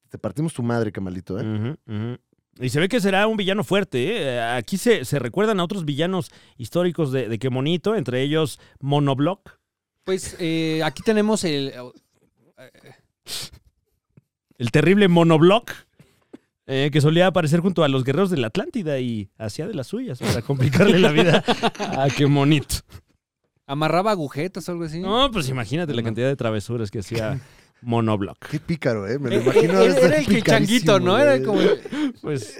Speaker 2: te partimos tu madre, Kemalito,
Speaker 4: Mm.
Speaker 2: ¿eh?
Speaker 3: Ujú, ujú. Y se ve que será un villano fuerte. ¿eh? Aquí se, se recuerdan a otros villanos históricos de, de Qué Monito, entre ellos Monoblock.
Speaker 4: Pues eh, aquí tenemos el.
Speaker 3: el terrible monobloc eh, que solía aparecer junto a los guerreros de la Atlántida y hacía de las suyas para complicarle la vida a qué monito.
Speaker 4: Amarraba agujetas o algo así.
Speaker 3: No, pues imagínate la cantidad de travesuras que hacía monobloc.
Speaker 2: Qué pícaro, ¿eh? Me lo
Speaker 4: Eh,
Speaker 2: imagino.
Speaker 4: eh,
Speaker 2: de estar
Speaker 4: era el que changuito,
Speaker 2: picarísimo,
Speaker 4: ¿no? Era
Speaker 2: güey.
Speaker 4: como.
Speaker 3: Pues,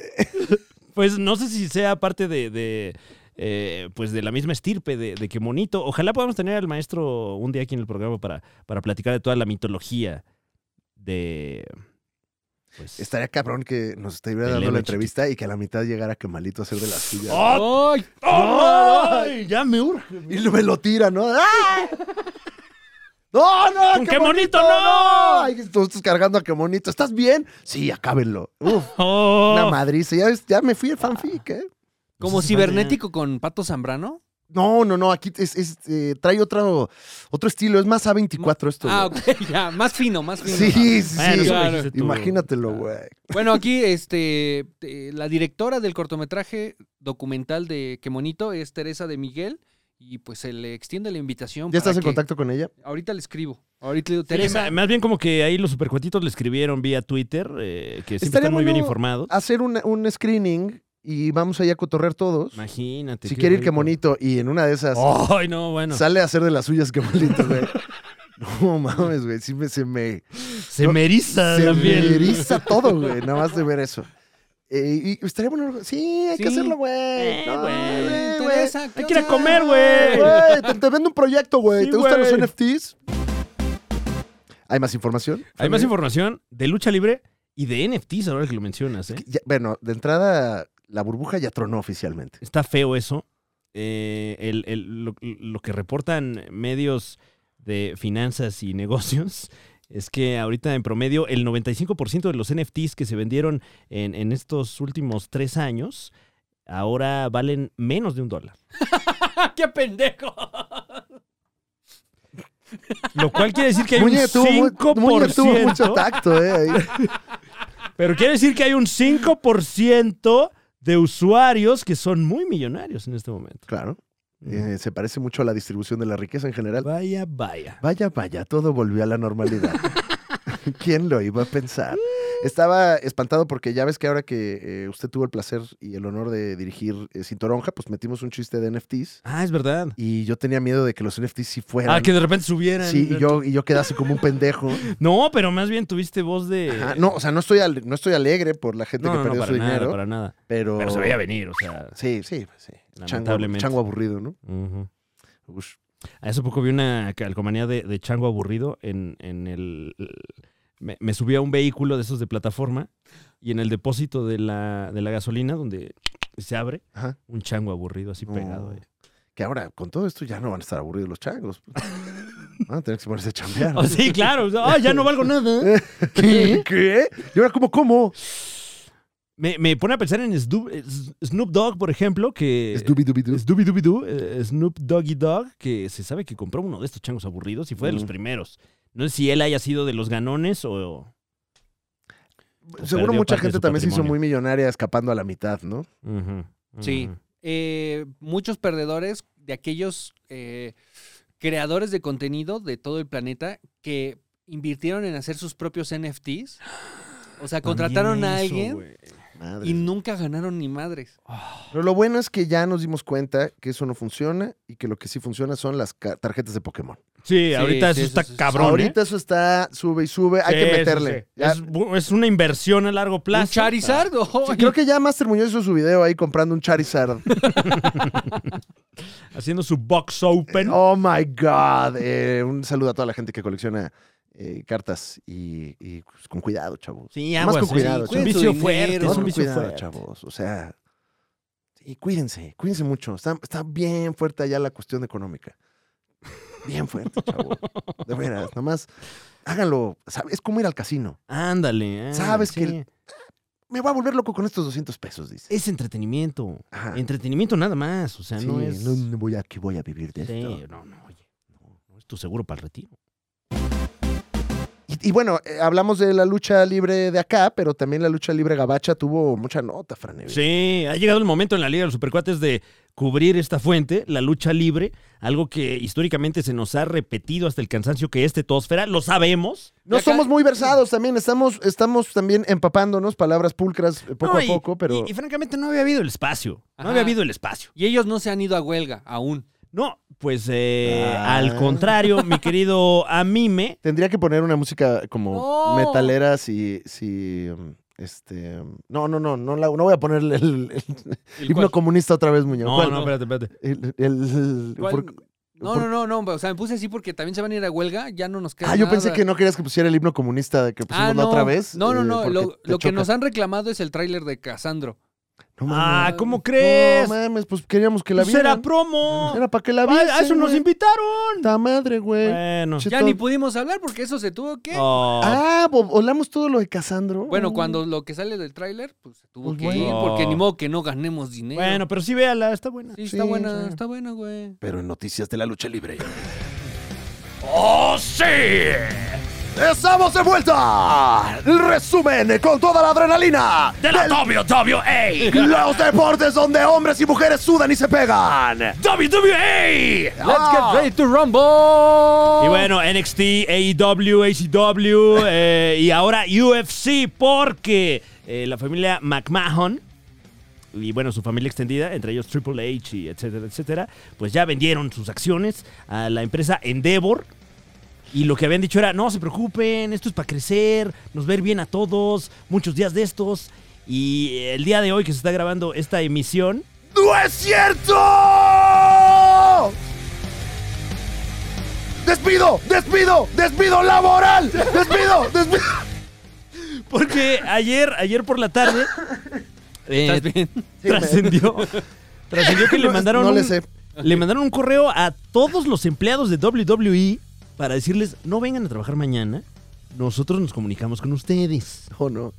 Speaker 3: pues no sé si sea parte de, de, eh, pues de la misma estirpe de, de qué monito. Ojalá podamos tener al maestro un día aquí en el programa para, para platicar de toda la mitología de... Pues,
Speaker 2: Estaría cabrón que nos estuviera
Speaker 3: El
Speaker 2: dando
Speaker 3: héroe
Speaker 2: la entrevista y que a la mitad llegara Kemalito a hacer de las suyas.
Speaker 4: ¡Oh! ¡Ay!
Speaker 3: ¡Ay! ¡Oh! ¡Ya me urge!
Speaker 2: Y lo- me lo tira, ¿no? ¡Ah! ¡No, no!
Speaker 3: ¡Con qué bonito, no!
Speaker 2: Ay, tú estás cargando a qué bonito. ¿Estás bien? Sí, acábenlo. Uf,
Speaker 3: ¡Oh!
Speaker 2: una madriza. Ya, ves, ya me fui el fanfic, ¿eh?
Speaker 4: Como
Speaker 3: Esa semana-
Speaker 4: cibernético con Pato Zambrano.
Speaker 2: No, no, no. Aquí es, es, eh, trae otro, otro estilo. Es más A24 esto.
Speaker 4: Ah,
Speaker 2: güey.
Speaker 4: ok, ya. Más fino, más fino.
Speaker 2: Sí, sí, sí.
Speaker 3: Bueno, eso lo
Speaker 4: Claro.
Speaker 3: dijiste tú.
Speaker 2: Imagínatelo, güey.
Speaker 4: Bueno, aquí este, eh, la directora del cortometraje documental de Qué Monito es Teresa de Miguel y pues se le extiende la invitación. para
Speaker 2: ¿Ya estás en
Speaker 4: que-
Speaker 2: contacto con ella?
Speaker 4: Ahorita le escribo. Ahorita le digo,
Speaker 3: Sí,
Speaker 4: Teresa,
Speaker 3: ma- más bien como que ahí los supercuentitos le escribieron vía Twitter, eh, que siempre
Speaker 2: Estaría
Speaker 3: están muy bien
Speaker 2: bueno
Speaker 3: informados.
Speaker 2: Hacer un, un screening y vamos allá a cotorrear todos.
Speaker 3: Imagínate.
Speaker 2: si
Speaker 3: qué
Speaker 2: quiere ir que
Speaker 3: rico.
Speaker 2: bonito y en una de esas
Speaker 3: Ay, no, Oh, bueno.
Speaker 2: sale a hacer de las suyas que bonito, güey. No mames, güey. Sí me, se me,
Speaker 3: Se me eriza
Speaker 2: se
Speaker 3: la
Speaker 2: me
Speaker 3: piel.
Speaker 2: eriza todo, güey. Nada más de ver eso. Eh, y estaría bueno. algo- Sí, hay que
Speaker 4: Sí.
Speaker 2: hacerlo, güey.
Speaker 3: Eh,
Speaker 2: No,
Speaker 3: güey.
Speaker 2: güey, güey.
Speaker 4: Teresa, ¿qué
Speaker 3: Hay que ir a
Speaker 4: onda?
Speaker 3: comer, güey.
Speaker 2: Güey, te, te vendo un proyecto, güey.
Speaker 3: Sí,
Speaker 2: ¿Te gustan
Speaker 3: güey.
Speaker 2: los NFTs? ¿Hay más información?
Speaker 3: Hay más
Speaker 2: Fabián?
Speaker 3: información de lucha libre y de NFTs ahora que lo mencionas, ¿eh?
Speaker 2: Ya- bueno, de entrada, la burbuja ya tronó oficialmente.
Speaker 3: Está feo eso. Eh, el- el- lo, lo que reportan medios de finanzas y negocios es que ahorita en promedio el 95% de los NFTs que se vendieron en, en estos últimos tres años ahora valen menos de un dólar.
Speaker 4: qué pendejo.
Speaker 3: Lo cual quiere decir que hay un
Speaker 2: Muñe tuvo, mu- Muñe tuvo mucho
Speaker 3: 5%.
Speaker 2: tacto, ¿eh? ahí.
Speaker 3: Pero quiere decir que hay un 5% de usuarios que son muy millonarios en este momento.
Speaker 2: Claro. Eh, se parece mucho a la distribución de la riqueza en general.
Speaker 3: Vaya, vaya.
Speaker 2: Vaya, vaya, todo volvió a la normalidad. ¿Quién lo iba a pensar? Estaba espantado porque ya ves que ahora que eh, usted tuvo el placer y el honor de dirigir eh, Cintoronja, pues metimos un chiste de NFTs
Speaker 3: Ah, es verdad.
Speaker 2: y yo tenía miedo de que los NFTs sí fueran.
Speaker 3: Ah, que de repente subieran.
Speaker 2: Sí, y yo, y yo quedé así como un pendejo.
Speaker 3: No, pero más bien tuviste voz de.
Speaker 2: Ajá, No, o sea, no estoy, al- no estoy alegre por la gente
Speaker 3: no,
Speaker 2: que
Speaker 3: no,
Speaker 2: perdió
Speaker 3: para
Speaker 2: su
Speaker 3: nada,
Speaker 2: dinero,
Speaker 3: para nada.
Speaker 2: pero...
Speaker 3: Pero se veía venir, o sea.
Speaker 2: Sí, sí, pues sí. Chango,
Speaker 3: Lamentablemente.
Speaker 2: chango aburrido, ¿no?
Speaker 3: ujú.
Speaker 2: Ush.
Speaker 3: Hace poco vi una calcomanía de, de chango aburrido en, en el. Me, me subí a un vehículo de esos de plataforma y en el depósito de la, de la gasolina, donde se abre,
Speaker 2: Ajá.
Speaker 3: un chango aburrido así
Speaker 2: No.
Speaker 3: pegado. ahí.
Speaker 2: Que ahora, con todo esto, ya no van a estar aburridos los changos. pues. Van a tener que ponerse a chambear.
Speaker 3: Oh, sí, claro. Ah, ya no valgo nada.
Speaker 2: ¿Qué? ¿Qué? ¿Y ahora cómo, cómo?
Speaker 3: Me, me pone a pensar en Snoop, Snoop Dogg, por ejemplo, que.
Speaker 2: Es dubi dubi
Speaker 3: Es Doobie Doobie Doo, eh, Snoop Doggy Dog, que se sabe que compró uno de estos changos aburridos y fue de los
Speaker 2: Mm.
Speaker 3: primeros. No sé si él haya sido de los ganones o.
Speaker 2: Seguro
Speaker 3: perdió
Speaker 2: mucha
Speaker 3: parte de
Speaker 2: gente
Speaker 3: su
Speaker 2: también se hizo
Speaker 3: patrimonio.
Speaker 2: muy millonaria escapando a la mitad, ¿no?
Speaker 3: Ujú, ujú.
Speaker 4: Sí. Eh, muchos perdedores de aquellos eh, creadores de contenido de todo el planeta que invirtieron en hacer sus propios NFTs. O sea, contrataron
Speaker 3: También
Speaker 4: a
Speaker 3: eso,
Speaker 4: alguien
Speaker 3: güey.
Speaker 2: Madre.
Speaker 4: y nunca ganaron ni madres.
Speaker 2: Pero lo bueno es que ya nos dimos cuenta que eso no funciona y que lo que sí funciona son las ca- tarjetas de Pokémon.
Speaker 3: Sí, ahorita
Speaker 4: sí,
Speaker 3: eso
Speaker 4: sí,
Speaker 3: está
Speaker 4: sí, sí.
Speaker 3: cabrón. ¿eh?
Speaker 2: Ahorita eso está, sube y sube, hay
Speaker 3: Sí,
Speaker 2: que
Speaker 3: sí,
Speaker 2: meterle.
Speaker 3: sí.
Speaker 2: Ya-
Speaker 3: Es, bu- es una inversión a largo plazo.
Speaker 4: ¿Un Charizard?
Speaker 2: Sí,
Speaker 4: ¡Ay!
Speaker 2: creo que ya Master Muñoz hizo su video ahí comprando un Charizard.
Speaker 3: Haciendo su box open.
Speaker 2: Oh my God. Eh, un saludo a toda la gente que colecciona eh, cartas y, y, pues, con cuidado, chavos.
Speaker 3: Sí,
Speaker 2: Más
Speaker 3: aguas,
Speaker 2: con
Speaker 3: sí,
Speaker 2: cuidado,
Speaker 3: Es un
Speaker 2: chavos.
Speaker 3: vicio
Speaker 4: Cuiden su
Speaker 3: fuerte.
Speaker 4: dinero.
Speaker 3: Es un
Speaker 2: Con
Speaker 3: vicio
Speaker 2: cuidado,
Speaker 3: fuerte.
Speaker 2: chavos. O sea, sí, cuídense, cuídense mucho. Está, está bien fuerte allá la cuestión económica. Bien fuerte, chavos. De veras, nada más háganlo. ¿sabes? Es como ir al casino.
Speaker 3: Ándale. ándale, eh,
Speaker 2: Sabes que
Speaker 3: sí.
Speaker 2: Me voy a volver loco con estos 200 pesos, dice.
Speaker 3: Es entretenimiento.
Speaker 2: Ajá.
Speaker 3: Entretenimiento nada más. O sea,
Speaker 2: Sí,
Speaker 3: Eh, no es.
Speaker 2: no, no voy aquí, voy a vivir de
Speaker 3: Sí,
Speaker 2: esto.
Speaker 3: no, no, oye. No, no es tu seguro para el retiro.
Speaker 2: Y, y bueno, eh, hablamos de la lucha libre de acá, pero también la lucha libre gabacha tuvo mucha nota, Fran. Evia.
Speaker 3: Sí, ha llegado el momento en la Liga de los Supercuates de cubrir esta fuente, la lucha libre, algo que históricamente se nos ha repetido hasta el cansancio que es tetosfera, lo sabemos.
Speaker 2: No
Speaker 4: acá-
Speaker 2: somos muy versados también, estamos, estamos también empapándonos palabras pulcras eh, poco
Speaker 3: No,
Speaker 2: a
Speaker 3: y-
Speaker 2: poco, pero...
Speaker 3: Y, y francamente no había habido el espacio, no
Speaker 4: Ajá.
Speaker 3: había habido el espacio.
Speaker 4: Y ellos no se han ido a huelga aún.
Speaker 3: No, pues eh,
Speaker 2: Ah.
Speaker 3: al contrario, mi querido Amime,
Speaker 2: Tendría que poner una música como
Speaker 4: No.
Speaker 2: metalera si, si um, este um, no, no, no, no, la- no voy a poner el, el- el
Speaker 4: ¿El
Speaker 2: himno
Speaker 4: cual?
Speaker 2: comunista otra vez, Muñoz.
Speaker 3: no,
Speaker 2: ¿Cuál?
Speaker 3: no, espérate, espérate.
Speaker 2: El- el-
Speaker 4: ¿Cuál?
Speaker 2: por-
Speaker 4: No,
Speaker 2: por-
Speaker 4: no, no, no. O sea, me puse así porque también se van a ir a huelga. Ya no nos queda
Speaker 2: Ah, yo
Speaker 4: nada.
Speaker 2: pensé que no querías que pusiera el himno comunista de que pusimos
Speaker 4: Ah,
Speaker 2: la
Speaker 4: no.
Speaker 2: otra vez.
Speaker 4: No, no,
Speaker 2: eh,
Speaker 4: no.
Speaker 2: porque
Speaker 4: lo
Speaker 2: te
Speaker 4: lo que
Speaker 2: choca.
Speaker 4: nos han reclamado es el tráiler de Casandro.
Speaker 2: No mames.
Speaker 3: Ah, ¿cómo crees?
Speaker 2: No mames, pues queríamos que la
Speaker 3: Pues era
Speaker 2: vieran.
Speaker 3: promo.
Speaker 2: Era para que la
Speaker 3: Ah,
Speaker 2: viesen.
Speaker 3: a eso nos
Speaker 2: güey.
Speaker 3: invitaron.
Speaker 2: ¡Ta madre, güey!
Speaker 3: Bueno.
Speaker 2: Che,
Speaker 4: Ya
Speaker 2: todo-
Speaker 4: ni pudimos hablar porque eso se tuvo que.
Speaker 3: Oh.
Speaker 2: Ah, bo- volamos todo lo de Casandro.
Speaker 4: Bueno, cuando lo que sale del tráiler, pues se tuvo
Speaker 2: Pues
Speaker 4: que
Speaker 2: bueno.
Speaker 4: ir, porque ni modo que no ganemos dinero.
Speaker 3: bueno, pero sí véala, está buena.
Speaker 4: sí, está
Speaker 2: sí,
Speaker 4: buena,
Speaker 2: sí.
Speaker 4: está buena, güey.
Speaker 2: Pero en noticias de la lucha libre.
Speaker 3: ¡Oh, sí!
Speaker 2: ¡Estamos de vuelta! El Resumen
Speaker 5: eh,
Speaker 2: con toda la adrenalina de la WWE. Los deportes donde hombres y mujeres sudan y se pegan.
Speaker 3: WWE.
Speaker 4: Let's get ready to rumble.
Speaker 3: Y bueno, NXT, E AEW, ACW eh, y ahora UFC porque eh, la familia McMahon y bueno, su familia extendida, entre ellos Triple H y etcétera, etcétera, pues ya vendieron sus acciones a la empresa Endeavor. Y lo que habían dicho era, no se preocupen, esto es para crecer, nos ver bien a todos, muchos días de estos. Y el día de hoy que se está grabando esta emisión,
Speaker 2: ¡No es cierto! ¡Despido! ¡Despido! ¡Despido laboral! ¡Despido! ¡Despido!
Speaker 3: Porque ayer, ayer por la tarde. eh,
Speaker 4: ¿Estás bien?
Speaker 3: Trascendió. Trascendió que le
Speaker 2: No,
Speaker 3: mandaron.
Speaker 2: no le
Speaker 3: un,
Speaker 2: sé.
Speaker 3: le mandaron un correo a todos los empleados de WWE para decirles: no vengan a trabajar mañana. Nosotros nos comunicamos con ustedes.
Speaker 2: Oh, no.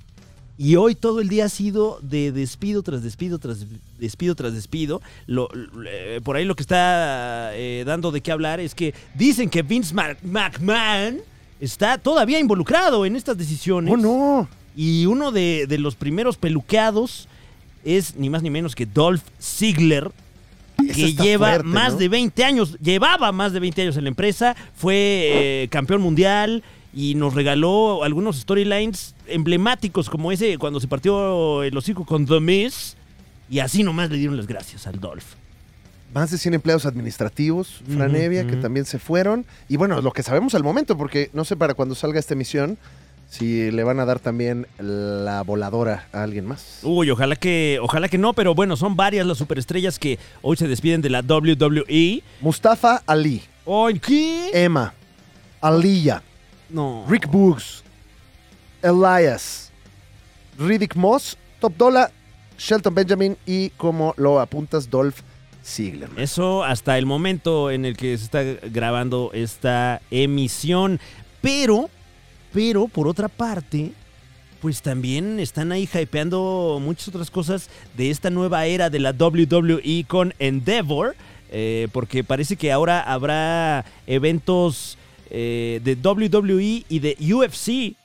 Speaker 3: Y hoy todo el día ha sido de despido tras despido tras despido tras despido. Lo- lo- eh, por ahí lo que está eh, dando de qué hablar es que dicen que Vince Mac- McMahon está todavía involucrado en estas decisiones.
Speaker 2: ¡Oh, no!
Speaker 3: Y uno de, de los primeros peluqueados es ni más ni menos que Dolph Ziggler,
Speaker 2: Eso
Speaker 3: que
Speaker 2: está
Speaker 3: lleva
Speaker 2: fuerte,
Speaker 3: más
Speaker 2: ¿no?
Speaker 3: de 20 años, llevaba más de 20 años en la empresa, fue eh, campeón mundial y nos regaló algunos storylines emblemáticos como ese cuando se partió el hocico con The Miz y así nomás le dieron las gracias al Dolph.
Speaker 2: Más de 100 empleados administrativos, Fran
Speaker 3: Ujú,
Speaker 2: Evia, que
Speaker 3: ujú.
Speaker 2: también se fueron. Y bueno, lo que sabemos al momento, porque no sé para cuando salga esta emisión si le van a dar también la voladora a alguien más.
Speaker 3: Uy, ojalá que ojalá que no, pero bueno, son varias las superestrellas que hoy se despiden de la E. WWE.
Speaker 2: Mustafa Ali,
Speaker 3: ¡Ay, qué!
Speaker 2: Emma, Aliyah,
Speaker 3: no.
Speaker 2: Rick Boogs, Elias, Riddick Moss, Top Dollar, Shelton Benjamin y, como lo apuntas, Dolph Ziggler.
Speaker 3: Eso hasta el momento en el que se está grabando esta emisión. Pero, pero por otra parte, pues también están ahí hypeando muchas otras cosas de esta nueva era de la WWE con Endeavor. eh, porque parece que ahora habrá eventos eh, de WWE y de UFC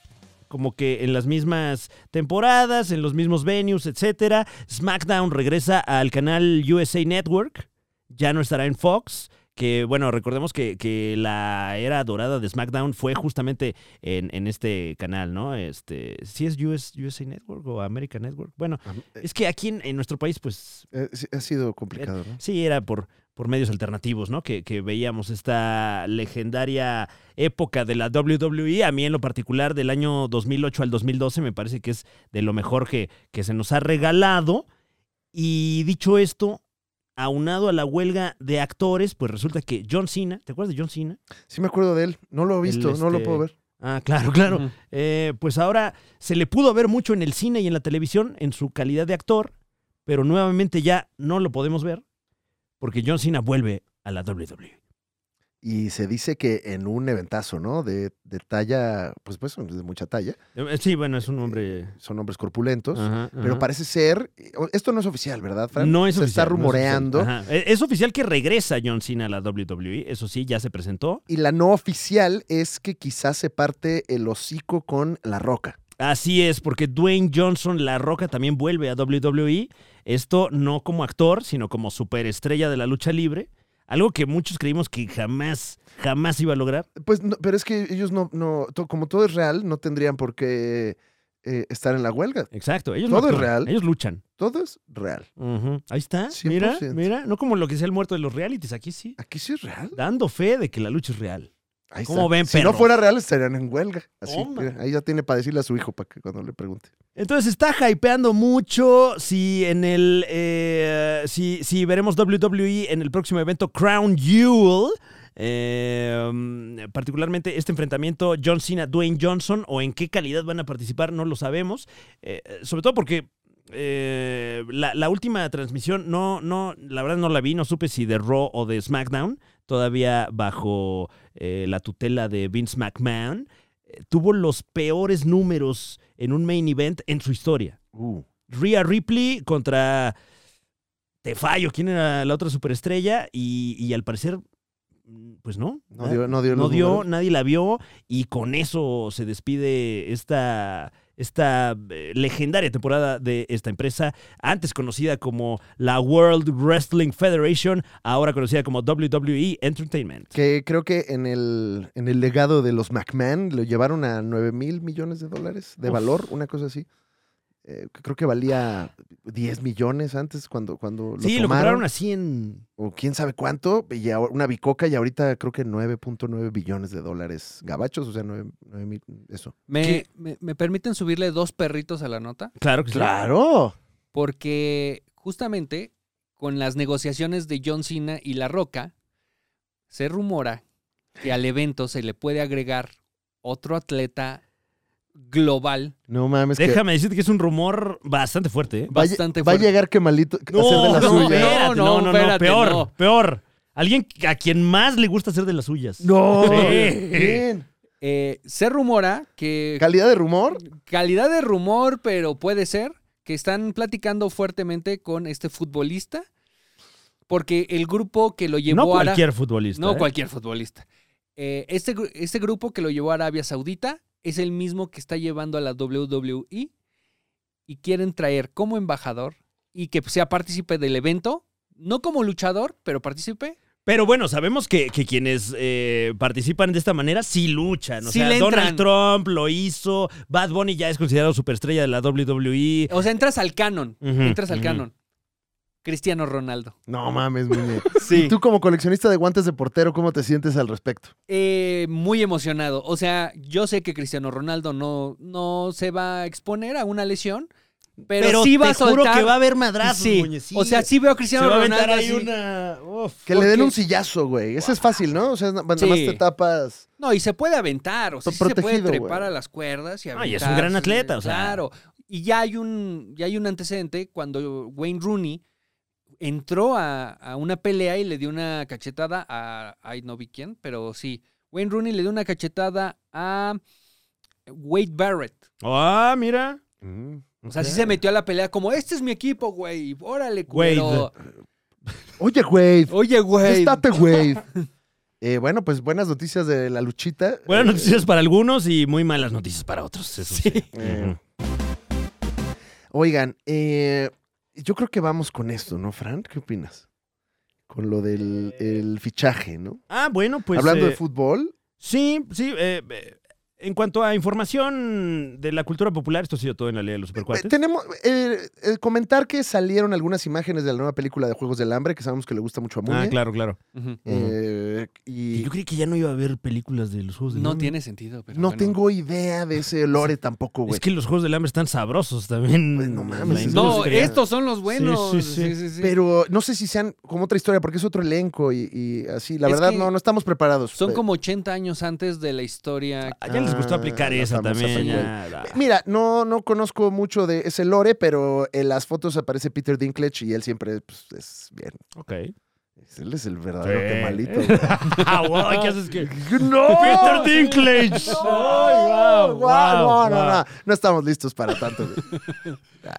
Speaker 3: como que en las mismas temporadas, en los mismos venues, etcétera. SmackDown regresa al canal USA Network, ya no estará en Fox. Que bueno, recordemos que, que la era dorada de SmackDown fue justamente en, en este canal, ¿no? Este, ¿Sí es US USA Network o American Network? Bueno,
Speaker 2: Am-
Speaker 3: es que aquí en, en nuestro país, pues
Speaker 2: Eh, sí, ha sido complicado, ¿no?
Speaker 3: Sí, era por, por medios alternativos, ¿no? Que, que veíamos esta legendaria época de la WWE. A mí en lo particular del año 2008 al 2012 me parece que es de lo mejor que, que se nos ha regalado. Y dicho esto, aunado a la huelga de actores, pues resulta que John Cena, ¿te acuerdas de John Cena?
Speaker 2: Sí me acuerdo de él. No lo he visto,
Speaker 3: El,
Speaker 2: no lo
Speaker 3: este,
Speaker 2: puedo ver.
Speaker 3: Ah, claro, claro.
Speaker 4: Ujú.
Speaker 3: Eh, pues ahora se le pudo ver mucho en el cine y en la televisión en su calidad de actor, pero nuevamente ya no lo podemos ver porque John Cena vuelve a la E. WWE.
Speaker 2: Y se dice que en un eventazo, ¿no? De, de talla, pues pues de mucha talla.
Speaker 3: Eh, Sí, bueno, es un hombre...
Speaker 2: Son hombres corpulentos.
Speaker 3: Ajá,
Speaker 2: Pero
Speaker 3: ajá.
Speaker 2: parece ser. Esto no es oficial, ¿verdad, Fran?
Speaker 3: No es
Speaker 2: Se está
Speaker 3: oficial, no es
Speaker 2: rumoreando.
Speaker 3: oficial. Ajá. Eh, es, oficial que regresa John Cena a la WWE, eso sí, ya se presentó.
Speaker 2: y la no oficial es que quizás se parte el hocico con la roca.
Speaker 3: Así es, porque Dwayne Johnson La Roca también vuelve a WWE. Esto no como actor, sino como superestrella de la lucha libre. Algo que muchos creímos que jamás, jamás iba a lograr.
Speaker 2: Pues, no, pero es que ellos no, no to- como todo es real, no tendrían por qué eh, estar en la huelga.
Speaker 3: Exacto, ellos
Speaker 2: Todo
Speaker 3: no
Speaker 2: es
Speaker 3: actúan,
Speaker 2: real.
Speaker 3: Ellos luchan.
Speaker 2: Todo es real.
Speaker 3: Ujú. Ahí está.
Speaker 2: 100%.
Speaker 3: Mira, mira, no como lo que sea el muerto de los realities, aquí sí.
Speaker 2: Aquí sí es real.
Speaker 3: Dando fe de que la lucha es real.
Speaker 2: Ahí
Speaker 3: ¿Cómo
Speaker 2: está.
Speaker 3: ven,
Speaker 2: si no
Speaker 3: perros?
Speaker 2: fuera real, estarían en huelga. Así,
Speaker 3: Toma.
Speaker 2: mira, ahí ya tiene para decirle a su hijo para que cuando le pregunte.
Speaker 3: Entonces está hypeando mucho si en el eh, si, si veremos WWE en el próximo evento Crown Jewel. eh, mm, particularmente este enfrentamiento John Cena Dwayne Johnson o en qué calidad van a participar no lo sabemos Eh, sobre todo porque eh, la, la última transmisión no no la verdad no la vi no supe si de Raw o de SmackDown todavía bajo eh, la tutela de Vince McMahon eh, tuvo los peores números en un main event en su historia.
Speaker 2: Uh,
Speaker 3: Rhea Ripley contra Te Fallo, ¿quién era la otra superestrella? Y, y al parecer mm, pues no.
Speaker 2: No dio, no dio
Speaker 3: No
Speaker 2: los
Speaker 3: dio,
Speaker 2: números.
Speaker 3: nadie la vio y con eso se despide esta, esta eh, legendaria temporada de esta empresa, antes conocida como la World Wrestling Federation, ahora conocida como WWE Entertainment.
Speaker 2: Que creo que en el, en el legado de los McMahon lo llevaron a 9 mil millones de dólares de
Speaker 3: Uf.
Speaker 2: valor, una cosa así. Eh, creo que valía 10 millones antes cuando, cuando lo
Speaker 3: sí, lo
Speaker 2: tomaron.
Speaker 3: compraron así en...
Speaker 2: o quién sabe cuánto, y ahora- una bicoca y ahorita creo que 9.9 billones de dólares gabachos, o sea, 9 mil, eso.
Speaker 4: ¿Me, me, me permiten subirle dos perritos a la nota?
Speaker 3: Claro que sí.
Speaker 2: ¡Claro!
Speaker 4: Porque justamente con las negociaciones de John Cena y La Roca, se rumora que al evento se le puede agregar otro atleta global.
Speaker 2: No mames, que
Speaker 3: Déjame decirte que es un rumor bastante fuerte. ¿eh?
Speaker 2: va, a lle-
Speaker 4: bastante
Speaker 2: va a
Speaker 4: fuerte.
Speaker 2: llegar que malito a hacer de las
Speaker 4: no,
Speaker 2: suyas.
Speaker 3: espérate,
Speaker 4: No,
Speaker 3: no,
Speaker 4: no,
Speaker 3: no, no,
Speaker 4: espérate,
Speaker 3: peor,
Speaker 4: no.
Speaker 3: peor. Alguien a quien más le gusta hacer de las suyas.
Speaker 2: No,
Speaker 3: Sí.
Speaker 2: bien.
Speaker 4: Eh, se rumora que
Speaker 2: Calidad de rumor,
Speaker 4: calidad de rumor, pero puede ser que están platicando fuertemente con este futbolista, porque el grupo que lo llevó
Speaker 3: No
Speaker 4: a Ara-
Speaker 3: cualquier futbolista.
Speaker 4: no
Speaker 3: ¿eh?
Speaker 4: cualquier futbolista. Eh, este, gru- este grupo que lo llevó a Arabia Saudita es el mismo que está llevando a la WWE y quieren traer como embajador y que sea partícipe del evento, no como luchador, pero partícipe.
Speaker 3: Pero bueno, sabemos que, que quienes eh, participan de esta manera sí luchan. O
Speaker 4: Sí
Speaker 3: sea,
Speaker 4: le
Speaker 3: Donald
Speaker 4: entran.
Speaker 3: Trump lo hizo. Bad Bunny ya es considerado superestrella de la WWE.
Speaker 4: O sea, entras al canon.
Speaker 3: Ujú,
Speaker 4: entras al
Speaker 3: ujú.
Speaker 4: canon. Cristiano Ronaldo.
Speaker 2: no mames, muñe.
Speaker 4: Sí.
Speaker 2: Y tú como coleccionista de guantes de portero, ¿cómo te sientes al respecto?
Speaker 4: Eh, muy emocionado. O sea, yo sé que Cristiano Ronaldo no, no se va a exponer a una lesión, pero, sí va
Speaker 3: te
Speaker 4: a soltar.
Speaker 3: juro que va a haber madrazos,
Speaker 4: Sí.
Speaker 3: Muñe, sí.
Speaker 4: O sea, sí veo a
Speaker 3: se
Speaker 4: Cristiano
Speaker 3: va a aventar
Speaker 4: Ronaldo.
Speaker 3: ahí
Speaker 4: así.
Speaker 3: una... Uf.
Speaker 2: Que le den
Speaker 4: Porque-
Speaker 2: un sillazo, güey. Ese es fácil, ¿no? O sea, na- nada más
Speaker 4: Sí.
Speaker 2: te tapas.
Speaker 4: No, y se puede aventar, o sea, sí
Speaker 2: Está
Speaker 4: se puede
Speaker 2: protegido,
Speaker 4: trepar
Speaker 2: güey.
Speaker 4: a las cuerdas y
Speaker 3: Ah,
Speaker 4: aventar.
Speaker 3: y es un gran atleta, o sea.
Speaker 4: Claro. Y ya hay un, ya hay un antecedente cuando Wayne Rooney entró a, a una pelea y le dio una cachetada a. Ay, no vi quién, pero sí. Wayne Rooney le dio una cachetada a Wade Barrett.
Speaker 3: Ah, mira.
Speaker 4: O sea, sí se metió a la pelea como, este es mi equipo, güey. Órale,
Speaker 3: Wade.
Speaker 4: culero.
Speaker 2: Oye, güey.
Speaker 4: Oye, güey.
Speaker 2: Estate, güey. Eh, bueno, pues buenas noticias de la luchita.
Speaker 3: Buenas
Speaker 2: Eh,
Speaker 3: noticias para algunos y muy malas noticias para otros. Eso sí.
Speaker 2: Eh, Oigan, eh, yo creo que vamos con esto, ¿no, Fran? ¿Qué opinas? Con lo del el fichaje, ¿no?
Speaker 3: Ah, bueno, Eh, pues...
Speaker 2: Hablando
Speaker 3: eh,
Speaker 2: de fútbol,
Speaker 3: Sí, sí. eh, eh, en cuanto a información de la cultura popular, esto ha sido todo en la ley de los
Speaker 2: eh,
Speaker 3: supercuates.
Speaker 2: tenemos eh, eh, comentar que salieron algunas imágenes de la nueva película de Juegos del Hambre, que sabemos que le gusta mucho a Muñe.
Speaker 3: Ah, claro, claro.
Speaker 4: Ujú.
Speaker 2: Eh, y
Speaker 3: Yo creí que ya no iba a haber películas de los Juegos del
Speaker 4: No
Speaker 3: Hambre.
Speaker 4: tiene sentido, pero
Speaker 2: no
Speaker 4: bueno.
Speaker 2: tengo idea de ese lore tampoco, güey.
Speaker 3: Es que los Juegos del Hambre están sabrosos también.
Speaker 2: Pues no mames,
Speaker 3: La
Speaker 2: es-
Speaker 4: No,
Speaker 3: industria.
Speaker 4: estos son los buenos.
Speaker 3: Sí, sí, sí.
Speaker 4: Sí, sí, sí.
Speaker 2: Pero no sé si sean como otra historia, porque es otro elenco y, y así. La
Speaker 4: Es
Speaker 2: verdad,
Speaker 4: que
Speaker 2: no, no estamos preparados.
Speaker 4: Son
Speaker 2: Pe-
Speaker 4: como 80 años antes de la historia.
Speaker 3: Ah, ya les gustó aplicar
Speaker 2: Ah,
Speaker 3: esa
Speaker 2: la famosa
Speaker 3: también.
Speaker 2: película.
Speaker 3: ya, la-
Speaker 2: Ah. Mira, no, no conozco mucho de ese lore, pero en las fotos aparece Peter Dinklage y él siempre pues, es bien.
Speaker 3: Ok.
Speaker 2: Él es el verdadero
Speaker 3: Sí.
Speaker 2: que malito.
Speaker 3: Ah, wow, ¿Qué haces que?
Speaker 2: ¡No!
Speaker 3: Peter Dinklage. Ay,
Speaker 2: Guau,
Speaker 3: wow, wow,
Speaker 2: no, no,
Speaker 3: wow.
Speaker 2: no, no estamos listos para tanto. güey.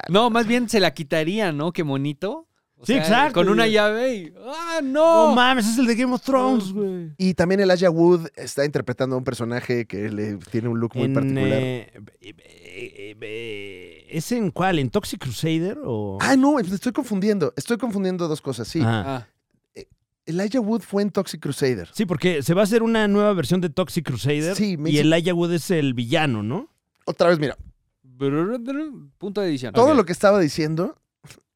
Speaker 4: No, más bien se la quitaría, ¿no? Qué bonito. O
Speaker 3: Sí, exacto.
Speaker 4: Con una llave y. ¡Ah, no!
Speaker 3: No mames, es el de Game of Thrones, güey.
Speaker 2: Y también Elijah Wood está interpretando a un personaje que le tiene un look muy
Speaker 3: En,
Speaker 2: particular.
Speaker 3: eh, eh, eh, eh, ¿Es en cuál? ¿En Toxic Crusader o...?
Speaker 2: Ah, no, me estoy confundiendo. Estoy confundiendo dos cosas, sí.
Speaker 3: Ajá.
Speaker 4: Ah,
Speaker 2: Elijah Wood fue en Toxic Crusader.
Speaker 3: Sí, porque se va a hacer una nueva versión de Toxic Crusader
Speaker 2: Sí, me hizo-
Speaker 3: y el Wood es el villano, ¿no?
Speaker 2: Otra vez, mira,
Speaker 4: brrrr, punto de edición.
Speaker 2: todo
Speaker 4: Ok.
Speaker 2: lo que estaba diciendo,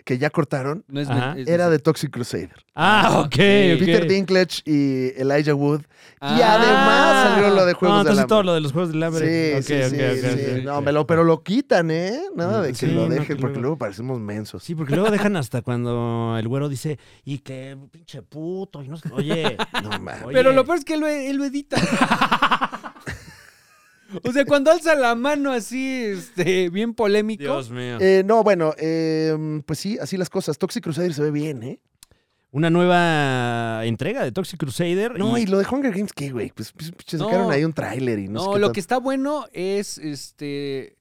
Speaker 2: que ya cortaron,
Speaker 4: No es
Speaker 3: Ajá.
Speaker 4: men- es-
Speaker 2: era de Toxic Crusader.
Speaker 3: Ah,
Speaker 4: Ah, ok.
Speaker 3: ok, ok.
Speaker 2: Peter Dinklage y Elijah Wood.
Speaker 4: Ah.
Speaker 2: Y además salió lo de Juegos
Speaker 3: Ah. no,
Speaker 2: del
Speaker 3: entonces
Speaker 2: Hambre.
Speaker 3: todo lo de los Juegos del
Speaker 2: Sí,
Speaker 3: Hambre. Ok,
Speaker 2: sí,
Speaker 3: ok,
Speaker 2: sí,
Speaker 3: ok,
Speaker 2: sí.
Speaker 3: ok, ok.
Speaker 2: No, me lo- pero lo quitan, ¿eh? Nada de que
Speaker 3: Sí,
Speaker 2: lo
Speaker 3: no,
Speaker 2: dejen,
Speaker 3: que
Speaker 2: porque
Speaker 3: luego-
Speaker 2: luego parecemos mensos.
Speaker 3: Sí, porque luego dejan hasta cuando el güero dice, y que pinche puto, y no sé- Oye,
Speaker 2: No, mames.
Speaker 4: Pero
Speaker 3: oye.
Speaker 4: lo peor es que él lo, e, él lo edita. o sea, cuando alza la mano así, este, bien polémico.
Speaker 3: Dios mío.
Speaker 2: Eh, no, bueno, eh, pues sí, así las cosas. Toxic Crusader se ve bien, ¿eh?
Speaker 3: Una nueva entrega de Toxic Crusader.
Speaker 2: No, y lo de Hunger Games, ¿qué, güey? Pues, pues, pues,
Speaker 4: No.
Speaker 2: sacaron ahí un tráiler y no, sé
Speaker 4: No,
Speaker 2: qué
Speaker 4: lo
Speaker 2: tan-
Speaker 4: que está bueno es este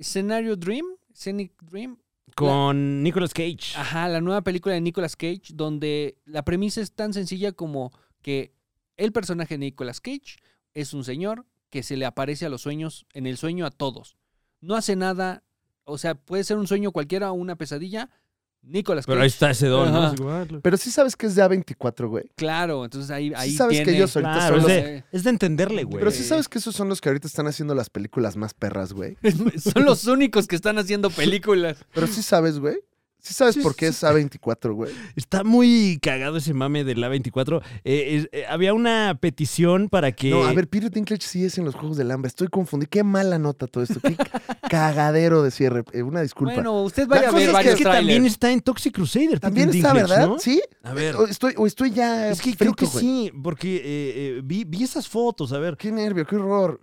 Speaker 4: Scenario Dream, Scenic Dream.
Speaker 3: con Nicolas Cage.
Speaker 2: Ah,
Speaker 4: Ajá, la nueva película de Nicolas Cage, donde la premisa es tan sencilla como que El personaje de Nicolas Cage es un señor que se le aparece a los sueños, en el sueño a todos. No hace nada, o sea, puede ser un sueño cualquiera o una pesadilla. Nicolas Cage.
Speaker 3: Pero ahí está ese don, ¿no?
Speaker 4: Ajá.
Speaker 3: Así como, ah, lo-
Speaker 2: Pero sí sabes que es de A24, güey.
Speaker 4: Claro, entonces ahí, ahí
Speaker 2: sabes que
Speaker 4: tiene-
Speaker 2: ellos ahorita
Speaker 3: Claro, es
Speaker 2: son los...
Speaker 4: ese-
Speaker 3: de, es de entenderle, güey.
Speaker 2: Pero sí sabes que esos son los que ahorita están haciendo las películas más perras, güey.
Speaker 4: Son los únicos que están haciendo películas.
Speaker 2: Pero sí sabes, güey. Sí sabes por qué es A24, güey.
Speaker 3: Está muy cagado ese mame del A24. Eh, es- eh, había una petición para que...
Speaker 2: No, a ver, Peter Dinklage sí es en los Juegos del Hambre. Estoy confundido. Qué mala nota todo esto. Qué cagadero de cierre. Eh, una disculpa.
Speaker 4: Bueno, usted
Speaker 2: La
Speaker 4: vaya a
Speaker 2: cosa
Speaker 4: ver
Speaker 2: es
Speaker 3: es que
Speaker 4: varios trailers.
Speaker 3: también está en Toxic Crusader.
Speaker 2: También
Speaker 3: Peter
Speaker 2: está,
Speaker 3: Dinklage,
Speaker 2: ¿verdad?
Speaker 3: ¿no?
Speaker 2: Sí.
Speaker 3: A ver.
Speaker 2: O estoy, o estoy ya.
Speaker 3: Es que creo que
Speaker 2: frito, güey.
Speaker 3: sí, porque eh, eh, vi, vi esas fotos, a ver.
Speaker 2: Qué nervio, qué horror.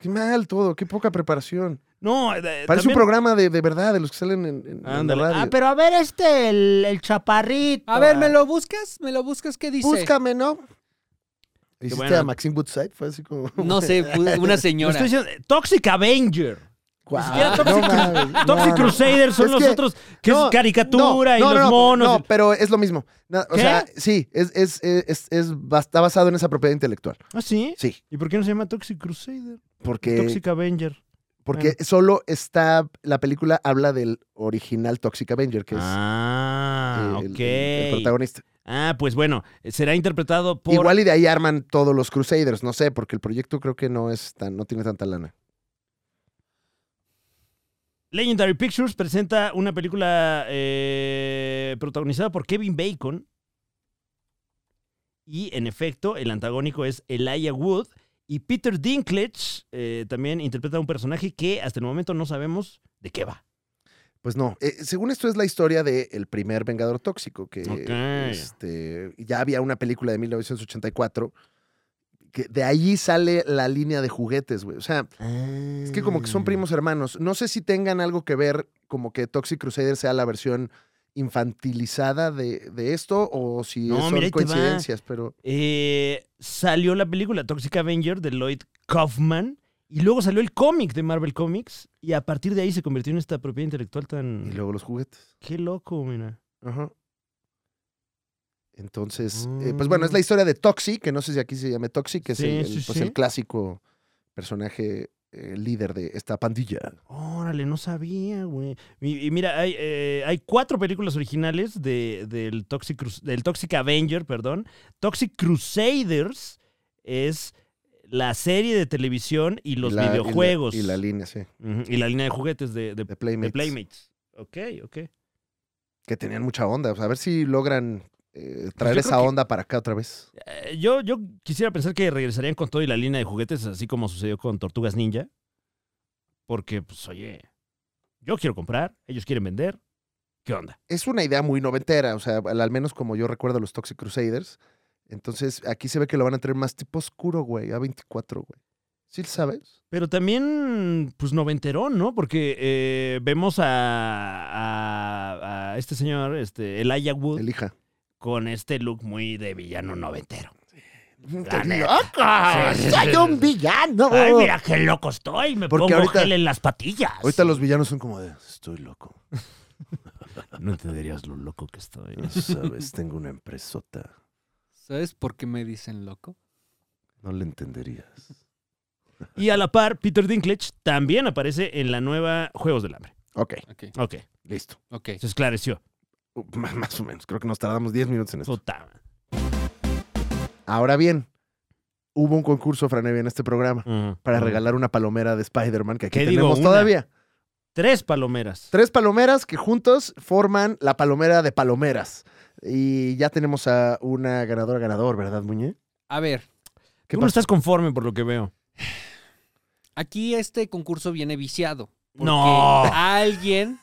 Speaker 2: qué mal todo, qué poca preparación.
Speaker 3: No, eh,
Speaker 2: Parece
Speaker 3: también-
Speaker 2: un programa de, de verdad, de los que salen en, en- en
Speaker 3: Ándale.
Speaker 2: la radio.
Speaker 3: Ah, pero a ver este, el, el chaparrito.
Speaker 4: A ver, ¿me lo buscas? ¿Me lo buscas? ¿Qué dice?
Speaker 2: Búscame, ¿no? ¿Hiciste
Speaker 3: bueno.
Speaker 2: a Maxine Woodside? Fue así como...
Speaker 4: No sé, pu- una
Speaker 3: Lo
Speaker 4: señora.
Speaker 3: estoy diciendo, eh, Toxic Avenger.
Speaker 2: Guau,
Speaker 3: siquiera
Speaker 2: no
Speaker 3: Toxic-
Speaker 2: mames, no,
Speaker 3: Toxic
Speaker 2: no.
Speaker 3: Crusader son
Speaker 2: Es
Speaker 3: los
Speaker 2: que-
Speaker 3: otros que
Speaker 2: no,
Speaker 3: es caricatura
Speaker 2: no,
Speaker 3: y
Speaker 2: no,
Speaker 3: los
Speaker 2: no,
Speaker 3: monos.
Speaker 2: No, pero es lo mismo. Na- O
Speaker 3: ¿Qué?
Speaker 2: sea, sí, es, es, es, es- es- está basado en esa propiedad intelectual.
Speaker 3: ¿Ah, sí?
Speaker 2: Sí,
Speaker 3: ¿Y por qué no se llama Toxic Crusader?
Speaker 2: porque,
Speaker 3: Toxic eh. Avenger.
Speaker 2: porque solo está... La película habla del original Toxic Avenger, que es
Speaker 3: ah,
Speaker 2: el-
Speaker 3: ok.
Speaker 2: el- el protagonista.
Speaker 3: ah, pues bueno, será interpretado por.
Speaker 2: Igual y de ahí arman todos los Crusaders, no sé, porque el proyecto creo que no es tan, no tiene tanta lana.
Speaker 3: Legendary Pictures presenta una película eh, protagonizada por Kevin Bacon. Y en efecto, el antagónico es Elijah Wood. Y Peter Dinklage eh, también interpreta a un personaje que hasta el momento no sabemos de qué va.
Speaker 2: Pues no, eh, según esto es la historia del el primer Vengador Tóxico, que
Speaker 3: Ok.
Speaker 2: este, ya había una película de 1984, que de allí sale la línea de juguetes, güey. O sea, es que como que
Speaker 3: Mm.
Speaker 2: son primos hermanos. No sé si tengan algo que ver como que Toxic Crusader sea la versión infantilizada de, de esto o si
Speaker 3: No,
Speaker 2: son
Speaker 3: mira, ahí te va.
Speaker 2: coincidencias, pero...
Speaker 3: Eh, salió la película Toxic Avenger de Lloyd Kaufman. Y luego salió el cómic de Marvel Comics. Y a partir de ahí se convirtió en esta propiedad intelectual tan.
Speaker 2: Y luego los juguetes.
Speaker 3: Qué loco, mira.
Speaker 2: Ajá. Entonces, eh, pues bueno, es la historia de Toxi, que no sé si aquí se llame Toxi, que
Speaker 3: Mm. Sí,
Speaker 2: es el, el,
Speaker 3: sí,
Speaker 2: pues,
Speaker 3: sí.
Speaker 2: el clásico personaje eh, líder de esta pandilla.
Speaker 3: Órale, no sabía, güey. Y, y mira, hay, eh, hay cuatro películas originales de- del, Toxic Crus- del Toxic Avenger, perdón. Toxic Crusaders es la serie de televisión y los
Speaker 2: Y la- y la-
Speaker 3: videojuegos.
Speaker 2: Y la, línea, sí,
Speaker 3: Ujú, y la línea de juguetes de, de-
Speaker 2: de
Speaker 3: de
Speaker 2: Playmates.
Speaker 3: Playmates. Ok, ok.
Speaker 2: Que tenían mucha onda. O sea, a ver si logran eh,
Speaker 3: Pues, yo
Speaker 2: traer
Speaker 3: creo
Speaker 2: esa
Speaker 3: que-
Speaker 2: onda para acá otra vez.
Speaker 3: Eh, yo, yo quisiera pensar que regresarían con todo y la línea de juguetes, así como sucedió con Tortugas Ninja. Porque, pues, oye, yo quiero comprar, ellos quieren vender. ¿Qué onda?
Speaker 2: Es una idea muy noventera, o sea, al al menos como yo recuerdo los Toxic Crusaders. Entonces, aquí se ve que lo van a tener más tipo oscuro, güey, A24, güey. ¿Sí lo sabes?
Speaker 3: Pero también, pues noventerón, ¿no? Porque eh, vemos a, a- a este señor, este, Elijah Wood,
Speaker 2: Elija.
Speaker 3: con este look muy de villano noventero. La
Speaker 2: ¡Qué
Speaker 3: neta.
Speaker 2: loco!
Speaker 3: Sí, sí, sí,
Speaker 2: ¡Soy
Speaker 3: sí.
Speaker 2: un villano!
Speaker 3: Ay, mira qué loco estoy, me
Speaker 2: Porque
Speaker 3: pongo
Speaker 2: ahorita-
Speaker 3: gel en las patillas.
Speaker 2: Ahorita los villanos son como de, estoy loco.
Speaker 3: No entenderías lo loco que estoy.
Speaker 2: No sabes, tengo una empresota.
Speaker 4: ¿Sabes por qué me dicen loco?
Speaker 2: No le entenderías.
Speaker 3: Y a la par, Peter Dinklage también aparece en la nueva Juegos del Hambre.
Speaker 2: Ok,
Speaker 4: Ok,
Speaker 3: Ok,
Speaker 2: listo.
Speaker 4: ok.
Speaker 3: se esclareció.
Speaker 2: Uh, m- Más o menos, creo que nos tardamos 10 minutos en esto.
Speaker 3: Puta.
Speaker 2: Ahora bien, hubo un concurso, Franevia, en este programa
Speaker 3: Ujú.
Speaker 2: para regalar una palomera de Spider-Man que aquí
Speaker 3: ¿Qué digo,
Speaker 2: tenemos
Speaker 3: una?
Speaker 2: todavía.
Speaker 3: Tres palomeras.
Speaker 2: Tres palomeras que juntos forman la palomera de palomeras. Y ya tenemos a una ganadora ganador, ¿verdad, Muñe?
Speaker 4: A ver,
Speaker 2: ¿Qué
Speaker 3: Tú no
Speaker 2: pasó?
Speaker 3: estás conforme por lo que veo.
Speaker 4: aquí este concurso viene viciado. porque
Speaker 3: No.
Speaker 4: Alguien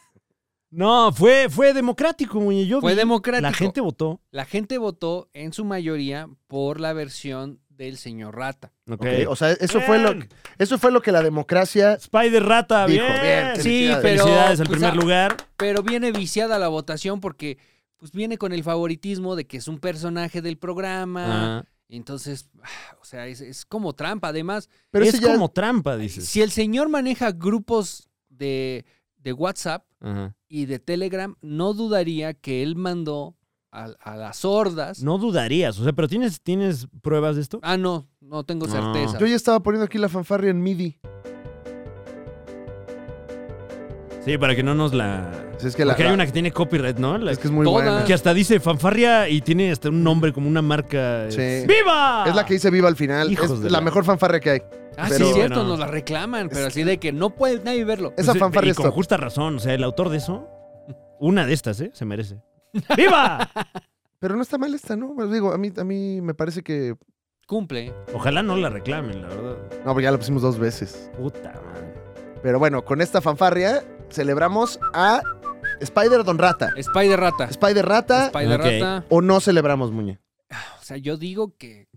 Speaker 3: No, fue, fue democrático, Muñe. Yo
Speaker 4: fue
Speaker 3: vi-
Speaker 4: democrático.
Speaker 3: La gente votó.
Speaker 4: La gente votó en su mayoría por la versión del señor Rata.
Speaker 3: Ok.
Speaker 2: Ok, O sea, eso fue, lo,
Speaker 3: Bien.
Speaker 2: eso fue lo que la democracia...
Speaker 3: Spider Rata,
Speaker 2: Dijo,
Speaker 3: bien.
Speaker 2: bien,
Speaker 3: Sí,
Speaker 4: Sí, pero
Speaker 2: Felicidades.
Speaker 3: felicidades al
Speaker 4: pues,
Speaker 3: primer
Speaker 4: ah,
Speaker 3: lugar.
Speaker 4: Pero viene viciada la votación porque pues viene con el favoritismo de que es un personaje del programa.
Speaker 3: Ah,
Speaker 4: Entonces, ah, o sea, es, es como trampa. Además,
Speaker 2: Pero
Speaker 3: es
Speaker 2: ese ya-
Speaker 3: como trampa, dices.
Speaker 4: si el señor maneja grupos de, de WhatsApp
Speaker 3: Ajá.
Speaker 4: y de Telegram, no dudaría que él mandó a, a las hordas.
Speaker 3: No dudarías, o sea, pero ¿tienes, tienes pruebas de esto?
Speaker 4: Ah, no, no tengo
Speaker 3: No.
Speaker 4: certeza.
Speaker 2: Yo ya estaba poniendo aquí la fanfarria en MIDI.
Speaker 3: Sí, para que no nos la...
Speaker 2: Si es que la-
Speaker 3: Porque hay
Speaker 2: la-
Speaker 3: una que tiene copyright, ¿no? La-
Speaker 2: es que es muy
Speaker 4: Todas.
Speaker 2: buena.
Speaker 3: Que hasta dice fanfarria y tiene hasta un nombre como una marca.
Speaker 2: Sí.
Speaker 3: Es- ¡Viva!
Speaker 2: Es la que dice viva al final.
Speaker 3: Hijos
Speaker 2: es
Speaker 3: de
Speaker 2: la
Speaker 3: la-
Speaker 2: mejor fanfarria que hay.
Speaker 4: ah, sí,
Speaker 2: pero-
Speaker 4: es cierto,
Speaker 3: Bueno.
Speaker 4: nos la reclaman, pero así de que no puede nadie verlo.
Speaker 2: Esa
Speaker 3: Pues,
Speaker 2: fanfarria
Speaker 3: Y
Speaker 2: es
Speaker 3: con
Speaker 2: top.
Speaker 3: justa razón, o sea, el autor de eso, una de estas, ¿eh? Se merece. ¡Viva!
Speaker 2: Pero no está mal esta, ¿no? Bueno, digo, a mí, a mí me parece que.
Speaker 4: Cumple. ¿eh?
Speaker 3: Ojalá no la reclamen, la verdad.
Speaker 2: No, pero ya la pusimos dos veces.
Speaker 3: Puta madre.
Speaker 2: Pero bueno, con esta fanfarria celebramos a Spider Don Rata.
Speaker 4: Spider Rata.
Speaker 2: Spider Rata.
Speaker 4: Spider
Speaker 3: Ok.
Speaker 4: Rata.
Speaker 2: o no celebramos, Muñe.
Speaker 4: O sea, yo digo que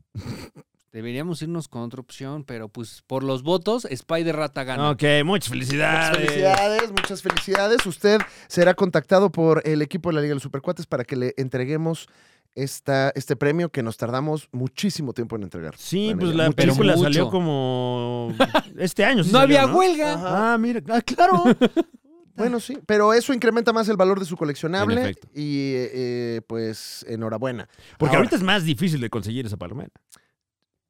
Speaker 4: deberíamos irnos con otra opción, pero pues por los votos, Spider Rata gana.
Speaker 3: Ok, muchas felicidades.
Speaker 2: Ah, Muchas felicidades, muchas felicidades. Usted será contactado por el equipo de la Liga de los Supercuates para que le entreguemos esta, este premio que nos tardamos muchísimo tiempo en entregar.
Speaker 3: Sí,
Speaker 2: Bueno,
Speaker 3: pues
Speaker 2: ya,
Speaker 3: la
Speaker 2: mucho.
Speaker 3: película
Speaker 4: Pero mucho.
Speaker 3: salió como este año. sí
Speaker 4: no
Speaker 3: salió,
Speaker 4: había huelga.
Speaker 3: Ah, mira, ah, claro.
Speaker 2: Bueno, sí, pero eso incrementa más el valor de su coleccionable.
Speaker 3: Ah. En efecto.
Speaker 2: Y eh, eh, pues enhorabuena.
Speaker 3: Porque
Speaker 2: Ahora,
Speaker 3: ahorita es más difícil de conseguir esa palomera.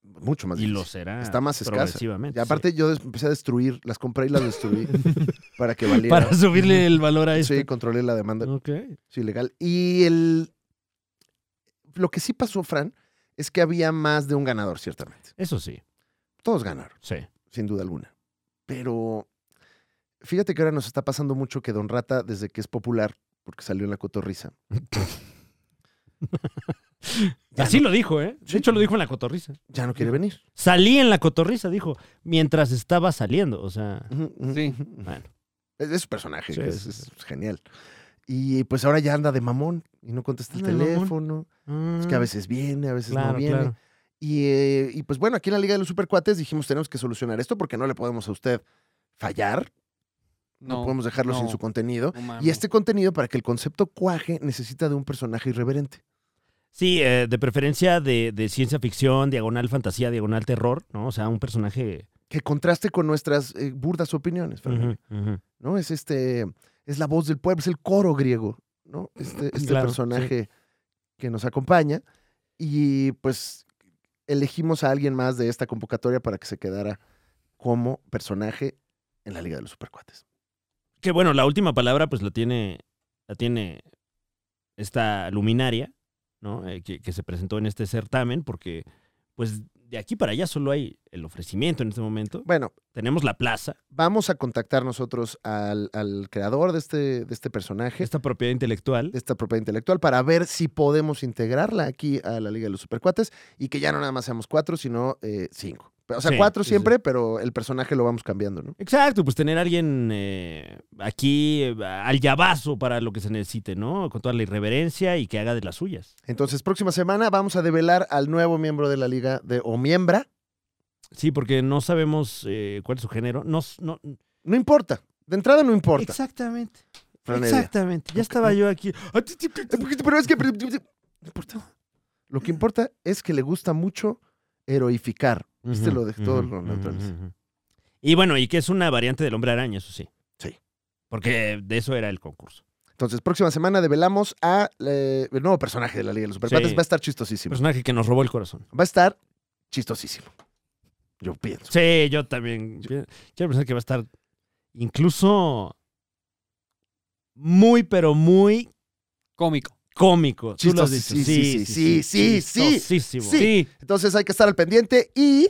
Speaker 2: mucho más
Speaker 3: Y
Speaker 2: difícil.
Speaker 3: lo será.
Speaker 2: Está más escasa.
Speaker 3: Progresivamente.
Speaker 2: Y aparte yo des- empecé a destruir, las compré y las destruí para que
Speaker 3: sí.
Speaker 2: valiera.
Speaker 3: Para subirle el valor a esto.
Speaker 2: Sí, controlé la demanda.
Speaker 3: Ok.
Speaker 2: Sí, legal. Y el. Lo que sí pasó, Fran, es que había más de un ganador, ciertamente.
Speaker 3: Eso sí,
Speaker 2: Todos ganaron,
Speaker 3: sí.
Speaker 2: sin duda alguna. Pero fíjate que ahora nos está pasando mucho que Don Rata, desde que es popular, porque salió en la cotorriza. Ya
Speaker 3: Así
Speaker 2: no-
Speaker 3: lo dijo, ¿eh? De
Speaker 2: Sí.
Speaker 3: hecho, lo dijo en la cotorriza.
Speaker 2: Ya no quiere venir.
Speaker 3: Salí en la cotorriza, dijo, mientras estaba saliendo. O sea,
Speaker 2: Ujú, ujú.
Speaker 4: Sí.
Speaker 3: bueno.
Speaker 2: Es, es su personaje,
Speaker 3: Sí,
Speaker 2: es,
Speaker 3: sí,
Speaker 2: es genial. Y pues ahora ya anda de mamón y no contesta el
Speaker 3: Anda de mamón. Mm.
Speaker 2: teléfono. Es que a veces viene, a veces no
Speaker 3: Claro,
Speaker 2: viene.
Speaker 3: claro.
Speaker 2: Y, eh, y, pues bueno, aquí en la Liga de los Supercuates dijimos tenemos que solucionar esto porque no le podemos a usted fallar, no, podemos dejarlo sin
Speaker 4: no,
Speaker 2: su contenido.
Speaker 4: no mames.
Speaker 2: Y este contenido, para que el concepto cuaje, necesita de un personaje irreverente.
Speaker 3: Sí, eh, de preferencia de, de ciencia ficción, diagonal fantasía, diagonal terror, ¿no? O sea, un personaje.
Speaker 2: Que contraste con nuestras eh, burdas opiniones, Fran,
Speaker 3: Ujú, ujú.
Speaker 2: ¿no? Es este, es la voz del pueblo, es el coro griego, ¿no? Este, este
Speaker 3: Claro,
Speaker 2: personaje que nos acompaña. Y pues elegimos a alguien más de esta convocatoria para que se quedara como personaje en la Liga de los Supercuates.
Speaker 3: Que bueno, la última palabra, pues la tiene. La tiene esta luminaria, ¿no? Eh, que, que se presentó en este certamen, porque, pues, de aquí para allá solo hay el ofrecimiento en este momento.
Speaker 2: Bueno,
Speaker 3: Tenemos la plaza,
Speaker 2: vamos a contactar nosotros al, al creador de este, de este personaje,
Speaker 3: esta propiedad intelectual.
Speaker 2: de esta propiedad intelectual, para ver si podemos integrarla aquí a la Liga de los Supercuates y que ya no nada más seamos cuatro, sino eh, cinco. O sea,
Speaker 3: Sí,
Speaker 2: cuatro
Speaker 3: sí,
Speaker 2: siempre, pero el personaje lo vamos cambiando, ¿no?
Speaker 3: Exacto, pues tener a alguien eh, aquí eh, al llavazo para lo que se necesite, ¿no? Con toda la irreverencia y que haga de las suyas.
Speaker 2: Entonces, próxima semana vamos a develar al nuevo miembro de la Liga de, o miembra.
Speaker 3: Sí, porque no sabemos eh, cuál es su género. No, s- no,
Speaker 2: No importa. De entrada no importa.
Speaker 3: Exactamente.
Speaker 2: Fran Evia.
Speaker 3: Exactamente. Ya estaba yo aquí. Ah,
Speaker 2: Pero es que... No importa. Lo que importa es que le gusta mucho heroificar. Viste lo de todo lo neutraliza.
Speaker 3: Y bueno, y que es una variante del hombre araña, eso sí.
Speaker 2: Sí.
Speaker 3: Porque de eso era el concurso.
Speaker 2: Entonces, próxima semana develamos a eh, el nuevo personaje de la Liga de los Supercuates.
Speaker 3: Sí. Pues
Speaker 2: Va a estar chistosísimo.
Speaker 3: Personaje que nos robó el corazón.
Speaker 2: Va a estar chistosísimo. Yo pienso.
Speaker 3: Sí, yo también. Quiero pensar que va a estar incluso muy, pero muy
Speaker 4: Cómico.
Speaker 3: cómico. Tú lo has dicho.
Speaker 2: Chistosísimo. Sí, sí, sí, sí,
Speaker 3: Chistosísimo.
Speaker 2: sí. Entonces, hay que estar al pendiente y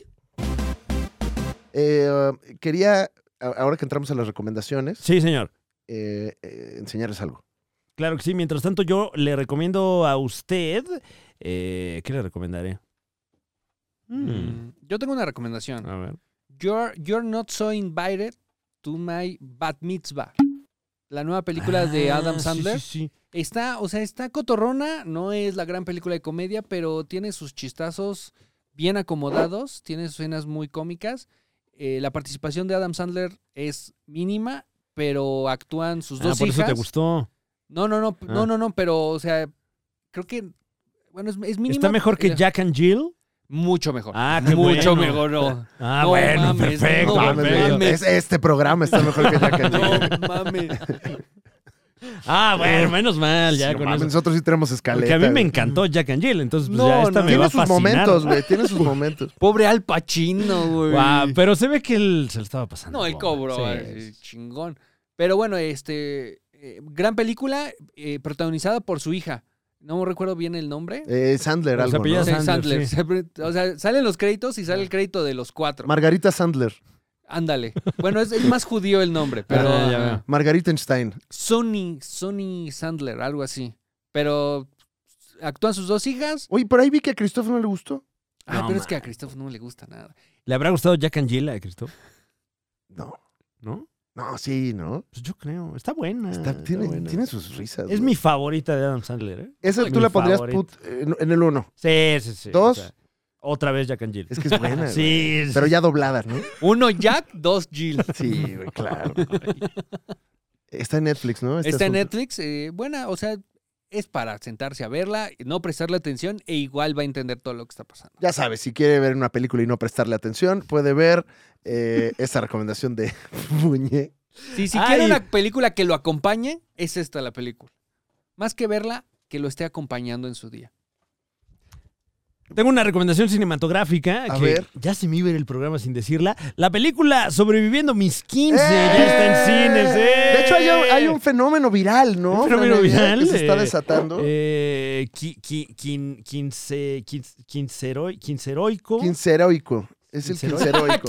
Speaker 2: eh, quería, a- ahora que entramos a las recomendaciones,
Speaker 3: Sí, señor.
Speaker 2: eh, eh, enseñarles algo.
Speaker 3: Claro que sí. Mientras tanto, yo le recomiendo a usted. eh, ¿Qué le recomendaré? Mm,
Speaker 4: Mm. Yo tengo una recomendación.
Speaker 3: A ver.
Speaker 4: You're, You're Not So Invited to My Bat Mitzvah. La nueva película de
Speaker 3: Ah,
Speaker 4: Adam
Speaker 3: sí,
Speaker 4: Sandler.
Speaker 3: sí, sí.
Speaker 4: Está, o sea, está cotorrona, no es la gran película de comedia, pero tiene sus chistazos bien acomodados, tiene sus escenas muy cómicas. Eh, la participación de Adam Sandler es mínima, pero actúan sus
Speaker 3: Ah,
Speaker 4: dos
Speaker 3: por eso
Speaker 4: hijas.
Speaker 3: te gustó.
Speaker 4: No, no, no, p- no,
Speaker 3: Ah.
Speaker 4: no, no, pero, o sea, creo que, bueno, es, es mínima.
Speaker 3: ¿Está mejor que
Speaker 4: eh,
Speaker 3: Jack and Jill?
Speaker 4: Mucho mejor.
Speaker 3: Ah, qué
Speaker 4: mucho
Speaker 3: bueno.
Speaker 4: mejor, no.
Speaker 3: Ah,
Speaker 4: No
Speaker 3: bueno,
Speaker 4: mames,
Speaker 3: perfecto.
Speaker 4: no
Speaker 2: Mames,
Speaker 3: perfecto.
Speaker 4: mames.
Speaker 2: es- este programa está mejor que ya que
Speaker 4: No mames.
Speaker 3: Ah, bueno, menos mal, ya
Speaker 2: Sí, no
Speaker 3: con
Speaker 2: mames,
Speaker 3: eso.
Speaker 2: Nosotros sí tenemos escaleta.
Speaker 3: Porque a mí me
Speaker 2: güey.
Speaker 3: encantó Jack and Jill, entonces pues,
Speaker 4: No,
Speaker 3: ya
Speaker 4: no.
Speaker 3: esta me va
Speaker 2: Tiene
Speaker 3: a
Speaker 2: sus
Speaker 3: fascinar.
Speaker 2: momentos, güey. Tiene sus momentos.
Speaker 4: Pobre Al Pacino, güey.
Speaker 3: Guau, pero se ve que él se le estaba pasando.
Speaker 4: No, el
Speaker 3: bomba.
Speaker 4: cobro, ah,
Speaker 3: Sí.
Speaker 4: chingón. Pero bueno, este eh, gran película eh, protagonizada por su hija. No recuerdo bien el nombre.
Speaker 2: Eh, Sandler,
Speaker 3: Los
Speaker 2: algo, ¿no?
Speaker 3: apellidos-
Speaker 4: Sí,
Speaker 3: Sandler, Ah.
Speaker 4: Sandler. O sea, salen los créditos y sale el crédito de los cuatro.
Speaker 2: Margarita Sandler.
Speaker 4: Ándale. Bueno, es, es más judío el nombre, pero
Speaker 3: Ah, ya
Speaker 4: ajá.
Speaker 3: veo.
Speaker 2: Margarita Einstein.
Speaker 4: Sony, Sony Sandler, algo así. Pero actúan sus dos hijas.
Speaker 2: Oye, por ahí vi que a Christopher no le gustó.
Speaker 4: Ay,
Speaker 3: No,
Speaker 4: pero es
Speaker 3: ma.
Speaker 4: que a Christoph no le gusta nada.
Speaker 3: ¿Le habrá gustado Jack and Jill a Cristo?
Speaker 2: No.
Speaker 3: ¿No?
Speaker 2: No, sí, ¿no?
Speaker 3: Pues yo creo. Está buena.
Speaker 2: Está-
Speaker 3: está
Speaker 2: tiene,
Speaker 3: buena.
Speaker 2: tiene sus risas.
Speaker 3: Es
Speaker 2: güey.
Speaker 3: mi favorita de Adam Sandler, ¿eh?
Speaker 2: Esa
Speaker 3: Ay,
Speaker 2: tú
Speaker 3: mi
Speaker 2: la pondrías
Speaker 3: favorita.
Speaker 2: put- eh, en, en el uno.
Speaker 3: Sí, sí, sí.
Speaker 2: Dos.
Speaker 3: O sea, otra vez Jack and Jill.
Speaker 2: Es que es buena. güey.
Speaker 3: Sí, sí.
Speaker 2: Pero ya doblada, ¿no?
Speaker 4: Uno Jack, dos Jill.
Speaker 2: Sí, güey, claro. Está en Netflix, ¿no? Este
Speaker 4: Está en
Speaker 2: asunto.
Speaker 4: Netflix. eh, buena, o sea, es para sentarse a verla, no prestarle atención e igual va a entender todo lo que está pasando.
Speaker 2: Ya sabes, si quiere ver una película y no prestarle atención, puede ver eh, esa recomendación de Muñe.
Speaker 4: Si, si
Speaker 3: Ay.
Speaker 4: quiere una película que lo acompañe, es esta la película. Más que verla, que lo esté acompañando en su día.
Speaker 3: Tengo una recomendación cinematográfica
Speaker 2: A
Speaker 3: que
Speaker 2: ver.
Speaker 3: ya se me iba a ir el programa sin decirla. La película Sobreviviendo mis 15 ya está en cines. ¡eh!
Speaker 2: De hecho, hay un, hay un fenómeno viral, ¿no?
Speaker 3: Un fenómeno
Speaker 2: Fran Evia,
Speaker 3: viral,
Speaker 2: Que se está
Speaker 3: eh,
Speaker 2: desatando.
Speaker 3: Eh, qui- qui- quin- quince- quince- quinceroi- quinceroico.
Speaker 2: Quinceroico. Es el
Speaker 3: Quinceroico.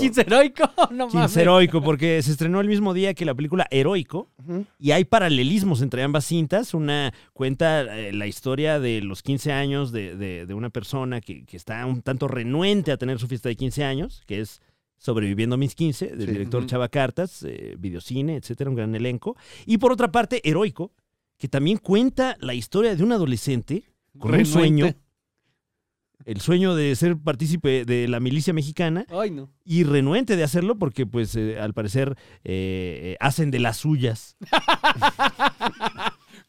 Speaker 2: quinceroico.
Speaker 4: Quinceroico, no mames.
Speaker 3: Quinceroico, porque se estrenó el mismo día que la película Heroico
Speaker 2: Ujú.
Speaker 3: y hay paralelismos entre ambas cintas. Una cuenta eh, la historia de los 15 años de, de- de una persona que, que está un tanto renuente a tener su fiesta de 15 años, que es Sobreviviendo a mis 15, del
Speaker 2: Sí.
Speaker 3: director
Speaker 4: Ujú.
Speaker 3: Chava Cartas, eh, videocine, etcétera, un gran elenco. Y por otra parte, Heroico, que también cuenta la historia de un adolescente con
Speaker 4: Renuente.
Speaker 3: un sueño. El sueño de ser partícipe de la milicia mexicana
Speaker 4: Ay, no.
Speaker 3: y renuente de hacerlo porque, pues, eh, al parecer eh, eh, hacen de las suyas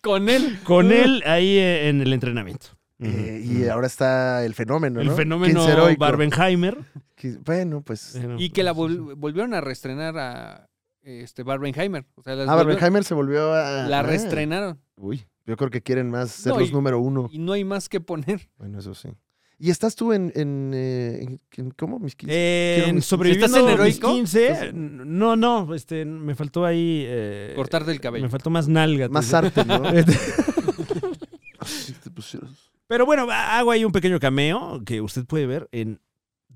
Speaker 4: Con él.
Speaker 3: con él ahí eh, en el entrenamiento.
Speaker 2: Eh, y ahora está el fenómeno,
Speaker 3: el
Speaker 2: ¿no?
Speaker 3: fenómeno Eh,
Speaker 2: Quinceroico.
Speaker 3: Barbenheimer.
Speaker 2: Qui- Bueno, pues.
Speaker 4: Y que la vol- volvieron a reestrenar a este Barbenheimer. O sea,
Speaker 3: pues,
Speaker 4: las
Speaker 2: Ah,
Speaker 4: volvieron-
Speaker 2: Barbenheimer se volvió a.
Speaker 4: La
Speaker 2: ah.
Speaker 4: reestrenaron.
Speaker 2: Uy, yo creo que quieren más ser
Speaker 4: No,
Speaker 2: los
Speaker 4: y-
Speaker 2: número uno.
Speaker 4: Y no hay más que poner.
Speaker 2: Bueno, eso sí. ¿Y estás tú en. en, eh, en- en- ¿Cómo? Mis quince-
Speaker 3: Eh,
Speaker 2: Quiero
Speaker 3: en
Speaker 2: mis-
Speaker 3: sobreviviendo
Speaker 4: ¿Estás en
Speaker 3: a mis
Speaker 4: Heroico?
Speaker 3: 15, no, no, este, me faltó ahí... eh,
Speaker 4: Cortarte el cabello.
Speaker 3: Me faltó más nalga.
Speaker 2: Más
Speaker 3: tú-
Speaker 2: arte, ¿no?
Speaker 3: eh, Pero bueno, a- hago ahí un pequeño cameo que usted puede ver en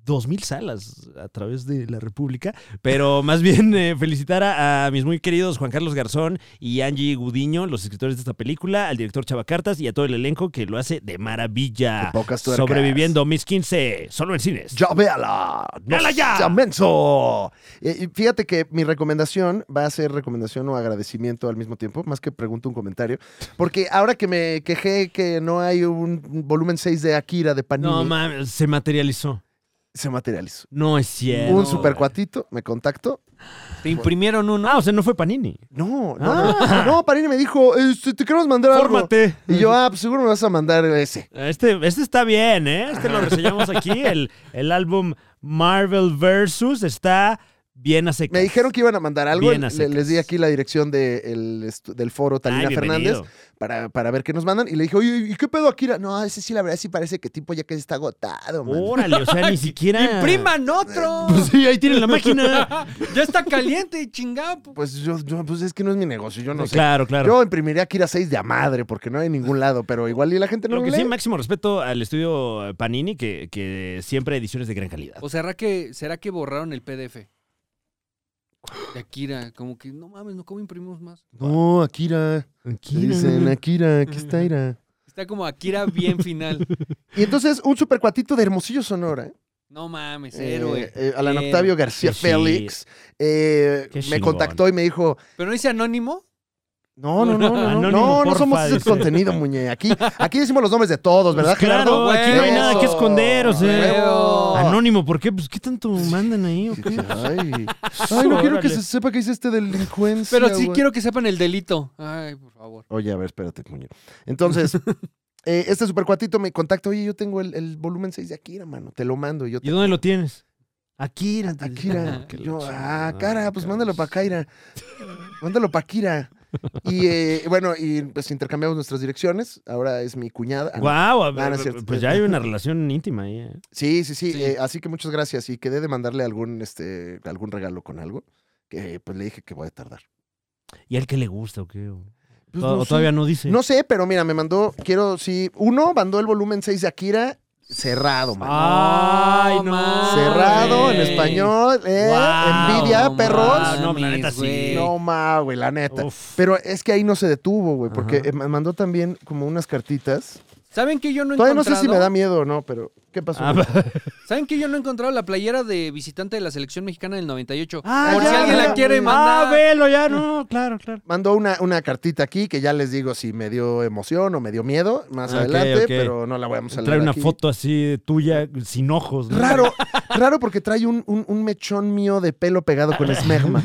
Speaker 3: 2.000 salas a través de la República. Pero más bien eh, felicitar a, a mis muy queridos Juan Carlos Garzón y Angie Gudiño, los escritores de esta película, al director Chavacartas y a todo el elenco que lo hace de maravilla.
Speaker 2: De pocas tuercas.
Speaker 3: Ah, Sobreviviendo Miss 15, solo en cines.
Speaker 2: ¡Ya véala! ¡No
Speaker 3: ¡Véala ya!
Speaker 2: sea menso! Eh, y fíjate que mi recomendación va a ser recomendación o agradecimiento al mismo tiempo, más que pregunto un comentario. Porque ahora que me quejé que no hay un volumen 6 de Akira de Panini,
Speaker 3: no mames, se materializó.
Speaker 2: se materializó.
Speaker 3: No es cierto.
Speaker 2: un supercuatito me contactó.
Speaker 4: Te imprimieron uno.
Speaker 3: Ah, o sea, no fue Panini.
Speaker 2: No, no, no, Panini me dijo, este, te queremos mandar algo.
Speaker 3: Ah. Fórmate.
Speaker 2: Y yo, ah, pues seguro me vas a mandar ese.
Speaker 3: Este, este está bien, ¿eh? Este lo reseñamos aquí. El, el álbum Marvel Versus está bien a secas.
Speaker 2: Me dijeron que iban a mandar algo.
Speaker 3: Bien a
Speaker 2: le-
Speaker 3: secas.
Speaker 2: les di aquí la dirección de el estu- del foro Talina
Speaker 3: Ay,
Speaker 2: Fernández
Speaker 3: Ah, bienvenido.
Speaker 2: para, para ver qué nos mandan. Y le dije, oye, ¿y qué pedo, Akira? No, ese sí, la verdad, sí parece que tipo ya que está agotado, man.
Speaker 3: Órale, o sea, ni siquiera.
Speaker 4: ¡Impriman otro!
Speaker 3: Pues sí, ahí tienen la máquina.
Speaker 4: ya está caliente, chingado. po.
Speaker 2: Pues yo, yo- pues es que no es mi negocio, yo no sé.
Speaker 3: Claro, claro.
Speaker 2: Yo imprimiría Akira 6 de a madre porque no hay en ningún lado, pero igual y la gente no
Speaker 3: Lo
Speaker 2: lo
Speaker 3: que sí,
Speaker 2: lee.
Speaker 3: máximo respeto al estudio Panini, que, que siempre ediciones de gran calidad.
Speaker 4: ¿O será que, será que borraron el PDF? De Akira, como que no mames, no, ¿cómo imprimimos más?
Speaker 2: No, Akira.
Speaker 3: Aquí
Speaker 2: Le dicen, Akira, aquí está Ira.
Speaker 4: Está como Akira bien final.
Speaker 2: Y entonces, un supercuatito de Hermosillo Sonora.
Speaker 4: No mames,
Speaker 2: eh,
Speaker 4: héroe.
Speaker 2: eh, Alan
Speaker 4: Héroe.
Speaker 2: Octavio García
Speaker 3: Sí.
Speaker 2: Félix eh,
Speaker 3: Qué
Speaker 2: me
Speaker 3: chingón.
Speaker 2: contactó y me dijo,
Speaker 4: ¿Pero no dice anónimo?
Speaker 2: No, no, no, no, no,
Speaker 3: Anónimo,
Speaker 2: no, no
Speaker 3: porfa,
Speaker 2: somos ese
Speaker 3: dice. Pues
Speaker 2: contenido, muñe. Aquí, aquí decimos los nombres de todos, ¿verdad,
Speaker 3: Claro,
Speaker 2: Gerardo?
Speaker 3: aquí no hay
Speaker 2: Eso.
Speaker 3: nada que esconder, o sea.
Speaker 2: Huevo.
Speaker 3: Anónimo, ¿por qué? Pues qué tanto mandan ahí o qué?
Speaker 2: Ay, ay, no quiero que
Speaker 3: Órale.
Speaker 2: se sepa que hice este delincuencia.
Speaker 4: Pero sí
Speaker 2: güey.
Speaker 4: quiero que sepan el delito. Ay, por favor.
Speaker 2: Oye, a ver, espérate, muñe. Entonces, eh, este supercuatito me contacta, oye, yo tengo el, el volumen 6 de Akira, mano, te lo mando. y Yo
Speaker 3: ¿Y
Speaker 2: te...
Speaker 3: dónde lo tienes? Aquí,
Speaker 2: Akira,
Speaker 3: Que la
Speaker 2: yo,
Speaker 3: chingada,
Speaker 2: ah, cara, pues
Speaker 3: cabrón.
Speaker 2: mándalo para Kaira. Mándalo para Akira. Y eh, bueno, y pues intercambiamos nuestras direcciones. Ahora es mi cuñada. Ah, no. no,
Speaker 3: Guau,
Speaker 2: no es cierto.
Speaker 3: pues ya hay una relación íntima ahí. ¿eh?
Speaker 2: Sí, sí, sí.
Speaker 4: Sí.
Speaker 2: eh, así que muchas gracias. Y quedé de mandarle algún, este, algún regalo con algo. Que pues le dije que voy a tardar.
Speaker 3: ¿Y al que le gusta o qué? ¿O,
Speaker 2: Pues,
Speaker 3: to-
Speaker 2: no
Speaker 3: o
Speaker 2: sé.
Speaker 3: todavía no dice?
Speaker 2: No sé, pero mira, me mandó, quiero, sí, uno mandó el volumen 6 de Akira cerrado, man.
Speaker 3: ¡Ay, no!
Speaker 4: mames.
Speaker 2: cerrado en
Speaker 4: mames.
Speaker 2: español, eh,
Speaker 3: Ah, Guau,
Speaker 2: envidia,
Speaker 4: no
Speaker 2: perros.
Speaker 3: Ah, No, la neta
Speaker 4: mames,
Speaker 3: sí.
Speaker 4: güey.
Speaker 2: No, ma, güey, la neta.
Speaker 3: Uf.
Speaker 2: Pero es que ahí no se detuvo, güey, porque
Speaker 3: Ajá.
Speaker 2: eh, me mandó también como unas cartitas.
Speaker 4: ¿Saben que yo no he
Speaker 2: Todavía no
Speaker 4: encontrado?
Speaker 2: sé si me da miedo o no, pero ¿qué pasó?
Speaker 3: Ah,
Speaker 4: ¿Saben que yo no he encontrado la playera de visitante de la selección mexicana del 98?
Speaker 3: Ah,
Speaker 4: Por
Speaker 2: ya,
Speaker 4: si alguien
Speaker 2: ya.
Speaker 4: la quiere mandar.
Speaker 3: Ah, velo ya, no, claro, claro.
Speaker 2: Mandó una, una cartita aquí que ya les digo si me dio emoción o me dio miedo más
Speaker 3: Ah, ok,
Speaker 2: adelante,
Speaker 3: ok.
Speaker 2: pero no la vamos a leer
Speaker 3: Trae una
Speaker 2: aquí.
Speaker 3: foto así de tuya sin ojos. ¿no?
Speaker 2: Raro, raro porque trae un, un- un mechón mío de pelo pegado con esmerma.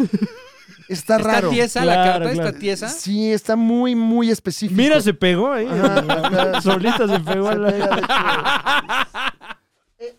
Speaker 2: Está
Speaker 4: Está
Speaker 2: raro.
Speaker 4: tiesa la
Speaker 3: Claro,
Speaker 4: carta,
Speaker 3: claro.
Speaker 4: está tiesa.
Speaker 2: Sí, está muy, muy específico.
Speaker 3: Mira, se pegó ahí.
Speaker 2: Ajá.
Speaker 3: Solita se pegó. a
Speaker 2: Se
Speaker 3: la-
Speaker 2: pega, de hecho. Eh,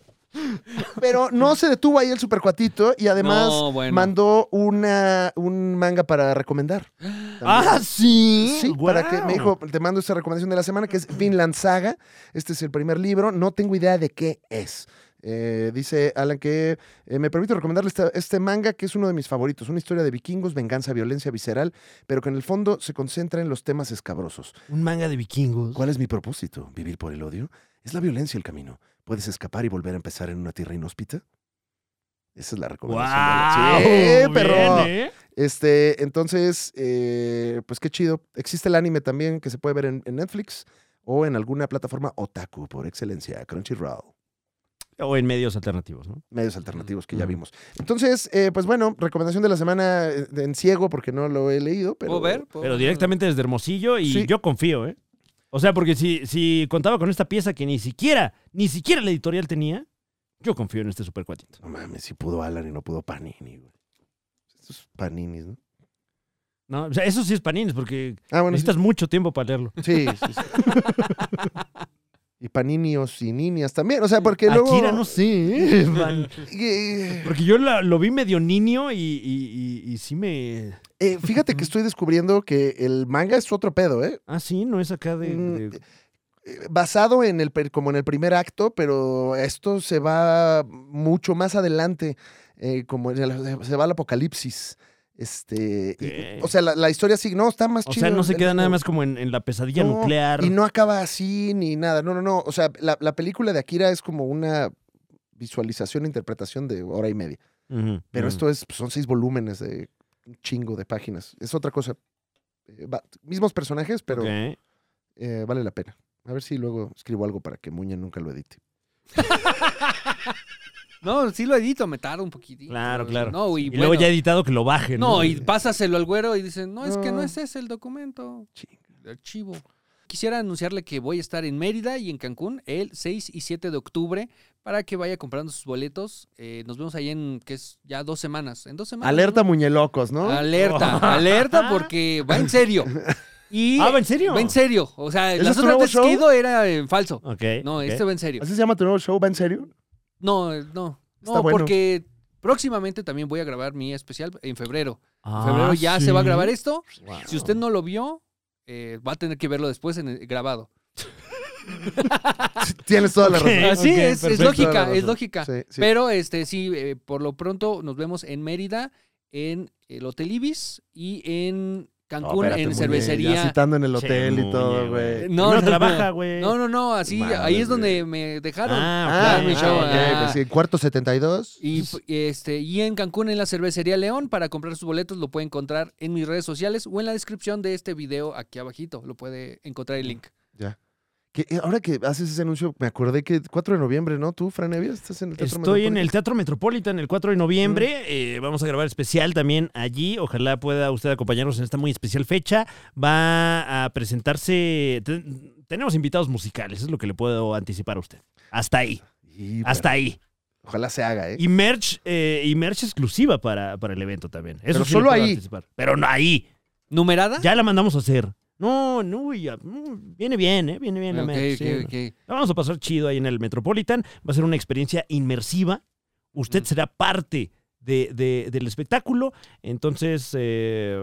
Speaker 2: Pero no se detuvo ahí el supercuatito y además
Speaker 4: No, bueno.
Speaker 2: mandó una, un manga para recomendar.
Speaker 3: Ah, sí.
Speaker 2: Sí, para que
Speaker 3: Guau.
Speaker 2: me dijo, te mando esta recomendación de la semana que es Vinland Saga. Este es el primer libro, no tengo idea de qué es. Eh, dice Alan que eh, me permito recomendarle esta- este manga que es uno de mis favoritos, una historia de vikingos, venganza, violencia visceral, pero que en el fondo se concentra en los temas escabrosos.
Speaker 3: Un manga de vikingos.
Speaker 2: ¿Cuál es mi propósito? ¿Vivir por el odio? ¿Es la violencia el camino? ¿Puedes escapar y volver a empezar en una tierra inhóspita? Esa es la recomendación. de
Speaker 3: ¡Guau!
Speaker 2: Alan.
Speaker 3: Bien,
Speaker 2: ¡Sí, perro!
Speaker 3: ¿eh?
Speaker 2: Este, entonces, eh, pues qué chido. Existe el anime también que se puede ver en, en Netflix o en alguna plataforma otaku por excelencia, Crunchyroll,
Speaker 3: O en medios alternativos, ¿no?
Speaker 2: medios alternativos que ya
Speaker 3: Ujú.
Speaker 2: vimos. Entonces, eh, pues bueno, recomendación de la semana eh, en ciego porque no lo he leído, pero
Speaker 4: ¿Puedo ver? ¿Puedo
Speaker 3: Pero
Speaker 4: ver?
Speaker 3: directamente desde Hermosillo y
Speaker 2: Sí.
Speaker 3: yo confío, ¿eh? O sea, porque si, si contaba con esta pieza que ni siquiera, ni siquiera la editorial tenía, yo confío en este supercuatito.
Speaker 2: no mames, si pudo Alan y no pudo Panini, güey. Estos paninis, ¿no?
Speaker 3: ¿No? O sea, eso sí es panines, porque
Speaker 2: Ah, bueno, sí.
Speaker 3: necesitas mucho tiempo para leerlo.
Speaker 2: Sí, sí, sí. y Panini o Sininias también, o sea, porque luego...
Speaker 3: Mm, Akira no sé, ¿eh? Van-
Speaker 2: Eh,
Speaker 3: Porque yo la- lo vi medio niño y, y- y- y sí me...
Speaker 2: eh, fíjate que estoy descubriendo que el manga es otro pedo, ¿eh?
Speaker 3: Ah, sí, no es acá de...
Speaker 2: Mm,
Speaker 3: de-
Speaker 2: eh, basado en el per- como en el primer acto, pero esto se va mucho más adelante, eh, como en el- se va al apocalipsis. Este, y-
Speaker 3: Ok.
Speaker 2: o sea, la, la historia sí, no, está más
Speaker 3: o
Speaker 2: chido
Speaker 3: sea, no se
Speaker 2: el-
Speaker 3: queda
Speaker 2: el-
Speaker 3: nada más como en, en la pesadilla
Speaker 2: No,
Speaker 3: nuclear.
Speaker 2: Y no acaba así ni nada. No, no, no. O sea, la, la película de Akira es como una visualización, interpretación de hora y media.
Speaker 3: Ujú,
Speaker 2: Pero
Speaker 3: ujú.
Speaker 2: esto es, pues, son seis volúmenes de un chingo de páginas. Es otra cosa. Eh, va- mismos personajes, pero
Speaker 3: Ok.
Speaker 2: eh, vale la pena. A ver si luego escribo algo para que Muñe nunca lo edite.
Speaker 4: No, sí lo edito, me tardo un poquitito.
Speaker 3: Claro, claro.
Speaker 4: No, y,
Speaker 3: Y luego
Speaker 4: bueno,
Speaker 3: ya editado que lo bajen.
Speaker 4: No, y pásaselo al güero y dicen, no, es que
Speaker 2: No.
Speaker 4: no es ese el documento.
Speaker 2: Chinga.
Speaker 4: El archivo. Quisiera anunciarle que voy a estar en Mérida y en Cancún el 6 y 7 de octubre para que vaya comprando sus boletos. Eh, nos vemos ahí en, que es ya dos semanas. En dos semanas.
Speaker 2: Alerta
Speaker 4: ¿no?
Speaker 2: Muñelocos, ¿no? Oh.
Speaker 4: Alerta, alerta, porque va en serio. Y
Speaker 3: Ah, ¿va en serio?
Speaker 4: Va en serio. O sea,
Speaker 2: ¿Ese es
Speaker 4: las
Speaker 2: tu
Speaker 4: otras
Speaker 2: nuevo
Speaker 4: veces
Speaker 2: show?
Speaker 4: que he ido era en falso.
Speaker 3: Ok,
Speaker 4: No,
Speaker 3: ok.
Speaker 4: este va en serio.
Speaker 2: ¿Así se llama tu nuevo show? ¿Va en serio?
Speaker 4: No, eh, no.
Speaker 2: Está
Speaker 4: no,
Speaker 2: bueno.
Speaker 4: porque próximamente también voy a grabar mi especial en febrero. En
Speaker 3: Ah,
Speaker 4: febrero ya se va a
Speaker 3: sí.
Speaker 4: grabar esto. Si usted no lo vio, eh, va a tener que verlo después en el- grabado.
Speaker 2: Tienes toda la
Speaker 3: Ok.
Speaker 2: razón.
Speaker 4: Así
Speaker 3: ok,
Speaker 4: es, es
Speaker 3: perfecto.
Speaker 2: Tienes toda
Speaker 4: lógica,
Speaker 2: la
Speaker 4: es
Speaker 2: razón.
Speaker 4: lógica.
Speaker 2: Sí, sí.
Speaker 4: Pero este sí, eh, por lo pronto nos vemos en Mérida, en el Hotel Ibis y en
Speaker 2: No,
Speaker 4: Cancún,
Speaker 2: espérate,
Speaker 4: en
Speaker 2: Muñe,
Speaker 4: cervecería.
Speaker 2: Ya citando en el
Speaker 3: Che,
Speaker 2: hotel y
Speaker 3: Muñe,
Speaker 2: todo,
Speaker 3: güey.
Speaker 2: güey.
Speaker 4: No,
Speaker 3: Primero
Speaker 4: no,
Speaker 3: trabaja,
Speaker 4: no.
Speaker 3: güey.
Speaker 4: No, no, no, así,
Speaker 2: Madre,
Speaker 4: ahí es donde
Speaker 2: güey.
Speaker 4: me dejaron.
Speaker 3: Ah,
Speaker 2: Ah,
Speaker 4: Claro,
Speaker 3: ok,
Speaker 4: mi
Speaker 2: ok,
Speaker 4: show,
Speaker 2: ok,
Speaker 4: ah.
Speaker 2: pues sí, cuarto 72.
Speaker 4: Y, p- este, y en Cancún, en la cervecería León, para comprar sus boletos, lo puede encontrar en mis redes sociales o en la descripción de este video aquí abajito. Lo puede encontrar el link.
Speaker 2: Ya. Que, eh, ahora que haces ese anuncio, me acordé que 4 de noviembre, ¿no? Tú, Fran Evia, estás en el Teatro
Speaker 3: Estoy en
Speaker 2: Metropolitan.
Speaker 3: el Teatro Metropolitan el 4 de noviembre. Eh, vamos a grabar especial también allí. Ojalá pueda usted acompañarnos en esta muy especial fecha. Va a presentarse. te- tenemos invitados musicales, es lo que le puedo anticipar a usted. Hasta ahí,
Speaker 2: Y,
Speaker 3: hasta ahí.
Speaker 2: bueno, Ojalá se haga, ¿eh?
Speaker 3: Y merch, eh, y merch exclusiva para, para el evento también. Eso
Speaker 2: Pero
Speaker 3: sí le
Speaker 2: solo
Speaker 3: puedo
Speaker 2: ahí. Ah.
Speaker 3: anticipar. Pero no ahí.
Speaker 4: ¿Numerada?
Speaker 3: Ya la mandamos a hacer. No, no, ya, mm, viene bien, ¿eh? viene bien la
Speaker 4: Ok,
Speaker 3: merch. sí.
Speaker 4: ok, ok.
Speaker 3: La vamos a pasar chido ahí en el Metropolitan. Va a ser una experiencia inmersiva. Usted será parte de- de- del espectáculo. Entonces, eh,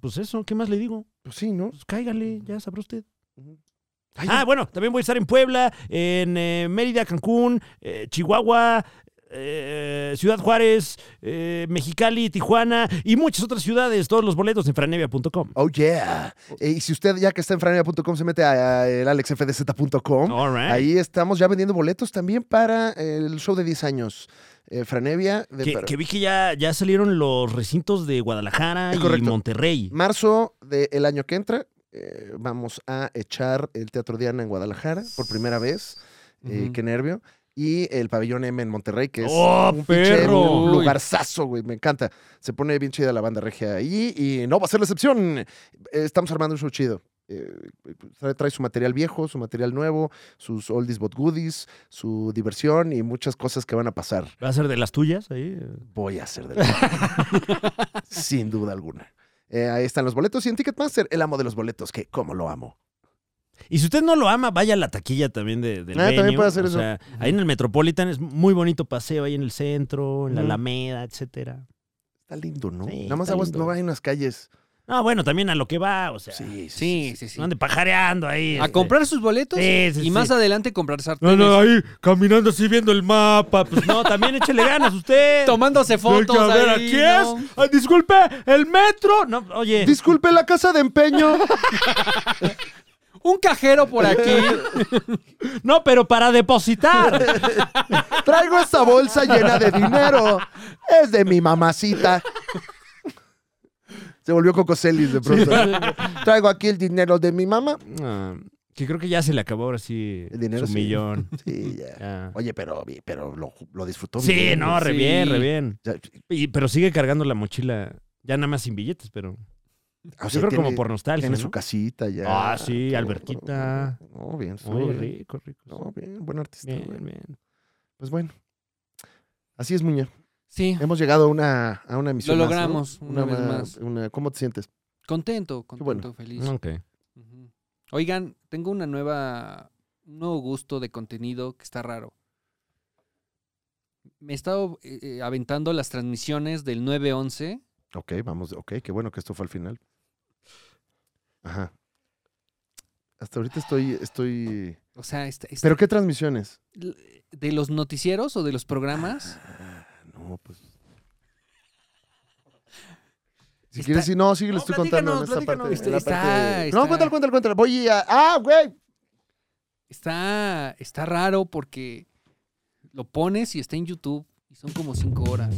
Speaker 3: pues eso, ¿qué más le digo?
Speaker 2: Pues sí, ¿no?
Speaker 3: Pues cáigale, ya sabrá usted.
Speaker 2: Ay,
Speaker 3: Ah, bueno, también voy a estar en Puebla, en eh, Mérida, Cancún, eh, Chihuahua, eh, Ciudad Juárez, eh, Mexicali, Tijuana y muchas otras ciudades. Todos los boletos en franevia.com.
Speaker 2: Oh, yeah. Eh, y si usted, ya que está en franera.com, se mete a, a el alexfdz.com.
Speaker 3: All right.
Speaker 2: Oh, Ahí estamos ya vendiendo boletos también para el show de 10 años. Eh, Franevia, de
Speaker 3: Que,
Speaker 2: per-
Speaker 3: que vi que ya, ya salieron los recintos de Guadalajara
Speaker 2: Es
Speaker 3: y
Speaker 2: correcto.
Speaker 3: Monterrey.
Speaker 2: marzo del año que entra, eh, vamos a echar el Teatro Diana en Guadalajara por primera vez. Eh,
Speaker 4: Ujú.
Speaker 2: Qué nervio. Y el Pabellón M en Monterrey, que es
Speaker 3: ¡Oh,
Speaker 2: pinche
Speaker 3: perro!
Speaker 4: Uy.
Speaker 2: lugarzazo, güey. Me encanta. Se pone bien chida la banda regia ahí y no va a ser la excepción. Eh, Estamos armando un show chido. Eh, trae, trae su material viejo, su material nuevo, sus oldies but goodies, su diversión y muchas cosas que van a pasar.
Speaker 3: ¿Va a ser de las tuyas ahí?
Speaker 2: Voy a hacer de la- Sin duda alguna. Eh, ahí están los boletos y en Ticketmaster, el amo de los boletos, que como lo amo.
Speaker 3: Y si usted no lo ama, vaya a la taquilla también de, del
Speaker 2: Ah, también
Speaker 3: venue.
Speaker 2: puede hacer
Speaker 3: O
Speaker 2: eso.
Speaker 3: sea, ahí en el Metropolitan es muy bonito paseo, ahí en el centro, en la
Speaker 2: Ujú.
Speaker 3: Alameda, etcétera.
Speaker 2: Está lindo, ¿no?
Speaker 3: Sí,
Speaker 2: Nada más
Speaker 3: está
Speaker 2: aguas,
Speaker 3: lindo.
Speaker 2: no hay unas calles.
Speaker 3: Ah, bueno, también a lo que va, o sea,
Speaker 4: Sí, sí, sí.
Speaker 3: no ande pajareando ahí.
Speaker 4: A
Speaker 3: este.
Speaker 4: comprar sus boletos
Speaker 3: Sí, sí,
Speaker 4: y
Speaker 3: sí.
Speaker 4: más adelante comprar
Speaker 3: No,
Speaker 4: sartenes.
Speaker 3: no, ahí caminando así viendo el mapa. Pues no, también échele ganas usted.
Speaker 4: Tomándose fotos.
Speaker 3: A ver,
Speaker 4: ahí,
Speaker 3: aquí
Speaker 4: ¿no?
Speaker 3: es. Ah, disculpe, el metro. No, oye.
Speaker 2: Disculpe la casa de empeño.
Speaker 4: Un cajero por aquí.
Speaker 3: No, pero para depositar.
Speaker 2: Traigo esta bolsa llena de dinero. Es de mi mamacita. Se volvió Coco Celis de pronto. Traigo aquí el dinero de mi mamá.
Speaker 3: Ah, que creo que ya se le acabó ahora sí
Speaker 2: El dinero,
Speaker 3: su
Speaker 2: sí.
Speaker 3: millón.
Speaker 2: Sí, ya.
Speaker 3: Ya.
Speaker 2: Oye, pero, pero lo, lo disfrutó
Speaker 3: Sí,
Speaker 2: bien.
Speaker 3: no, re
Speaker 4: Sí.
Speaker 3: bien, re bien.
Speaker 2: O sea,
Speaker 3: Y- pero sigue cargando la mochila, ya nada más sin billetes, pero.
Speaker 2: o
Speaker 3: yo
Speaker 2: sea,
Speaker 3: creo
Speaker 2: tiene-
Speaker 3: como por nostalgia.
Speaker 2: Tiene
Speaker 3: ¿no?
Speaker 2: su casita ya.
Speaker 3: Ah, sí,
Speaker 2: Todo.
Speaker 3: alberquita.
Speaker 2: No, bien, estuvo
Speaker 3: Oye,
Speaker 2: bien.
Speaker 3: rico, rico.
Speaker 2: No, bien, buen artista.
Speaker 3: Bien,
Speaker 2: güey.
Speaker 3: bien.
Speaker 2: Pues bueno. Así es, Muñe.
Speaker 4: Sí,
Speaker 2: Hemos llegado a una, a una emisión.
Speaker 4: Lo
Speaker 2: más, ¿no?
Speaker 4: logramos, una vez más.
Speaker 2: una- ¿Cómo te sientes?
Speaker 4: contento, contento,
Speaker 2: bueno.
Speaker 4: feliz.
Speaker 3: Ok.
Speaker 4: Ujú. Oigan, tengo una nueva, un nuevo gusto de contenido que está raro. Me he estado eh, eh, aventando las transmisiones del 911.
Speaker 2: Ok, vamos. Ok, qué bueno que esto fue al final. Ajá. Hasta ahorita estoy, estoy.
Speaker 4: O sea, esta- esta-
Speaker 2: ¿Pero qué transmisiones?
Speaker 4: de los noticieros o de los programas.
Speaker 2: Ah, No, pues. Si
Speaker 4: Está-
Speaker 2: quieres, sí, no, sígueles
Speaker 3: No,
Speaker 2: estoy contando en
Speaker 3: platícanos,
Speaker 2: esta parte.
Speaker 3: platícanos.
Speaker 2: en la
Speaker 4: Está-
Speaker 2: parte-
Speaker 4: está-
Speaker 2: No, cuéntalo, cuéntalo, cuéntalo. Voy a. ¡Ah, güey!
Speaker 4: Está, está raro porque lo pones y está en YouTube y son como cinco horas.